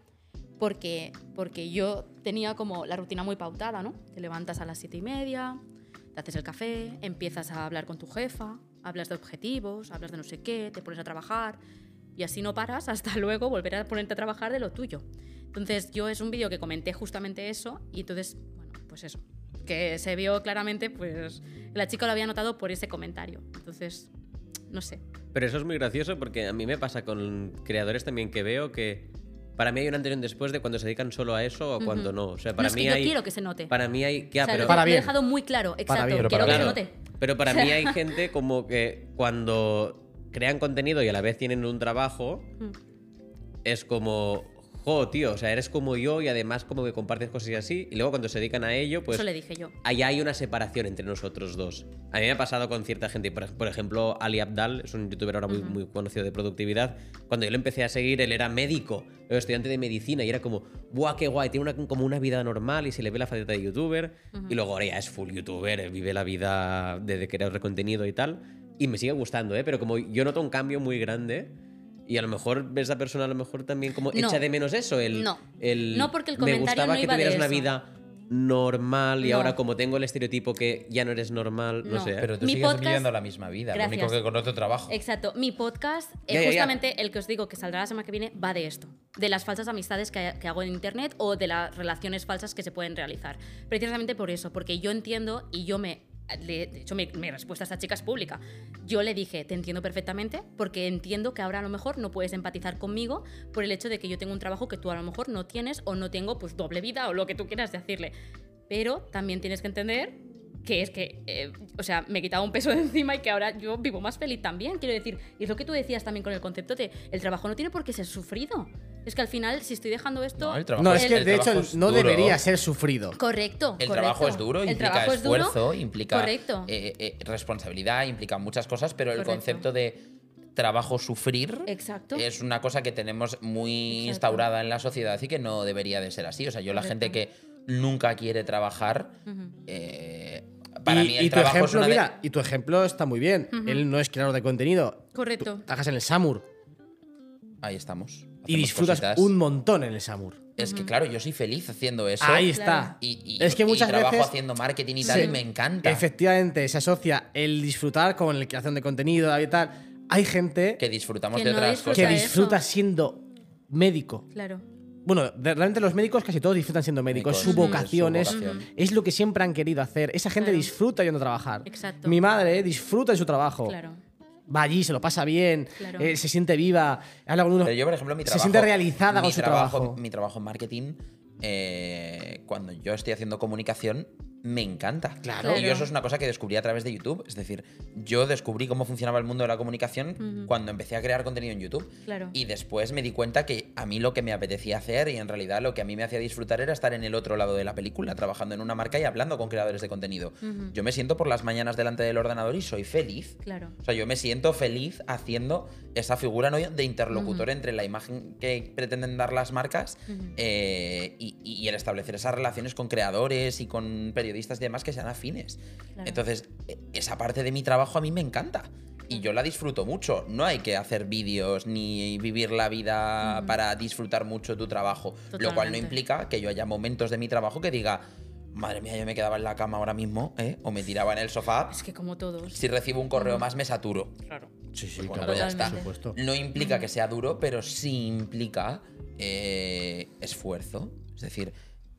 Speaker 4: porque, porque yo tenía como la rutina muy pautada, ¿no? Te levantas a las siete y media, te haces el café, empiezas a hablar con tu jefa, hablas de objetivos, hablas de no sé qué, te pones a trabajar y así no paras <laughs> hasta luego volver a ponerte a trabajar de lo tuyo. Entonces yo es un vídeo que comenté justamente eso y entonces, bueno, pues eso, que se vio claramente, pues la chica lo había notado por ese comentario. Entonces, no sé.
Speaker 2: Pero eso es muy gracioso porque a mí me pasa con creadores también que veo que para mí hay un anterior y un después de cuando se dedican solo a eso o cuando no. O sea, para
Speaker 4: no, es
Speaker 2: mí
Speaker 4: que yo
Speaker 2: hay.
Speaker 4: quiero que se note.
Speaker 2: Para mí hay.
Speaker 4: O
Speaker 2: Ya,
Speaker 4: sea,
Speaker 2: pero-
Speaker 4: lo,
Speaker 1: Para
Speaker 4: lo he
Speaker 1: bien.
Speaker 4: dejado muy claro, exacto.
Speaker 1: bien, pero
Speaker 4: quiero
Speaker 2: para
Speaker 4: que se
Speaker 2: bien.
Speaker 4: note.
Speaker 2: Pero para mí hay gente como que cuando crean contenido y a la vez tienen un trabajo,
Speaker 4: Mm.
Speaker 2: es como, jo, tío, o sea, eres como yo y además como que compartes cosas y así. Y luego cuando se dedican a ello, pues
Speaker 4: eso le dije yo.
Speaker 2: ahí hay una separación entre nosotros dos. A mí me ha pasado con cierta gente, por, ej- por ejemplo, Ali Abdal, es un youtuber ahora muy, muy conocido de productividad. Cuando yo lo empecé a seguir, él era médico, era estudiante de medicina y era como, ¡buah, qué guay! Tiene una, como una vida normal y se le ve la faceta de youtuber. Y luego ahora ya es full youtuber, eh, vive la vida de, de creador de contenido y tal. Y me sigue gustando, ¿eh? Pero como yo noto un cambio muy grande. Y a lo mejor esa persona a lo mejor también como
Speaker 4: No.
Speaker 2: echa de menos eso, el,
Speaker 4: No.
Speaker 2: el
Speaker 4: No, porque el
Speaker 2: me
Speaker 4: comentario
Speaker 2: gustaba
Speaker 4: no
Speaker 2: que
Speaker 4: iba de
Speaker 2: tuvieras una
Speaker 4: eso.
Speaker 2: vida normal y
Speaker 4: No.
Speaker 2: ahora como tengo el estereotipo que ya no eres normal, no,
Speaker 4: No.
Speaker 2: sé.
Speaker 3: Pero tú
Speaker 4: Mi
Speaker 3: sigues
Speaker 4: podcast-
Speaker 3: viviendo la misma vida,
Speaker 4: Gracias.
Speaker 3: lo único que con otro trabajo.
Speaker 4: Exacto. Mi podcast, eh,
Speaker 2: Ya, ya, ya.
Speaker 4: justamente el que os digo que saldrá la semana que viene, va de esto. De las falsas amistades que, que hago en internet o de las relaciones falsas que se pueden realizar. Precisamente por eso, porque yo entiendo y yo me. le- De hecho, mi, mi respuesta a esta chica es pública. Yo le dije, te entiendo perfectamente, porque entiendo que ahora a lo mejor no puedes empatizar conmigo por el hecho de que yo tengo un trabajo que tú a lo mejor no tienes o no tengo pues doble vida o lo que tú quieras decirle. Pero también tienes que entender que es que, eh, o sea, me he quitado un peso de encima y que ahora yo vivo más feliz también. Quiero decir, y es lo que tú decías también con el concepto de el trabajo no tiene por qué ser sufrido. Es que al final, si estoy dejando esto.
Speaker 3: No, el trabajo
Speaker 1: ah, No,
Speaker 4: el-
Speaker 1: es que
Speaker 3: el
Speaker 1: de hecho
Speaker 3: trabajo es
Speaker 1: no
Speaker 3: duro.
Speaker 1: debería ser sufrido.
Speaker 4: Correcto.
Speaker 3: El
Speaker 4: correcto.
Speaker 3: trabajo es duro,
Speaker 4: El
Speaker 3: implica
Speaker 4: trabajo es duro,
Speaker 3: esfuerzo, implica
Speaker 4: Correcto.
Speaker 3: eh, eh, responsabilidad, implica muchas cosas, pero el
Speaker 4: Correcto.
Speaker 3: concepto de trabajo sufrir
Speaker 4: Exacto.
Speaker 3: es una cosa que tenemos muy
Speaker 4: Exacto.
Speaker 3: instaurada en la sociedad y que no debería de ser así. O sea, yo la gente que
Speaker 4: Correcto.
Speaker 3: nunca quiere trabajar,
Speaker 4: Ujú.
Speaker 3: eh, para
Speaker 1: y,
Speaker 3: mí el
Speaker 1: y tu
Speaker 3: trabajo es
Speaker 1: ejemplo,
Speaker 3: una de-
Speaker 1: mira, y tu ejemplo está muy bien. Él no es creador de contenido.
Speaker 4: Correcto.
Speaker 1: Trabajas en el Samur
Speaker 3: Ahí estamos.
Speaker 1: y
Speaker 3: hacemos
Speaker 1: disfrutas
Speaker 3: cositas.
Speaker 1: un montón en el Samur.
Speaker 3: Es que claro, yo soy feliz haciendo eso.
Speaker 1: Ahí
Speaker 4: Claro.
Speaker 1: está.
Speaker 3: Y, y-
Speaker 1: es que
Speaker 3: y
Speaker 1: muchas
Speaker 3: trabajo
Speaker 1: veces
Speaker 3: haciendo marketing y tal,
Speaker 1: Sí.
Speaker 3: y me encanta.
Speaker 1: efectivamente se asocia el disfrutar con la creación de contenido y tal. Hay gente
Speaker 3: que disfrutamos
Speaker 4: Que
Speaker 3: de
Speaker 4: no
Speaker 3: otras
Speaker 4: disfruta
Speaker 1: que
Speaker 3: cosas.
Speaker 4: eso.
Speaker 1: disfruta siendo médico.
Speaker 4: Claro.
Speaker 1: Bueno, de- realmente los médicos casi todos disfrutan siendo médicos.
Speaker 3: Médicos,
Speaker 1: su
Speaker 3: Ujú.
Speaker 1: vocación
Speaker 3: es
Speaker 1: es,
Speaker 3: su vocación.
Speaker 1: es lo que siempre han querido hacer. Esa gente
Speaker 4: Claro.
Speaker 1: disfruta yendo a trabajar.
Speaker 4: Exacto.
Speaker 1: Mi madre disfruta de su
Speaker 3: Oh.
Speaker 1: trabajo.
Speaker 4: Claro.
Speaker 1: Va allí, se lo pasa bien,
Speaker 4: Claro.
Speaker 1: eh, se siente viva, habla con unos-
Speaker 3: Pero yo, por ejemplo, mi
Speaker 1: se
Speaker 3: trabajo.
Speaker 1: siente realizada
Speaker 3: mi
Speaker 1: con su trabajo.
Speaker 3: Mi trabajo en marketing, eh, cuando yo estoy haciendo comunicación, me encanta.
Speaker 1: Claro.
Speaker 3: Y yo eso es una cosa que descubrí a través de YouTube. Es decir, yo descubrí cómo funcionaba el mundo de la comunicación cuando empecé a crear contenido en YouTube.
Speaker 4: Claro.
Speaker 3: Y después me di cuenta que a mí lo que me apetecía hacer y en realidad lo que a mí me hacía disfrutar era estar en el otro lado de la película, trabajando en una marca y hablando con creadores de contenido. Yo me siento por las mañanas delante del ordenador y soy feliz.
Speaker 4: Claro.
Speaker 3: O sea, yo me siento feliz haciendo esa figura ¿no? de interlocutor entre la imagen que pretenden dar las marcas eh, y, y- y el establecer esas relaciones con creadores y con periodistas y demás que sean afines.
Speaker 4: Claro.
Speaker 3: Entonces, e- esa parte de mi trabajo a mí me encanta. Y yo la disfruto mucho. No hay que hacer vídeos ni vivir la vida para disfrutar mucho tu trabajo. Lo cual no
Speaker 4: Totalmente.
Speaker 3: implica que yo haya momentos de mi trabajo que diga, madre mía, yo me quedaba en la cama ahora mismo, ¿eh? o me tiraba en el sofá
Speaker 4: Es que como todos.
Speaker 3: si recibo un correo más me saturo.
Speaker 4: Claro.
Speaker 1: Sí, sí,
Speaker 3: Pues bueno,
Speaker 1: claro,
Speaker 3: pues ya está.
Speaker 1: por supuesto.
Speaker 3: No implica que sea duro, pero sí implica eh, esfuerzo. Es decir,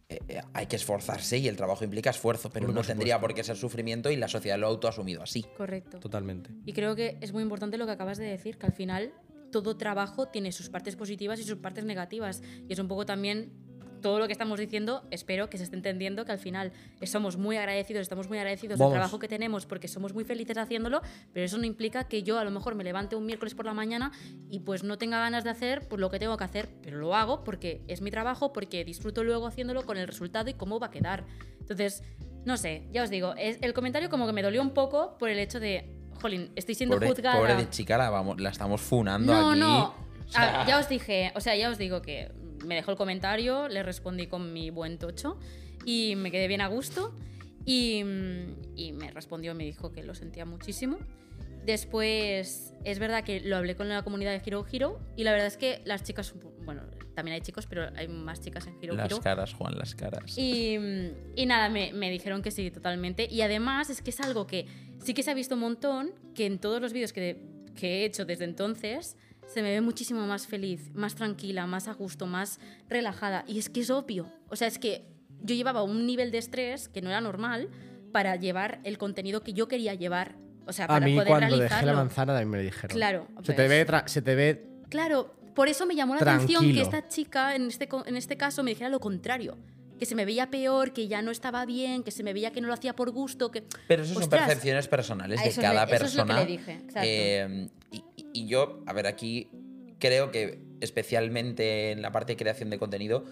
Speaker 3: eh, eh, hay que esforzarse y el trabajo implica esfuerzo, pero no tendría por qué ser sufrimiento y la sociedad lo ha autoasumido así.
Speaker 4: Correcto.
Speaker 1: Totalmente.
Speaker 4: Y creo que es muy importante lo que acabas de decir, que al final todo trabajo tiene sus partes positivas y sus partes negativas. Y es un poco también todo lo que estamos diciendo, espero que se esté entendiendo que al final somos muy agradecidos, estamos muy agradecidos
Speaker 1: Vamos.
Speaker 4: del trabajo que tenemos porque somos muy felices haciéndolo, pero eso no implica que yo a lo mejor me levante un miércoles por la mañana y pues no tenga ganas de hacer pues, lo que tengo que hacer, pero lo hago porque es mi trabajo, porque disfruto luego haciéndolo con el resultado y cómo va a quedar. Entonces, no sé, ya os digo, es, el comentario como que me dolió un poco por el hecho de, jolín, estoy siendo
Speaker 3: Pobre,
Speaker 4: juzgada.
Speaker 3: pobre de chica, la, vamos, la estamos funando
Speaker 4: No,
Speaker 3: aquí.
Speaker 4: no. Ah, ya os dije, o sea, ya os digo que me dejó el comentario, le respondí con mi buen tocho y me quedé bien a gusto. Y, mm, y me respondió, me dijo que lo sentía muchísimo. Después, es verdad que lo hablé con la comunidad de Giro Giro y la verdad es que las chicas, bueno, también hay chicos, pero hay más chicas en Giro
Speaker 3: Las
Speaker 4: Giro.
Speaker 3: caras, Juan, las caras.
Speaker 4: Y, mm, y nada, me, me dijeron que sí, totalmente. Y además es que es algo que sí que se ha visto un montón, que en todos los vídeos que, de- que he hecho desde entonces se me ve muchísimo más feliz, más tranquila, más a gusto, más relajada. Y es que es obvio. O sea, es que yo llevaba un nivel de estrés que no era normal para llevar el contenido que yo quería llevar. O sea,
Speaker 1: A
Speaker 4: para
Speaker 1: mí
Speaker 4: poder
Speaker 1: cuando dejé
Speaker 4: realizarlo.
Speaker 1: la manzana también me lo dijeron.
Speaker 4: Claro,
Speaker 1: Se te
Speaker 4: pues.
Speaker 1: ve, tra- se te ve
Speaker 4: Claro, por eso me llamó la atención que
Speaker 1: Tranquilo.
Speaker 4: esta chica, en este, co- en este caso, me dijera lo contrario. Que se me veía peor, que ya no estaba bien, que se me veía que no lo hacía por gusto, que...
Speaker 3: Pero eso son
Speaker 4: Ostras,
Speaker 3: percepciones personales
Speaker 4: a
Speaker 3: de
Speaker 4: eso es
Speaker 3: cada
Speaker 4: lo- eso es lo que
Speaker 3: persona.
Speaker 4: le dije, exacto.
Speaker 3: Eh, y, y- y yo, a ver, aquí creo que especialmente en la parte de creación de contenido,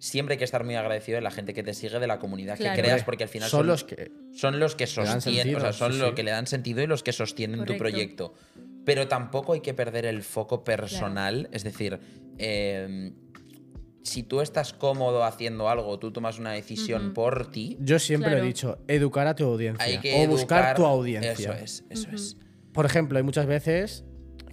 Speaker 3: siempre hay que estar muy agradecido de la gente que te sigue, de la comunidad
Speaker 4: Claro.
Speaker 3: que creas,
Speaker 1: Hombre,
Speaker 3: porque al final
Speaker 1: son los que-
Speaker 3: son los que
Speaker 1: dan
Speaker 3: sostienen, o
Speaker 1: sentido,
Speaker 3: sea, son
Speaker 1: sí,
Speaker 3: los
Speaker 1: sí.
Speaker 3: que le dan sentido y los que sostienen tu
Speaker 4: Correcto.
Speaker 3: proyecto. Pero tampoco hay que perder el foco personal, es decir, eh, si tú estás cómodo haciendo algo, tú tomas una decisión por ti,
Speaker 1: Yo siempre lo
Speaker 4: Claro.
Speaker 1: he dicho, educar a tu audiencia
Speaker 3: hay que
Speaker 1: o buscar
Speaker 3: educar-
Speaker 1: tu audiencia.
Speaker 3: Eso es, eso es.
Speaker 1: Por ejemplo, hay muchas veces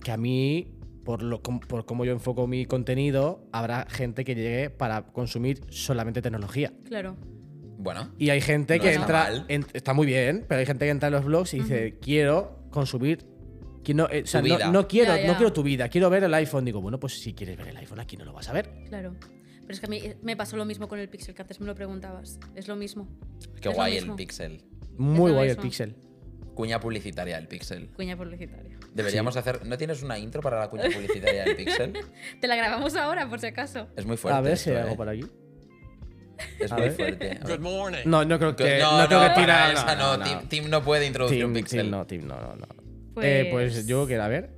Speaker 1: que a mí, por, lo, com- por cómo yo enfoco mi contenido, habrá gente que llegue para consumir solamente tecnología.
Speaker 4: Claro,
Speaker 3: Bueno,
Speaker 1: Y hay gente
Speaker 3: No
Speaker 1: que
Speaker 3: está
Speaker 1: entra.
Speaker 3: mal.
Speaker 1: en- está muy bien, pero hay gente que entra en los blogs y dice: Quiero consumir. que no, eh, o sea,
Speaker 3: Tu
Speaker 1: no,
Speaker 3: vida.
Speaker 1: no quiero,
Speaker 4: Ya, ya.
Speaker 1: no quiero tu vida, quiero ver el iPhone. Digo, bueno, pues si quieres ver el iPhone, aquí no lo vas a ver.
Speaker 4: claro. Pero es que a mí eh, me pasó lo mismo con el Pixel, que antes me lo preguntabas. Es lo mismo.
Speaker 3: qué
Speaker 4: Es lo
Speaker 3: guay el
Speaker 4: mismo.
Speaker 3: pixel.
Speaker 1: Muy
Speaker 4: lo
Speaker 1: guay el
Speaker 4: mismo.
Speaker 1: Pixel.
Speaker 3: Cuña publicitaria del pixel.
Speaker 1: ¿Ah,
Speaker 4: Cuña publicitaria.
Speaker 3: Deberíamos hacer. ¿No tienes una intro para la cuña publicitaria del pixel?
Speaker 4: Te la grabamos ahora, por si acaso.
Speaker 3: Es muy
Speaker 1: <laughs>
Speaker 3: fuerte.
Speaker 1: A ver si
Speaker 3: esto,
Speaker 1: hay
Speaker 3: ¿eh?
Speaker 1: algo por aquí.
Speaker 3: Es
Speaker 4: <laughs>
Speaker 3: muy fuerte.
Speaker 6: Good morning.
Speaker 1: No, no creo que.
Speaker 3: No, no,
Speaker 1: creo que
Speaker 3: para
Speaker 1: tira-
Speaker 3: esa no, Tim- Tim no puede introducir
Speaker 1: Tim,
Speaker 3: un
Speaker 1: Tim,
Speaker 3: pixel.
Speaker 1: no, Tim, no, no, no.
Speaker 4: Pues-
Speaker 1: Eh, pues yo quiero a ver.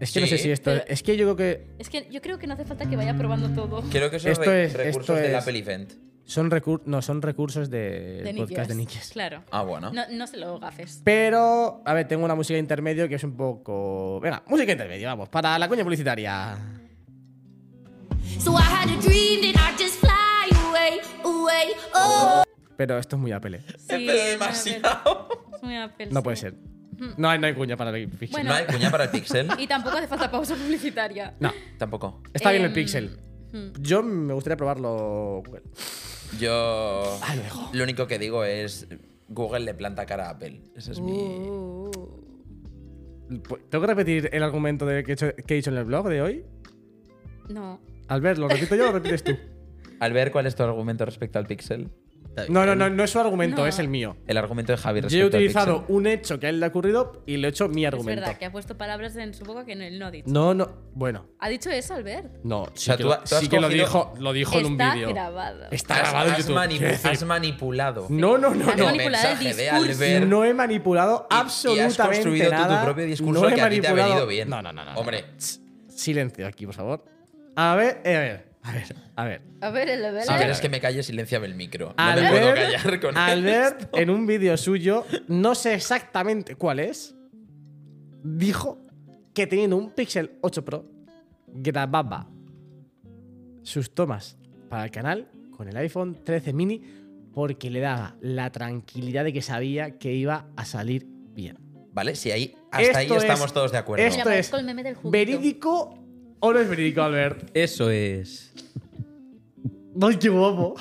Speaker 1: Es que no sé
Speaker 3: Sí.
Speaker 1: si esto.
Speaker 4: Pero-
Speaker 1: Es que yo creo que
Speaker 4: Es que yo creo que no hace falta que vaya probando todo.
Speaker 3: Creo que son
Speaker 1: Esto
Speaker 3: re-
Speaker 1: es-
Speaker 3: recursos
Speaker 1: esto
Speaker 3: del
Speaker 1: es-
Speaker 3: Apple Event.
Speaker 1: son, recur- no, son recursos del
Speaker 4: De
Speaker 1: podcast de
Speaker 4: Nikes.
Speaker 1: Nikes.
Speaker 4: Claro.
Speaker 3: Ah, bueno. <laughs>
Speaker 4: No, no se lo gafes.
Speaker 1: Pero, a ver, tengo una música de intermedio que es un poco. Venga, música de intermedio, vamos, para la coña publicitaria.
Speaker 7: So I had a dream that I'd just fly away, away, oh.
Speaker 1: Pero esto es muy Apple.
Speaker 4: Sí,
Speaker 3: Pero
Speaker 4: es muy
Speaker 3: demasiado.
Speaker 4: Apple. Es muy Apple,
Speaker 1: No puede
Speaker 4: sí.
Speaker 1: ser. No hay, no hay cuña para el Pixel.
Speaker 4: Bueno.
Speaker 3: ¿No hay cuña para
Speaker 4: <laughs>
Speaker 3: el pixel?
Speaker 4: Y tampoco hace falta pausa publicitaria.
Speaker 1: No,
Speaker 3: Tampoco.
Speaker 1: está bien el
Speaker 4: Em,
Speaker 1: Pixel. Yo me gustaría probarlo. Google.
Speaker 3: Yo. Lo único que digo es. Google le planta cara a Apple. Ese es mi.
Speaker 4: Uh.
Speaker 1: ¿Tengo que repetir el argumento de que, he hecho, que he dicho en el blog de hoy?
Speaker 4: No.
Speaker 1: Albert, ¿lo repito yo o lo repites tú?
Speaker 3: Al ver cuál es tu argumento respecto al Pixel.
Speaker 1: No, no, no, no es su argumento,
Speaker 4: No.
Speaker 1: es el mío.
Speaker 3: El argumento de
Speaker 1: Yo
Speaker 3: Javier
Speaker 1: he
Speaker 3: respecto al
Speaker 1: utilizado
Speaker 3: Pixel.
Speaker 1: un hecho que a él le ha ocurrido y le he hecho mi
Speaker 4: Es
Speaker 1: argumento.
Speaker 4: verdad que ha puesto palabras en su boca que no- él no ha dicho.
Speaker 1: No, no, bueno,
Speaker 4: ¿Ha dicho eso, Albert?
Speaker 1: no, sí,
Speaker 3: sea,
Speaker 1: que,
Speaker 3: tú
Speaker 1: lo,
Speaker 3: ha- tú has
Speaker 1: sí que lo
Speaker 3: cogido-
Speaker 1: dijo, lo dijo en un
Speaker 4: Está
Speaker 1: vídeo.
Speaker 4: grabado.
Speaker 1: Está
Speaker 3: Has,
Speaker 1: grabado en
Speaker 3: has
Speaker 1: YouTube.
Speaker 3: manipu-
Speaker 1: Quiero decir,
Speaker 3: has manipulado.
Speaker 1: <laughs> No, no, no,
Speaker 4: Has
Speaker 1: no.
Speaker 4: manipulado el
Speaker 3: mensaje de
Speaker 4: discurso.
Speaker 3: Albert.
Speaker 1: No he manipulado
Speaker 3: Y-
Speaker 1: absolutamente
Speaker 3: y has construido tú
Speaker 1: nada.
Speaker 3: tu propio discurso
Speaker 1: No he
Speaker 3: que a ti te ha
Speaker 1: manipulado-
Speaker 3: venido bien.
Speaker 1: No, no, no, no, no.
Speaker 3: Hombre,
Speaker 1: Tss, Silencio aquí, por favor. A ver, eh, a ver, a ver, a ver.
Speaker 4: A ver, el Albert.
Speaker 3: si
Speaker 1: ver, a
Speaker 3: quieres
Speaker 1: ver.
Speaker 3: que me calle, silenciame el micro. no me puedo callar
Speaker 1: Albert,
Speaker 3: con
Speaker 1: Albert, en un vídeo suyo, no sé exactamente cuál es, dijo que teniendo un Pixel 8 Pro grababa sus tomas para el canal con el iPhone 13 mini porque le daba la tranquilidad de que sabía que iba a salir bien.
Speaker 3: Vale, si ahí, hasta ahí
Speaker 1: Esto es-
Speaker 3: estamos todos de acuerdo.
Speaker 1: esto
Speaker 4: parezco
Speaker 1: es
Speaker 4: el meme del juguito.
Speaker 1: verídico o no es verídico, Albert.
Speaker 2: Eso es.
Speaker 1: ¡Ay, qué bobo!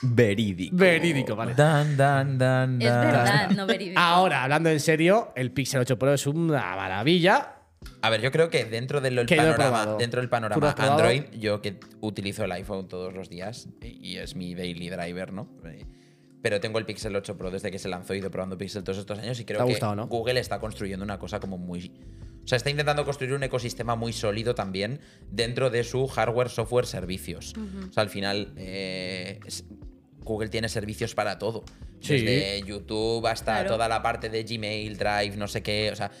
Speaker 2: Verídico.
Speaker 1: Verídico, vale.
Speaker 3: Dan, dan, dan,
Speaker 4: Es
Speaker 3: dan.
Speaker 4: verdad,
Speaker 1: Ah,
Speaker 4: no verídico.
Speaker 1: Ahora, hablando en serio, el Pixel 8 Pro es una maravilla.
Speaker 3: A ver, yo creo que dentro del
Speaker 1: Que yo he
Speaker 3: panorama,
Speaker 1: probado.
Speaker 3: dentro del
Speaker 1: ¿Tú lo
Speaker 3: panorama
Speaker 1: has probado?
Speaker 3: Android, yo que utilizo el iPhone todos los días y y es mi daily driver, ¿no? Eh, Pero tengo el Pixel 8 Pro desde que se lanzó y he ido probando Pixel todos estos años y creo
Speaker 1: ha
Speaker 3: que
Speaker 1: gustado, ¿no?
Speaker 3: Google está construyendo una cosa como muy... O sea, está intentando construir un ecosistema muy sólido también dentro de su hardware, software, servicios. O sea, al final eh, es- Google tiene servicios para todo.
Speaker 1: Sí.
Speaker 3: Desde YouTube hasta
Speaker 4: Claro.
Speaker 3: toda la parte de Gmail, Drive, no sé qué. O sea,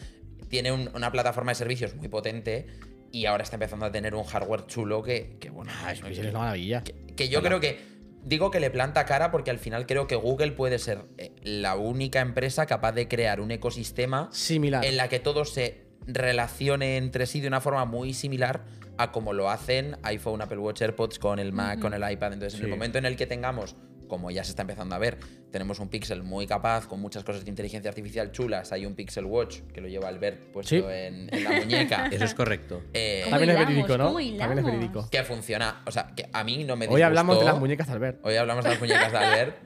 Speaker 3: tiene un- una plataforma de servicios muy potente y ahora está empezando a tener un hardware chulo que, que bueno,
Speaker 1: Ah, es
Speaker 3: no
Speaker 1: que
Speaker 3: sé.
Speaker 1: es una maravilla.
Speaker 3: Que yo creo que. Digo que le planta cara porque al final creo que Google puede ser eh, la única empresa capaz de crear un ecosistema
Speaker 1: Similar.
Speaker 3: en la que todo se relacione entre sí de una forma muy similar a como lo hacen iPhone, Apple Watch, AirPods con el Mac, con el iPad. Entonces, en el
Speaker 1: Sí.
Speaker 3: momento en el que tengamos, como ya se está empezando a ver, tenemos un Pixel muy capaz con muchas cosas de inteligencia artificial chulas, hay un Pixel Watch que lo lleva Albert puesto
Speaker 1: Sí.
Speaker 3: en, en la
Speaker 1: <laughs>
Speaker 3: muñeca,
Speaker 2: Eso es
Speaker 4: <laughs>
Speaker 2: correcto.
Speaker 3: eh,
Speaker 4: ¿Cómo
Speaker 1: También es
Speaker 4: hilamos?
Speaker 1: verídico, ¿no?
Speaker 4: ¿Cómo
Speaker 1: También es
Speaker 4: hilamos?
Speaker 1: verídico.
Speaker 3: que funciona. O sea, que a mí no me
Speaker 1: Hoy hablamos de
Speaker 3: disgustó.
Speaker 1: las muñecas de Albert.
Speaker 3: Hoy hablamos de las muñecas
Speaker 4: <laughs>
Speaker 3: de Albert.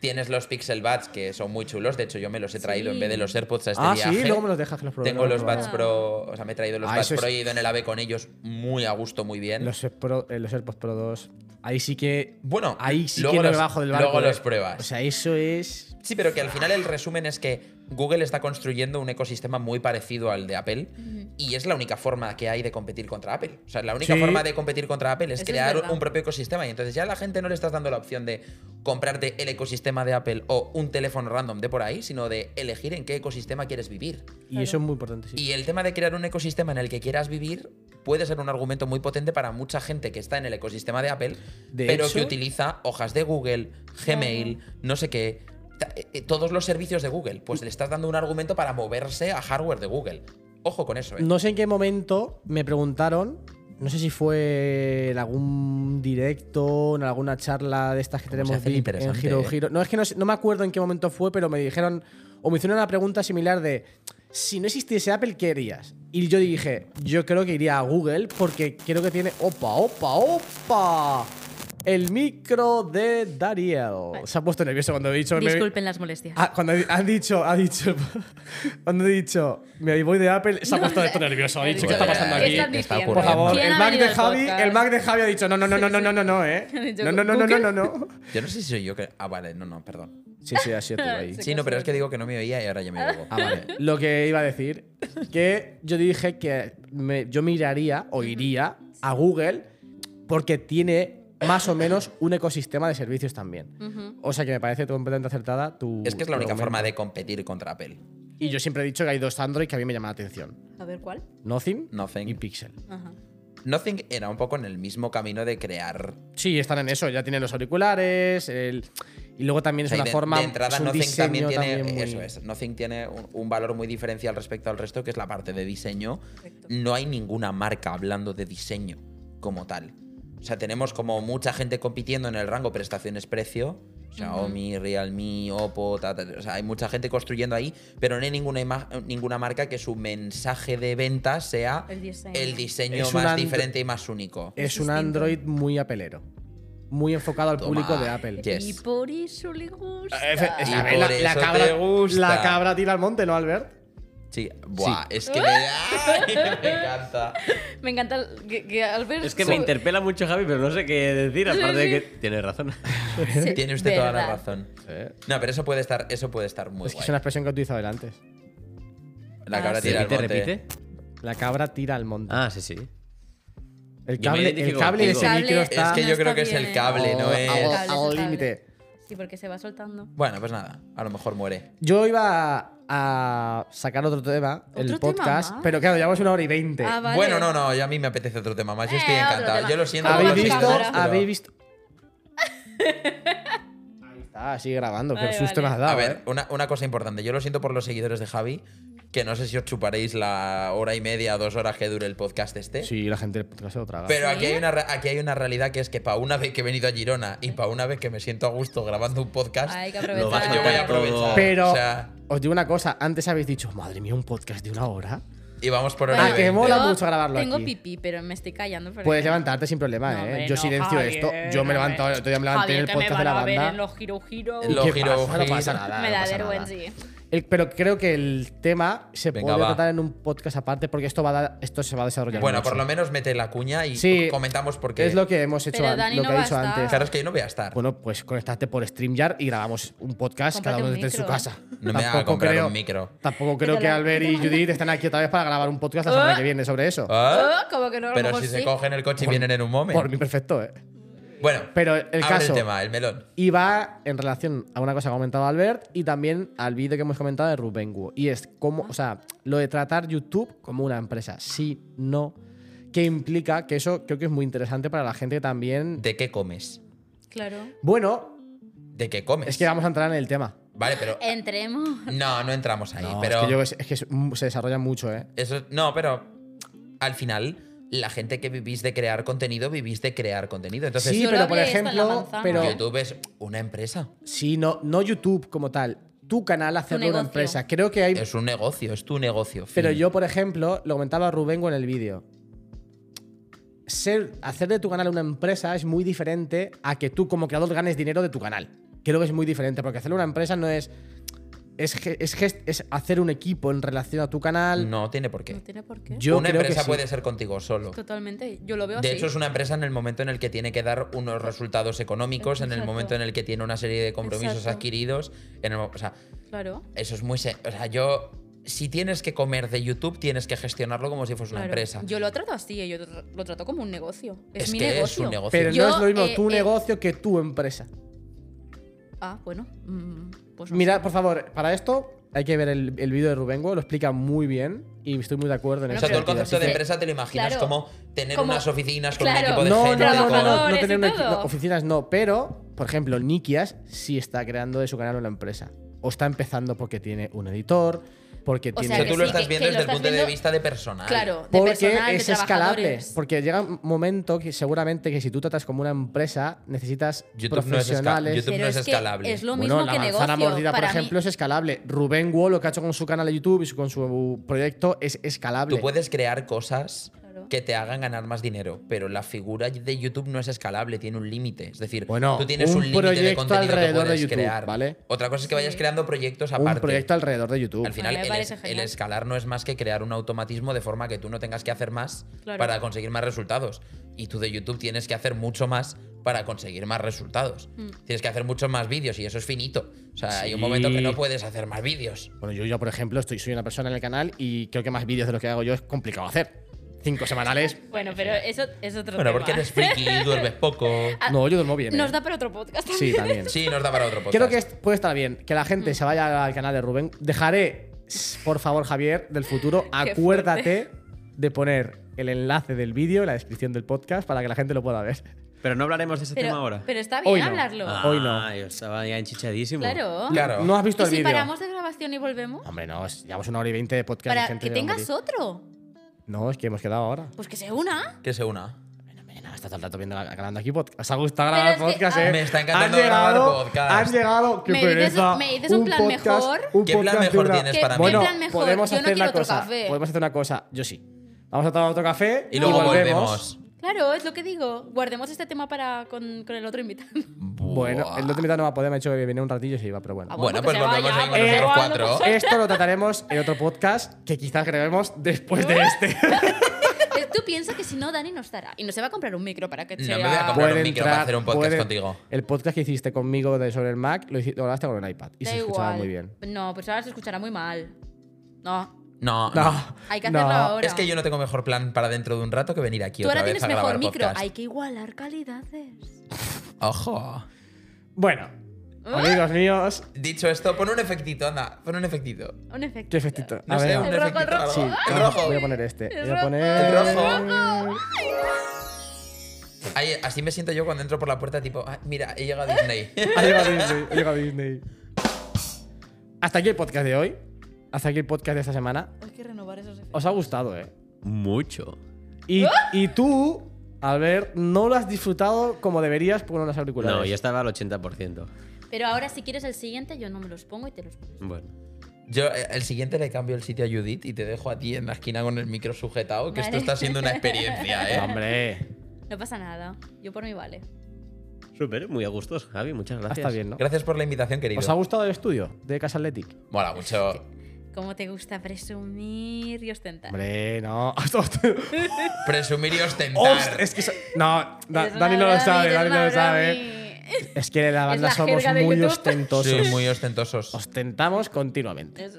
Speaker 3: Tienes los Pixel Buds que son muy chulos. De hecho, yo me los he traído
Speaker 4: Sí.
Speaker 3: en vez de los AirPods a este
Speaker 1: Ah,
Speaker 3: viaje.
Speaker 1: sí, luego me los dejas que los probemos.
Speaker 3: Tengo los Buds
Speaker 4: Ah.
Speaker 3: Pro, o sea, me he traído los
Speaker 1: Ah,
Speaker 3: Buds
Speaker 1: eso es-
Speaker 3: Pro y he ido en el AVE con ellos muy a gusto, muy bien.
Speaker 1: Los, Pro- eh, los AirPods Pro 2. Ahí sí que.
Speaker 3: Bueno,
Speaker 1: Ahí sí
Speaker 3: luego
Speaker 1: que no
Speaker 3: los-
Speaker 1: me bajo del barco.
Speaker 3: luego
Speaker 1: de-
Speaker 3: los pruebas.
Speaker 1: O sea, eso es.
Speaker 3: Sí, pero que al final el resumen es que Google está construyendo un ecosistema muy parecido al de Apple y es la única forma que hay de competir contra Apple. O sea, la única
Speaker 1: Sí.
Speaker 3: forma de competir contra Apple es
Speaker 4: Eso es
Speaker 3: crear
Speaker 4: verdad.
Speaker 3: un propio ecosistema y entonces ya a la gente no le estás dando la opción de comprarte el ecosistema de Apple o un teléfono random de por ahí, sino de elegir en qué ecosistema quieres vivir.
Speaker 1: Y eso es muy importante, sí.
Speaker 3: Y el tema de crear un ecosistema en el que quieras vivir puede ser un argumento muy potente para mucha gente que está en el ecosistema de Apple,
Speaker 1: De
Speaker 3: pero
Speaker 1: hecho-
Speaker 3: que utiliza hojas de Google, Gmail, no sé qué, ta- eh, eh, todos los servicios de Google. Pues le estás dando un argumento para moverse a hardware de Google. Ojo con eso, ¿eh?
Speaker 1: No sé en qué momento me preguntaron. No sé si fue en algún directo, en alguna charla de estas que
Speaker 3: Cómo se
Speaker 1: tenemos
Speaker 3: hace el
Speaker 1: VIP en
Speaker 3: interesante,
Speaker 1: Giro
Speaker 3: ¿eh?
Speaker 1: Giro. No es que no, sé- no me acuerdo en qué momento fue, pero me dijeron o me hicieron una pregunta similar de si no existiese Apple, ¿qué harías? Y yo dije, yo creo que iría a Google porque creo que tiene opa, opa, opa. El micro de Dariel. Se ha puesto nervioso cuando he dicho me-
Speaker 4: <laughs> Disculpen las molestias.
Speaker 1: Ah, cuando ha- han dicho, ha dicho, <laughs> cuando he dicho, me voy de Apple, se ha puesto de esto nervioso. Ha dicho, ¿qué está pasando
Speaker 4: ¿Qué
Speaker 1: aquí?
Speaker 4: están
Speaker 3: ¿Qué está
Speaker 4: diciendo?
Speaker 1: Por favor,
Speaker 4: ¿Quién
Speaker 1: el
Speaker 4: ha
Speaker 1: Mac
Speaker 4: venido
Speaker 1: de
Speaker 4: al
Speaker 1: Javi,
Speaker 4: podcast?
Speaker 1: el Mac de Javi ha dicho, no, no, no, no, no, no, no, no,
Speaker 4: <laughs>
Speaker 1: eh.
Speaker 4: Ha dicho,
Speaker 1: No, no, no, no, no,
Speaker 4: ¿Google?
Speaker 1: no, no.
Speaker 3: Yo no sé si soy yo que... Ah, vale, no, no, perdón.
Speaker 1: Sí, sí, ha sido tú ahí.
Speaker 3: Sí, no, pero es que digo que no me oía y ahora ya me oigo.
Speaker 1: Ah, vale. Lo que iba a decir, que yo dije que me- yo miraría o iría a Google porque tiene más o menos un ecosistema de servicios también.
Speaker 4: Ujú.
Speaker 1: O sea que me parece completamente acertada tu.
Speaker 3: Es que es la
Speaker 1: tu
Speaker 3: única
Speaker 1: argumento.
Speaker 3: forma de competir contra Apple.
Speaker 1: Y yo siempre he dicho que hay dos Android que a mí me llaman la atención:
Speaker 4: A ver cuál.
Speaker 1: Nothing,
Speaker 3: Nothing.
Speaker 1: y Pixel.
Speaker 4: Ajá.
Speaker 3: Nothing era un poco en el mismo camino de crear.
Speaker 1: Sí, están en eso, ya tienen los auriculares. el- Y luego también
Speaker 3: o
Speaker 1: es
Speaker 3: sea,
Speaker 1: una
Speaker 3: de,
Speaker 1: forma.
Speaker 3: de entrada,
Speaker 1: es un
Speaker 3: Nothing
Speaker 1: diseño
Speaker 3: también tiene.
Speaker 1: también muy-
Speaker 3: Eso es. Nothing tiene un, un valor muy diferencial respecto al resto, que es la parte de diseño.
Speaker 4: Correcto.
Speaker 3: No hay ninguna marca hablando de diseño como tal. O sea, tenemos como mucha gente compitiendo en el rango prestaciones-precio. Xiaomi, Realme, Oppo, ta, ta, ta. o sea, hay mucha gente construyendo ahí, pero no hay ninguna, ima- ninguna marca que su mensaje de venta sea
Speaker 4: El diseño.
Speaker 3: el diseño
Speaker 1: Es Eh, un
Speaker 3: más
Speaker 1: Andro-
Speaker 3: diferente y más único.
Speaker 1: Es un
Speaker 4: distinto.
Speaker 1: Android muy apelero. Muy enfocado al
Speaker 3: Toma.
Speaker 1: público de Apple.
Speaker 3: Yes.
Speaker 4: Y por eso le gusta.
Speaker 1: Efe- <laughs> es- a
Speaker 3: Y
Speaker 1: ver,
Speaker 3: por
Speaker 1: la,
Speaker 3: eso
Speaker 1: la
Speaker 3: te
Speaker 1: cabra,
Speaker 3: gusta.
Speaker 1: la cabra tira al monte, ¿no, Albert?
Speaker 3: Sí, buah, es que me, <laughs> ay, me encanta.
Speaker 4: Me encanta el- que, que Albert.
Speaker 2: Es que me
Speaker 4: su-
Speaker 2: interpela mucho Javi, pero no sé qué decir,
Speaker 4: Sí,
Speaker 2: aparte de que
Speaker 4: sí.
Speaker 1: <laughs>
Speaker 2: tiene razón.
Speaker 4: Sí,
Speaker 3: Tiene usted toda la
Speaker 4: verdad.
Speaker 3: razón. No, pero eso puede estar, eso puede estar muy
Speaker 1: es que
Speaker 3: guay.
Speaker 1: es una expresión que he utilizado antes.
Speaker 3: La cabra
Speaker 4: Ah, sí.
Speaker 3: tira al
Speaker 2: ¿Repite,
Speaker 3: monte.
Speaker 2: repite?
Speaker 1: La cabra tira al monte.
Speaker 2: Ah, sí, sí.
Speaker 1: el
Speaker 2: yo me
Speaker 1: cable, el
Speaker 2: identifico
Speaker 1: cable de ese
Speaker 2: contigo.
Speaker 4: El
Speaker 1: micro
Speaker 4: cable-
Speaker 3: Es
Speaker 1: está
Speaker 3: que
Speaker 4: No
Speaker 3: yo creo
Speaker 4: está
Speaker 3: que es
Speaker 4: bien,
Speaker 3: el
Speaker 4: ¿eh?
Speaker 3: cable, no
Speaker 1: al-
Speaker 3: es.
Speaker 4: Cable,
Speaker 1: al
Speaker 4: cable.
Speaker 1: límite.
Speaker 4: Sí, porque se va soltando.
Speaker 3: Bueno, pues nada, a lo mejor muere.
Speaker 1: Yo iba a sacar otro tema, el
Speaker 4: ¿Otro tema
Speaker 1: podcast,
Speaker 4: más?
Speaker 1: pero claro, llevamos una hora y veinte.
Speaker 4: Ah, vale.
Speaker 3: Bueno, no, no, yo a mí me apetece otro tema más. Yo estoy
Speaker 4: Eh, otro
Speaker 3: encantado.
Speaker 4: tema.
Speaker 3: Yo lo siento.
Speaker 4: ¿Habéis
Speaker 3: por los
Speaker 4: visto?
Speaker 3: seguidores, pero-
Speaker 1: ¿Habéis visto? Ahí está, sigue grabando, que
Speaker 4: Vale,
Speaker 1: susto me
Speaker 4: vale.
Speaker 1: has dado.
Speaker 3: A ver,
Speaker 1: ¿eh?
Speaker 3: una, una cosa importante. Yo lo siento por los seguidores de Javi, que no sé si os chuparéis la hora y media, dos horas que dure el podcast este.
Speaker 1: Sí, la gente del podcast se lo traga.
Speaker 3: Pero
Speaker 4: ¿Sí?
Speaker 3: aquí hay, una, re- aquí hay una realidad que es que para una vez que he venido a Girona y para una vez que me siento a gusto grabando un podcast,
Speaker 4: Hay que
Speaker 2: Lo vas
Speaker 4: aprovechar.
Speaker 3: yo voy a
Speaker 2: todo.
Speaker 3: aprovechar.
Speaker 1: Pero
Speaker 3: O sea,
Speaker 1: os digo una cosa, antes habéis dicho, madre mía, un podcast de una hora.
Speaker 3: y vamos por
Speaker 1: Ah,
Speaker 3: hora y
Speaker 1: que
Speaker 3: 20.
Speaker 1: mola
Speaker 4: Yo
Speaker 1: mucho grabarlo
Speaker 4: Tengo
Speaker 1: aquí. Pues
Speaker 4: pipí, pero me estoy callando. porque-
Speaker 1: Puedes levantarte sin problema,
Speaker 4: No,
Speaker 1: ¿eh?
Speaker 4: hombre,
Speaker 1: Yo
Speaker 4: no,
Speaker 1: silencio
Speaker 4: Javier,
Speaker 1: esto. Yo me
Speaker 4: no,
Speaker 1: he levantado, el otro día me levanté
Speaker 4: Javier,
Speaker 1: en el
Speaker 4: que me
Speaker 1: podcast de
Speaker 4: van
Speaker 1: la
Speaker 4: a ver
Speaker 1: banda.
Speaker 4: en los giro giro.
Speaker 1: ¿Y
Speaker 3: Lo
Speaker 1: qué
Speaker 3: giro,
Speaker 1: pasa? No
Speaker 3: giro.
Speaker 1: pasa nada.
Speaker 4: me
Speaker 1: no
Speaker 4: da
Speaker 1: pasa nada.
Speaker 4: vergüenza.
Speaker 1: El- pero creo que el tema se
Speaker 3: Venga,
Speaker 1: puede
Speaker 3: va.
Speaker 1: tratar en un podcast aparte porque esto va a dar- esto se va a desarrollar.
Speaker 3: Bueno,
Speaker 1: mucho.
Speaker 3: por lo menos mete la cuña y
Speaker 1: Sí.
Speaker 3: comentamos porque.
Speaker 1: es lo que hemos hecho,
Speaker 4: Pero
Speaker 1: an-
Speaker 4: Dani
Speaker 1: lo
Speaker 4: no
Speaker 1: que ha
Speaker 4: va a
Speaker 1: dicho
Speaker 4: estar.
Speaker 1: antes.
Speaker 3: Claro, es que yo no voy a estar.
Speaker 1: Bueno, pues conectarte por StreamYard y grabamos un podcast cada
Speaker 4: Cómprate
Speaker 1: uno
Speaker 4: un
Speaker 1: desde su
Speaker 4: micro.
Speaker 1: casa.
Speaker 3: No me haga comprar un micro.
Speaker 1: Tampoco creo que
Speaker 4: la-
Speaker 1: Albert y Judith estén aquí otra vez para grabar un podcast la semana que viene sobre eso.
Speaker 3: ¿Ah?
Speaker 4: Oh, como que no, a lo
Speaker 3: Pero
Speaker 4: mejor
Speaker 3: si se
Speaker 4: sí.
Speaker 3: cogen el coche y vienen en un momento.
Speaker 1: Por mí perfecto, ¿eh?
Speaker 3: Bueno,
Speaker 1: Pero el
Speaker 3: abre
Speaker 1: caso-
Speaker 3: el tema, el melón.
Speaker 1: Y va en relación a una cosa que ha comentado Albert y también al vídeo que hemos comentado de Rubén Guo. Y es como, o sea, lo de tratar YouTube como una empresa. Sí, no. Que implica que eso creo que es muy interesante para la gente que también.
Speaker 3: ¿De qué comes?
Speaker 4: Claro.
Speaker 1: Bueno,
Speaker 3: ¿De qué comes?
Speaker 1: es que vamos a entrar en el tema.
Speaker 3: Vale, pero.
Speaker 4: Eh. Entremos.
Speaker 3: No, no entramos ahí.
Speaker 1: No,
Speaker 3: pero
Speaker 1: es que, yo- es que es- mm, se desarrolla mucho, ¿eh?
Speaker 3: Eso, no, pero al final, la gente que vivís de crear contenido, vivís de crear contenido. Entonces,
Speaker 1: sí,
Speaker 4: Solo
Speaker 1: pero por
Speaker 4: habría esta en la
Speaker 1: ejemplo,
Speaker 4: manzana.
Speaker 1: pero
Speaker 3: YouTube es una empresa.
Speaker 1: sí, no, no YouTube como tal, tu canal hacerlo una
Speaker 4: negocio.
Speaker 1: empresa. Creo que hay.
Speaker 3: Es un negocio, es tu negocio.
Speaker 1: Pero
Speaker 3: fin.
Speaker 1: yo, por ejemplo, lo comentaba Rubén en el vídeo. Ser, hacer de tu canal una empresa es muy diferente a que tú como creador ganes dinero de tu canal. Creo que es muy diferente, porque hacerlo una empresa no es. Es, ge- es, gest- es hacer un equipo en relación a tu canal.
Speaker 3: No tiene por qué.
Speaker 4: No tiene por qué.
Speaker 1: Yo
Speaker 3: una
Speaker 1: creo
Speaker 3: empresa
Speaker 1: que sí.
Speaker 3: puede ser contigo solo.
Speaker 4: Totalmente. Yo lo veo
Speaker 3: De
Speaker 4: así.
Speaker 3: hecho, es una empresa en el momento en el que tiene que dar unos resultados económicos, en el
Speaker 4: Exacto.
Speaker 3: momento en el que tiene una serie de compromisos
Speaker 4: Exacto.
Speaker 3: adquiridos. En el mo- o sea,
Speaker 4: Claro.
Speaker 3: eso es muy. se- O sea, yo. Si tienes que comer de YouTube, tienes que gestionarlo como si fuese una
Speaker 4: claro.
Speaker 3: empresa.
Speaker 4: Yo lo trato así, eh, yo tr- lo trato como un negocio. Es,
Speaker 3: es
Speaker 4: mi
Speaker 3: que
Speaker 4: negocio.
Speaker 3: es un negocio.
Speaker 1: Pero
Speaker 4: Yo,
Speaker 1: no es lo mismo
Speaker 4: eh,
Speaker 1: tu
Speaker 4: eh,
Speaker 1: negocio que tu empresa.
Speaker 4: Ah, bueno. mm, pues no sé.
Speaker 1: Mirad, por favor, para esto hay que ver el, el vídeo de Rubengo, lo explica muy bien y estoy muy de acuerdo en
Speaker 4: Bueno,
Speaker 3: o
Speaker 1: eso.
Speaker 3: sea, tú el
Speaker 4: pero-
Speaker 3: concepto de
Speaker 4: sí.
Speaker 3: empresa te lo imaginas
Speaker 4: Claro.
Speaker 3: como tener
Speaker 4: Como-
Speaker 3: unas oficinas con
Speaker 4: claro.
Speaker 3: un equipo de
Speaker 1: no,
Speaker 3: gente.
Speaker 1: no, no, no,
Speaker 3: con-
Speaker 1: no, no
Speaker 4: trabajadores
Speaker 1: tener
Speaker 4: y
Speaker 1: un equi-
Speaker 4: todo.
Speaker 1: no, oficinas no, pero, por ejemplo, Nikias sí está creando de su canal una empresa. O está empezando porque tiene un editor, porque
Speaker 4: O
Speaker 1: tiene...
Speaker 4: sea,
Speaker 3: O sea,
Speaker 4: que
Speaker 3: tú lo
Speaker 4: sí,
Speaker 3: estás
Speaker 4: que-
Speaker 3: viendo
Speaker 4: que lo
Speaker 3: desde el
Speaker 4: estás
Speaker 3: punto de
Speaker 4: viendo-
Speaker 3: vista de personal.
Speaker 4: Claro, de
Speaker 1: porque
Speaker 4: personal, de
Speaker 1: es escalable.
Speaker 4: trabajadores.
Speaker 1: Porque llega un momento que seguramente que si tú tratas como una empresa, necesitas
Speaker 3: YouTube no es esca-
Speaker 1: profesionales...
Speaker 3: YouTube no es
Speaker 4: que
Speaker 3: escalable.
Speaker 4: es lo mismo
Speaker 1: Bueno, la
Speaker 4: que
Speaker 1: manzana
Speaker 4: negocio.
Speaker 1: mordida, por
Speaker 4: Para
Speaker 1: ejemplo,
Speaker 4: mí-
Speaker 1: es escalable. Rubén Guo, lo que ha hecho con su canal de YouTube y su- con su proyecto, es escalable.
Speaker 3: Tú puedes crear cosas
Speaker 4: Claro.
Speaker 3: que te hagan ganar más dinero, pero la figura de YouTube no es escalable, tiene un límite. Es decir,
Speaker 1: Bueno,
Speaker 3: tú tienes
Speaker 1: un
Speaker 3: un, límite de
Speaker 1: proyecto
Speaker 3: contenido que
Speaker 1: alrededor de
Speaker 3: puedes
Speaker 1: YouTube,
Speaker 3: crear.
Speaker 1: ¿vale?
Speaker 3: Otra cosa es que vayas creando proyectos
Speaker 1: un
Speaker 3: aparte.
Speaker 1: proyecto alrededor de YouTube.
Speaker 3: Al final,
Speaker 4: Vale, me
Speaker 3: el,
Speaker 4: parece
Speaker 3: es-
Speaker 4: genial.
Speaker 3: el escalar no es más que crear un automatismo de forma que tú no tengas que hacer más
Speaker 4: Claro.
Speaker 3: para conseguir más resultados. Y tú de YouTube tienes que hacer mucho más para conseguir más resultados.
Speaker 4: Mm.
Speaker 3: Tienes que hacer muchos más vídeos y eso es finito. O sea, hay un
Speaker 1: Sí.
Speaker 3: momento que no puedes hacer más vídeos.
Speaker 1: Bueno, yo, yo, por ejemplo, estoy, soy una persona en el canal y creo que más vídeos de los que hago yo es complicado hacer. Cinco semanales.
Speaker 4: <laughs> Bueno, pero eso es otro
Speaker 3: Bueno,
Speaker 4: tema.
Speaker 3: porque eres friki, duermes poco.
Speaker 1: No, yo duermo bien.
Speaker 4: <laughs> Ah, Nos
Speaker 1: eh.
Speaker 4: da para otro podcast.
Speaker 1: Sí, también.
Speaker 3: Sí, nos da para otro podcast.
Speaker 1: <laughs> Creo que es- puede estar bien que la
Speaker 4: Mm.
Speaker 1: gente se vaya al canal de Rubén. Dejaré, s- por favor, Javier, del
Speaker 4: <laughs>
Speaker 1: futuro, acuérdate de poner el enlace del vídeo en la descripción del podcast para que la gente lo pueda ver.
Speaker 2: Pero no hablaremos de ese tema
Speaker 4: <laughs> Pero,
Speaker 2: ahora.
Speaker 4: pero está bien
Speaker 1: Hoy no.
Speaker 4: hablarlo.
Speaker 1: Ah, hoy no.
Speaker 2: Ah, yo estaba ya enchichadísimo.
Speaker 4: Claro.
Speaker 3: Claro.
Speaker 1: este No has visto
Speaker 4: ¿Y
Speaker 1: el
Speaker 4: si
Speaker 1: vídeo.
Speaker 4: paramos de grabación y volvemos?
Speaker 1: Hombre, no, es- llevamos una hora y veinte de podcast. de
Speaker 4: Para
Speaker 1: gente
Speaker 4: que
Speaker 1: va a
Speaker 4: tengas
Speaker 1: morir.
Speaker 4: otro.
Speaker 1: No, es que hemos quedado ahora.
Speaker 4: Pues que se una.
Speaker 3: Que se una.
Speaker 1: Bueno, hombre, no, está todo el rato viendo, grabando aquí podcast. Os ha gustado
Speaker 4: Pero
Speaker 1: grabar
Speaker 4: es que-
Speaker 1: podcast,
Speaker 4: ah.
Speaker 1: eh.
Speaker 3: Me está
Speaker 1: han
Speaker 3: encantando grabar
Speaker 1: llegado,
Speaker 3: podcast.
Speaker 1: Han llegado. Qué
Speaker 4: Me dices-
Speaker 1: pereza.
Speaker 4: me dices un plan mejor.
Speaker 1: un
Speaker 3: ¿Qué plan
Speaker 1: podcast de
Speaker 3: mejor
Speaker 1: una-
Speaker 3: tienes
Speaker 4: ¿Qué-
Speaker 3: para
Speaker 4: qué
Speaker 3: mí?
Speaker 1: Bueno,
Speaker 4: plan mejor?
Speaker 1: podemos
Speaker 4: Yo no
Speaker 1: hacer
Speaker 4: quiero
Speaker 1: una
Speaker 4: otro
Speaker 1: cosa.
Speaker 4: café.
Speaker 1: Podemos hacer una cosa. Yo sí. Vamos a tomar otro café
Speaker 3: Y luego volvemos.
Speaker 4: Claro, es lo que digo. Guardemos este tema para con, con el otro invitado.
Speaker 1: Bueno,
Speaker 3: Buah.
Speaker 1: el otro invitado no va a poder, me ha dicho que venía un ratillo y se iba, pero bueno.
Speaker 4: Ah,
Speaker 3: Bueno,
Speaker 4: que
Speaker 3: pues
Speaker 4: se
Speaker 3: volvemos
Speaker 4: vaya,
Speaker 3: ahí con
Speaker 4: que se
Speaker 3: nosotros
Speaker 4: vaya, no
Speaker 3: cuatro.
Speaker 4: pasa
Speaker 1: Esto lo trataremos en otro podcast que quizás grabemos después de este.
Speaker 4: Eh, <laughs> Tú piensas que si no, Dani no estará. Y no se va a comprar un micro para que
Speaker 3: No
Speaker 4: sea...
Speaker 3: me voy a comprar. un micro para hacer un podcast contigo.
Speaker 1: El podcast que hiciste conmigo de- sobre el Mac lo, hiciste, lo grabaste con el iPad y
Speaker 4: Da
Speaker 1: se escuchaba
Speaker 4: igual.
Speaker 1: muy bien.
Speaker 4: No, pues ahora se escuchará muy mal. No.
Speaker 3: No, no.
Speaker 1: No,
Speaker 4: Hay que
Speaker 1: no.
Speaker 4: hacerlo ahora.
Speaker 3: Es que yo no tengo mejor plan para dentro de un rato que venir aquí
Speaker 4: Tú
Speaker 3: otra
Speaker 4: ahora
Speaker 3: vez
Speaker 4: tienes
Speaker 3: a
Speaker 4: mejor
Speaker 3: grabar
Speaker 4: micro.
Speaker 3: podcast.
Speaker 4: Hay que igualar calidades.
Speaker 3: Ojo.
Speaker 1: Bueno,
Speaker 3: Ah.
Speaker 1: amigos míos,
Speaker 3: Dicho esto, pon un efectito, anda, pon un efectito.
Speaker 4: Un efecto.
Speaker 1: qué festito.
Speaker 3: No
Speaker 1: A
Speaker 3: sé,
Speaker 1: ver,
Speaker 3: un
Speaker 4: El rojo, el
Speaker 3: efectito.
Speaker 4: rojo.
Speaker 1: sí,
Speaker 3: algo.
Speaker 1: a
Speaker 3: el
Speaker 1: ver,
Speaker 3: rojo.
Speaker 1: voy a poner este.
Speaker 4: El
Speaker 1: Voy a
Speaker 4: rojo,
Speaker 1: poner.
Speaker 3: el rojo. Ahí, así me siento yo cuando entro por la puerta, tipo, "Ah, mira, he llegado a Disney.
Speaker 1: <laughs> Ha llegado Disney, ha llegado Disney. Hasta aquí el podcast de hoy. Hasta aquí el podcast de esta semana.
Speaker 4: Hay que renovar esos efectos.
Speaker 1: Os ha gustado, ¿eh?
Speaker 2: Mucho.
Speaker 3: ¿Ah?
Speaker 1: Y, y tú, al ver, no lo has disfrutado como deberías por unos auriculares.
Speaker 2: No, yo estaba al 80%.
Speaker 4: Pero ahora, si quieres el siguiente, yo no me los pongo y te los pongo.
Speaker 2: Bueno.
Speaker 3: Yo eh, el siguiente le cambio el sitio a Judith y te dejo a ti en la esquina con el micro sujetado, que esto
Speaker 4: Vale.
Speaker 3: está siendo
Speaker 1: <laughs>
Speaker 3: una experiencia,
Speaker 1: No,
Speaker 3: ¿eh?
Speaker 1: Hombre,
Speaker 4: No pasa nada. Yo por mí vale.
Speaker 2: Súper, muy a gustos, Javi, muchas gracias.
Speaker 1: está bien, ¿no?
Speaker 3: Gracias por la invitación, querido.
Speaker 1: ¿Os ha gustado el estudio de Casa Athletic?
Speaker 3: Mola mucho.
Speaker 4: ¿Cómo te gusta presumir y ostentar?
Speaker 1: Hombre, no. <laughs>
Speaker 4: <laughs>
Speaker 3: Presumir y
Speaker 1: Host-
Speaker 3: ostentar.
Speaker 1: es que. so- No, Da-
Speaker 4: Es la
Speaker 1: Dani no lo
Speaker 4: Dani,
Speaker 1: sabe,
Speaker 4: es
Speaker 1: Dani no
Speaker 4: la
Speaker 1: lo sabe.
Speaker 4: <laughs> Dani.
Speaker 1: Es que la banda
Speaker 4: la
Speaker 1: somos
Speaker 4: jerga de
Speaker 1: muy
Speaker 4: YouTube.
Speaker 1: ostentosos.
Speaker 3: Sí, muy ostentosos.
Speaker 1: Ostentamos continuamente.
Speaker 4: Es
Speaker 1: Mm.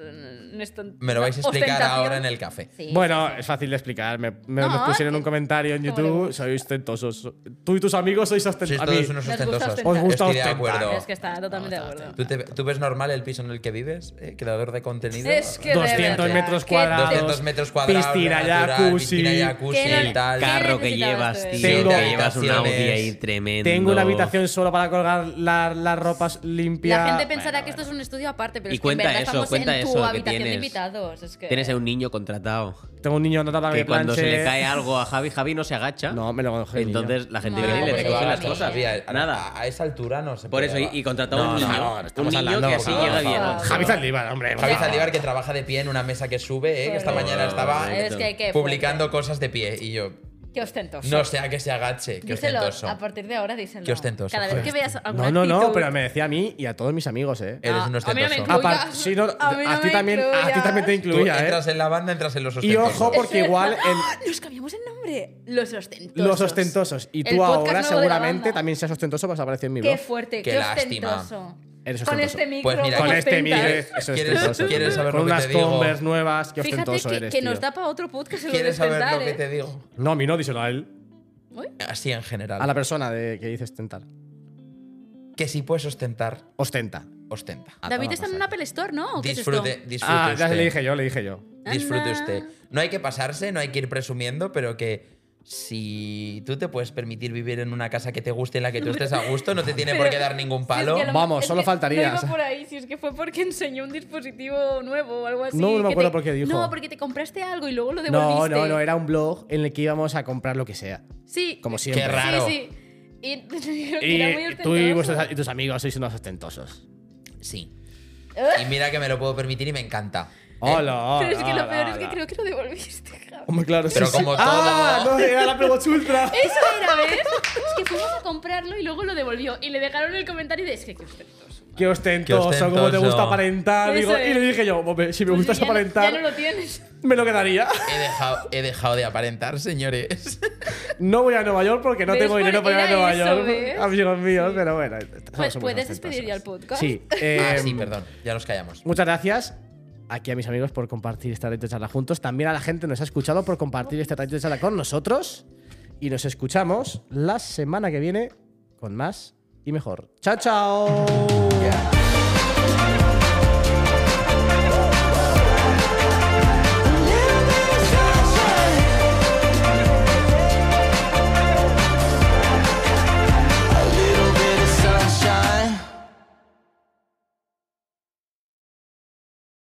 Speaker 4: un- un eston-
Speaker 3: Me lo vais a explicar
Speaker 4: ostentación.
Speaker 3: ahora en el café.
Speaker 4: Sí.
Speaker 1: Bueno, es fácil de explicar. Me, me
Speaker 4: No,
Speaker 1: lo pusieron en un
Speaker 4: es que-
Speaker 1: comentario en
Speaker 4: ¿cómo le
Speaker 1: YouTube.
Speaker 4: gusta?
Speaker 1: Sois ostentosos. Tú y tus amigos sois
Speaker 3: Sois
Speaker 1: ostentosos.
Speaker 3: todos unos
Speaker 4: Nos gusta
Speaker 3: ostentosos.
Speaker 4: ostentar. Os
Speaker 1: gusta
Speaker 3: Estoy de
Speaker 1: ostentar.
Speaker 3: acuerdo.
Speaker 4: Es que está totalmente de acuerdo.
Speaker 3: ¿Tú, te- tú ves normal el piso en el que vives? eh, ¿Creador de contenido?
Speaker 4: Es que de
Speaker 1: 200
Speaker 4: verdad,
Speaker 1: metros
Speaker 4: ¿qué-
Speaker 1: cuadrados.
Speaker 3: 200 metros cuadrados.
Speaker 1: Piscina,
Speaker 3: natural,
Speaker 1: jacuzzi.
Speaker 3: Piscina, jacuzzi
Speaker 4: Que no-
Speaker 3: y tal.
Speaker 4: que-
Speaker 2: Carro que
Speaker 4: necesitabas
Speaker 2: llevas,
Speaker 4: tú?
Speaker 2: tío.
Speaker 1: Tengo-
Speaker 2: Te llevas un Audi ahí
Speaker 3: habitaciones.
Speaker 2: tremendo.
Speaker 1: Tengo una habitación solo para colgar la- las ropas limpias.
Speaker 4: La gente pensará que esto es un estudio aparte, pero
Speaker 2: Y
Speaker 4: es que en
Speaker 2: cuenta
Speaker 4: verdad
Speaker 2: eso,
Speaker 4: estamos
Speaker 2: cuenta
Speaker 4: en tu
Speaker 2: eso, que
Speaker 4: habitación de
Speaker 2: tienes-
Speaker 4: invitados. Es que...
Speaker 2: Tienes a un niño contratado.
Speaker 1: Tengo un niño no para que,
Speaker 2: Que cuando se
Speaker 1: planche.
Speaker 2: le cae algo a Javi, Javi no se agacha.
Speaker 1: No, me lo coge el niño.
Speaker 2: Entonces la gente
Speaker 4: Madre
Speaker 2: viene y le
Speaker 4: mía.
Speaker 2: recoge las
Speaker 4: Madre
Speaker 2: cosas.
Speaker 4: mía.
Speaker 2: Nada.
Speaker 3: Nada. A esa altura no se
Speaker 2: Por
Speaker 3: puede.
Speaker 2: eso, y,
Speaker 3: va.
Speaker 2: y contratamos
Speaker 1: No,
Speaker 2: un
Speaker 1: no,
Speaker 2: niño.
Speaker 1: no, no, estamos
Speaker 2: un niño
Speaker 1: hablando,
Speaker 2: que
Speaker 1: por
Speaker 2: así
Speaker 1: favor,
Speaker 2: llega
Speaker 4: por
Speaker 2: bien.
Speaker 4: favor.
Speaker 1: Javi Zaldívar, hombre. por
Speaker 3: Javi
Speaker 1: favor.
Speaker 3: Zaldívar que trabaja de pie en una mesa que sube, eh, que esta
Speaker 4: Correcto.
Speaker 3: mañana estaba
Speaker 4: Ah, Es que hay que-
Speaker 3: publicando cosas de pie. Y yo,
Speaker 4: Qué ostentoso.
Speaker 3: no sea que se agache, que
Speaker 4: díselo,
Speaker 3: ostentoso.
Speaker 4: a partir de ahora díselo.
Speaker 3: Qué ostentoso.
Speaker 4: Cada vez que veas alguna
Speaker 1: No, no, no,
Speaker 4: actitud-
Speaker 1: pero me decía a mí y a todos mis amigos, ¿eh?
Speaker 3: Eres un
Speaker 4: No, Ah, a mí no me
Speaker 3: ostentoso.
Speaker 4: incluyas.
Speaker 1: Apar- sí, no,
Speaker 4: a mí no
Speaker 1: a ti
Speaker 4: me
Speaker 1: también, a ti
Speaker 4: incluyas.
Speaker 1: también te
Speaker 3: Tú
Speaker 1: incluía,
Speaker 3: entras
Speaker 1: ¿eh?
Speaker 3: en la banda, entras en los
Speaker 1: Y
Speaker 3: ostentosos.
Speaker 1: ojo, porque
Speaker 4: <laughs>
Speaker 1: igual en
Speaker 4: ¡Ah! Nos cambiamos el nombre. Los ostentosos.
Speaker 1: los ostentosos. Y
Speaker 4: El
Speaker 1: tú
Speaker 4: podcast
Speaker 1: ahora
Speaker 4: nuevo de la
Speaker 1: seguramente
Speaker 4: banda.
Speaker 1: también seas ostentoso vas a aparecer en mi
Speaker 4: Qué
Speaker 1: blog.
Speaker 4: fuerte,
Speaker 3: Qué
Speaker 4: qué,
Speaker 3: lástima.
Speaker 4: ostentoso.
Speaker 1: Eres
Speaker 4: Con
Speaker 1: ostentoso.
Speaker 4: este micro.
Speaker 3: Pues mira,
Speaker 1: Con
Speaker 4: ¿cómo
Speaker 1: este
Speaker 4: ostentas?
Speaker 1: micro eso es
Speaker 3: ¿Quieres-
Speaker 1: ostentoso.
Speaker 3: quieres saber
Speaker 1: Con
Speaker 3: lo que
Speaker 1: unas
Speaker 3: te digo?
Speaker 1: Converse nuevas, qué
Speaker 4: Fíjate
Speaker 1: ostentoso
Speaker 4: que,
Speaker 1: eres,
Speaker 4: que
Speaker 1: tío.
Speaker 4: nos da para otro podcast el
Speaker 3: ¿Quieres saber
Speaker 4: ostentar,
Speaker 3: lo que
Speaker 4: ¿eh?
Speaker 3: te digo?
Speaker 1: No, a mí no, díselo a él.
Speaker 3: Así en general.
Speaker 1: A la persona de, que dice ostentar.
Speaker 3: Que si puedes ostentar,
Speaker 1: Ostenta.
Speaker 3: ostenta.
Speaker 4: David está en un Apple Store, ¿no? ¿O ¿Qué es
Speaker 3: Disfrute,
Speaker 4: esto?
Speaker 3: disfrute
Speaker 1: Ah, ya
Speaker 3: usted.
Speaker 1: le dije yo, le dije yo.
Speaker 3: Disfrute
Speaker 4: Anda.
Speaker 3: usted. No hay que pasarse, no hay que ir presumiendo, pero que si tú te puedes permitir vivir en una casa que te guste, en la que tú estés a gusto, no te tiene por qué dar ningún palo.
Speaker 4: Si es que lo-
Speaker 1: Vamos,
Speaker 4: es
Speaker 1: solo
Speaker 4: que
Speaker 1: faltaría,
Speaker 4: No
Speaker 1: o sea.
Speaker 4: iba por ahí, si es que fue porque <laughs> enseñó un dispositivo nuevo o algo así.
Speaker 1: No, no me
Speaker 4: que
Speaker 1: acuerdo
Speaker 4: te-
Speaker 1: por qué dijo.
Speaker 4: No, porque te compraste algo y luego lo
Speaker 1: No,
Speaker 4: devolviste.
Speaker 1: no, no, era un blog en el que íbamos a comprar lo que sea.
Speaker 4: Sí.
Speaker 1: Como siempre.
Speaker 3: Qué raro.
Speaker 4: Sí, sí. Y, <laughs>
Speaker 1: Y
Speaker 4: era muy
Speaker 1: tú y,
Speaker 4: ostentoso.
Speaker 1: vuestros- y tus amigos sois unos ostentosos.
Speaker 3: Sí.
Speaker 4: Ah.
Speaker 3: Y mira que me lo puedo permitir y me encanta.
Speaker 1: Hola,
Speaker 4: <laughs> Pero es que lo
Speaker 1: hola,
Speaker 4: peor es que
Speaker 1: hola.
Speaker 4: creo que lo devolviste, <laughs> Javi.
Speaker 1: Hombre, claro,
Speaker 3: Pero
Speaker 1: sí, sí.
Speaker 3: como
Speaker 1: ¡Ah!
Speaker 3: todo.
Speaker 1: No, era la Apple Watch Ultra.
Speaker 4: Eso era, ¿ves? es que fuimos a comprarlo y luego lo devolvió. Y le dejaron el comentario de es que qué ostentoso.
Speaker 1: <laughs> Qué ostentoso,
Speaker 3: Qué
Speaker 1: como te gusta
Speaker 3: ostentoso.
Speaker 1: aparentar.
Speaker 4: Eso
Speaker 1: digo,
Speaker 4: es.
Speaker 1: y le dije yo, hombre, si me
Speaker 4: Pues
Speaker 1: gustas
Speaker 4: ya no-
Speaker 1: aparentar,
Speaker 4: Ya no lo tienes.
Speaker 1: me lo quedaría. <laughs>
Speaker 3: He dejado, he dejado de aparentar, señores.
Speaker 1: No voy a Nueva York porque no
Speaker 4: ¿Ves?
Speaker 1: tengo dinero
Speaker 4: Por-
Speaker 1: para ir a
Speaker 4: era
Speaker 1: Nueva
Speaker 4: eso,
Speaker 1: York. <laughs>
Speaker 4: ¿ves?
Speaker 1: Amigos míos, pero bueno. somos
Speaker 4: Pues
Speaker 1: unos
Speaker 4: puedes
Speaker 1: ostentosos. <laughs>
Speaker 4: despedir ya el podcast.
Speaker 1: Sí,
Speaker 3: Ah,
Speaker 1: eh,
Speaker 3: sí, perdón. Ya nos callamos.
Speaker 1: Muchas gracias. aquí a mis amigos por compartir esta radio de charla juntos. También a la gente nos ha escuchado por compartir esta radio de charla con nosotros. Y nos escuchamos la semana que viene con más y mejor. ¡Chao, chao!
Speaker 3: Yeah.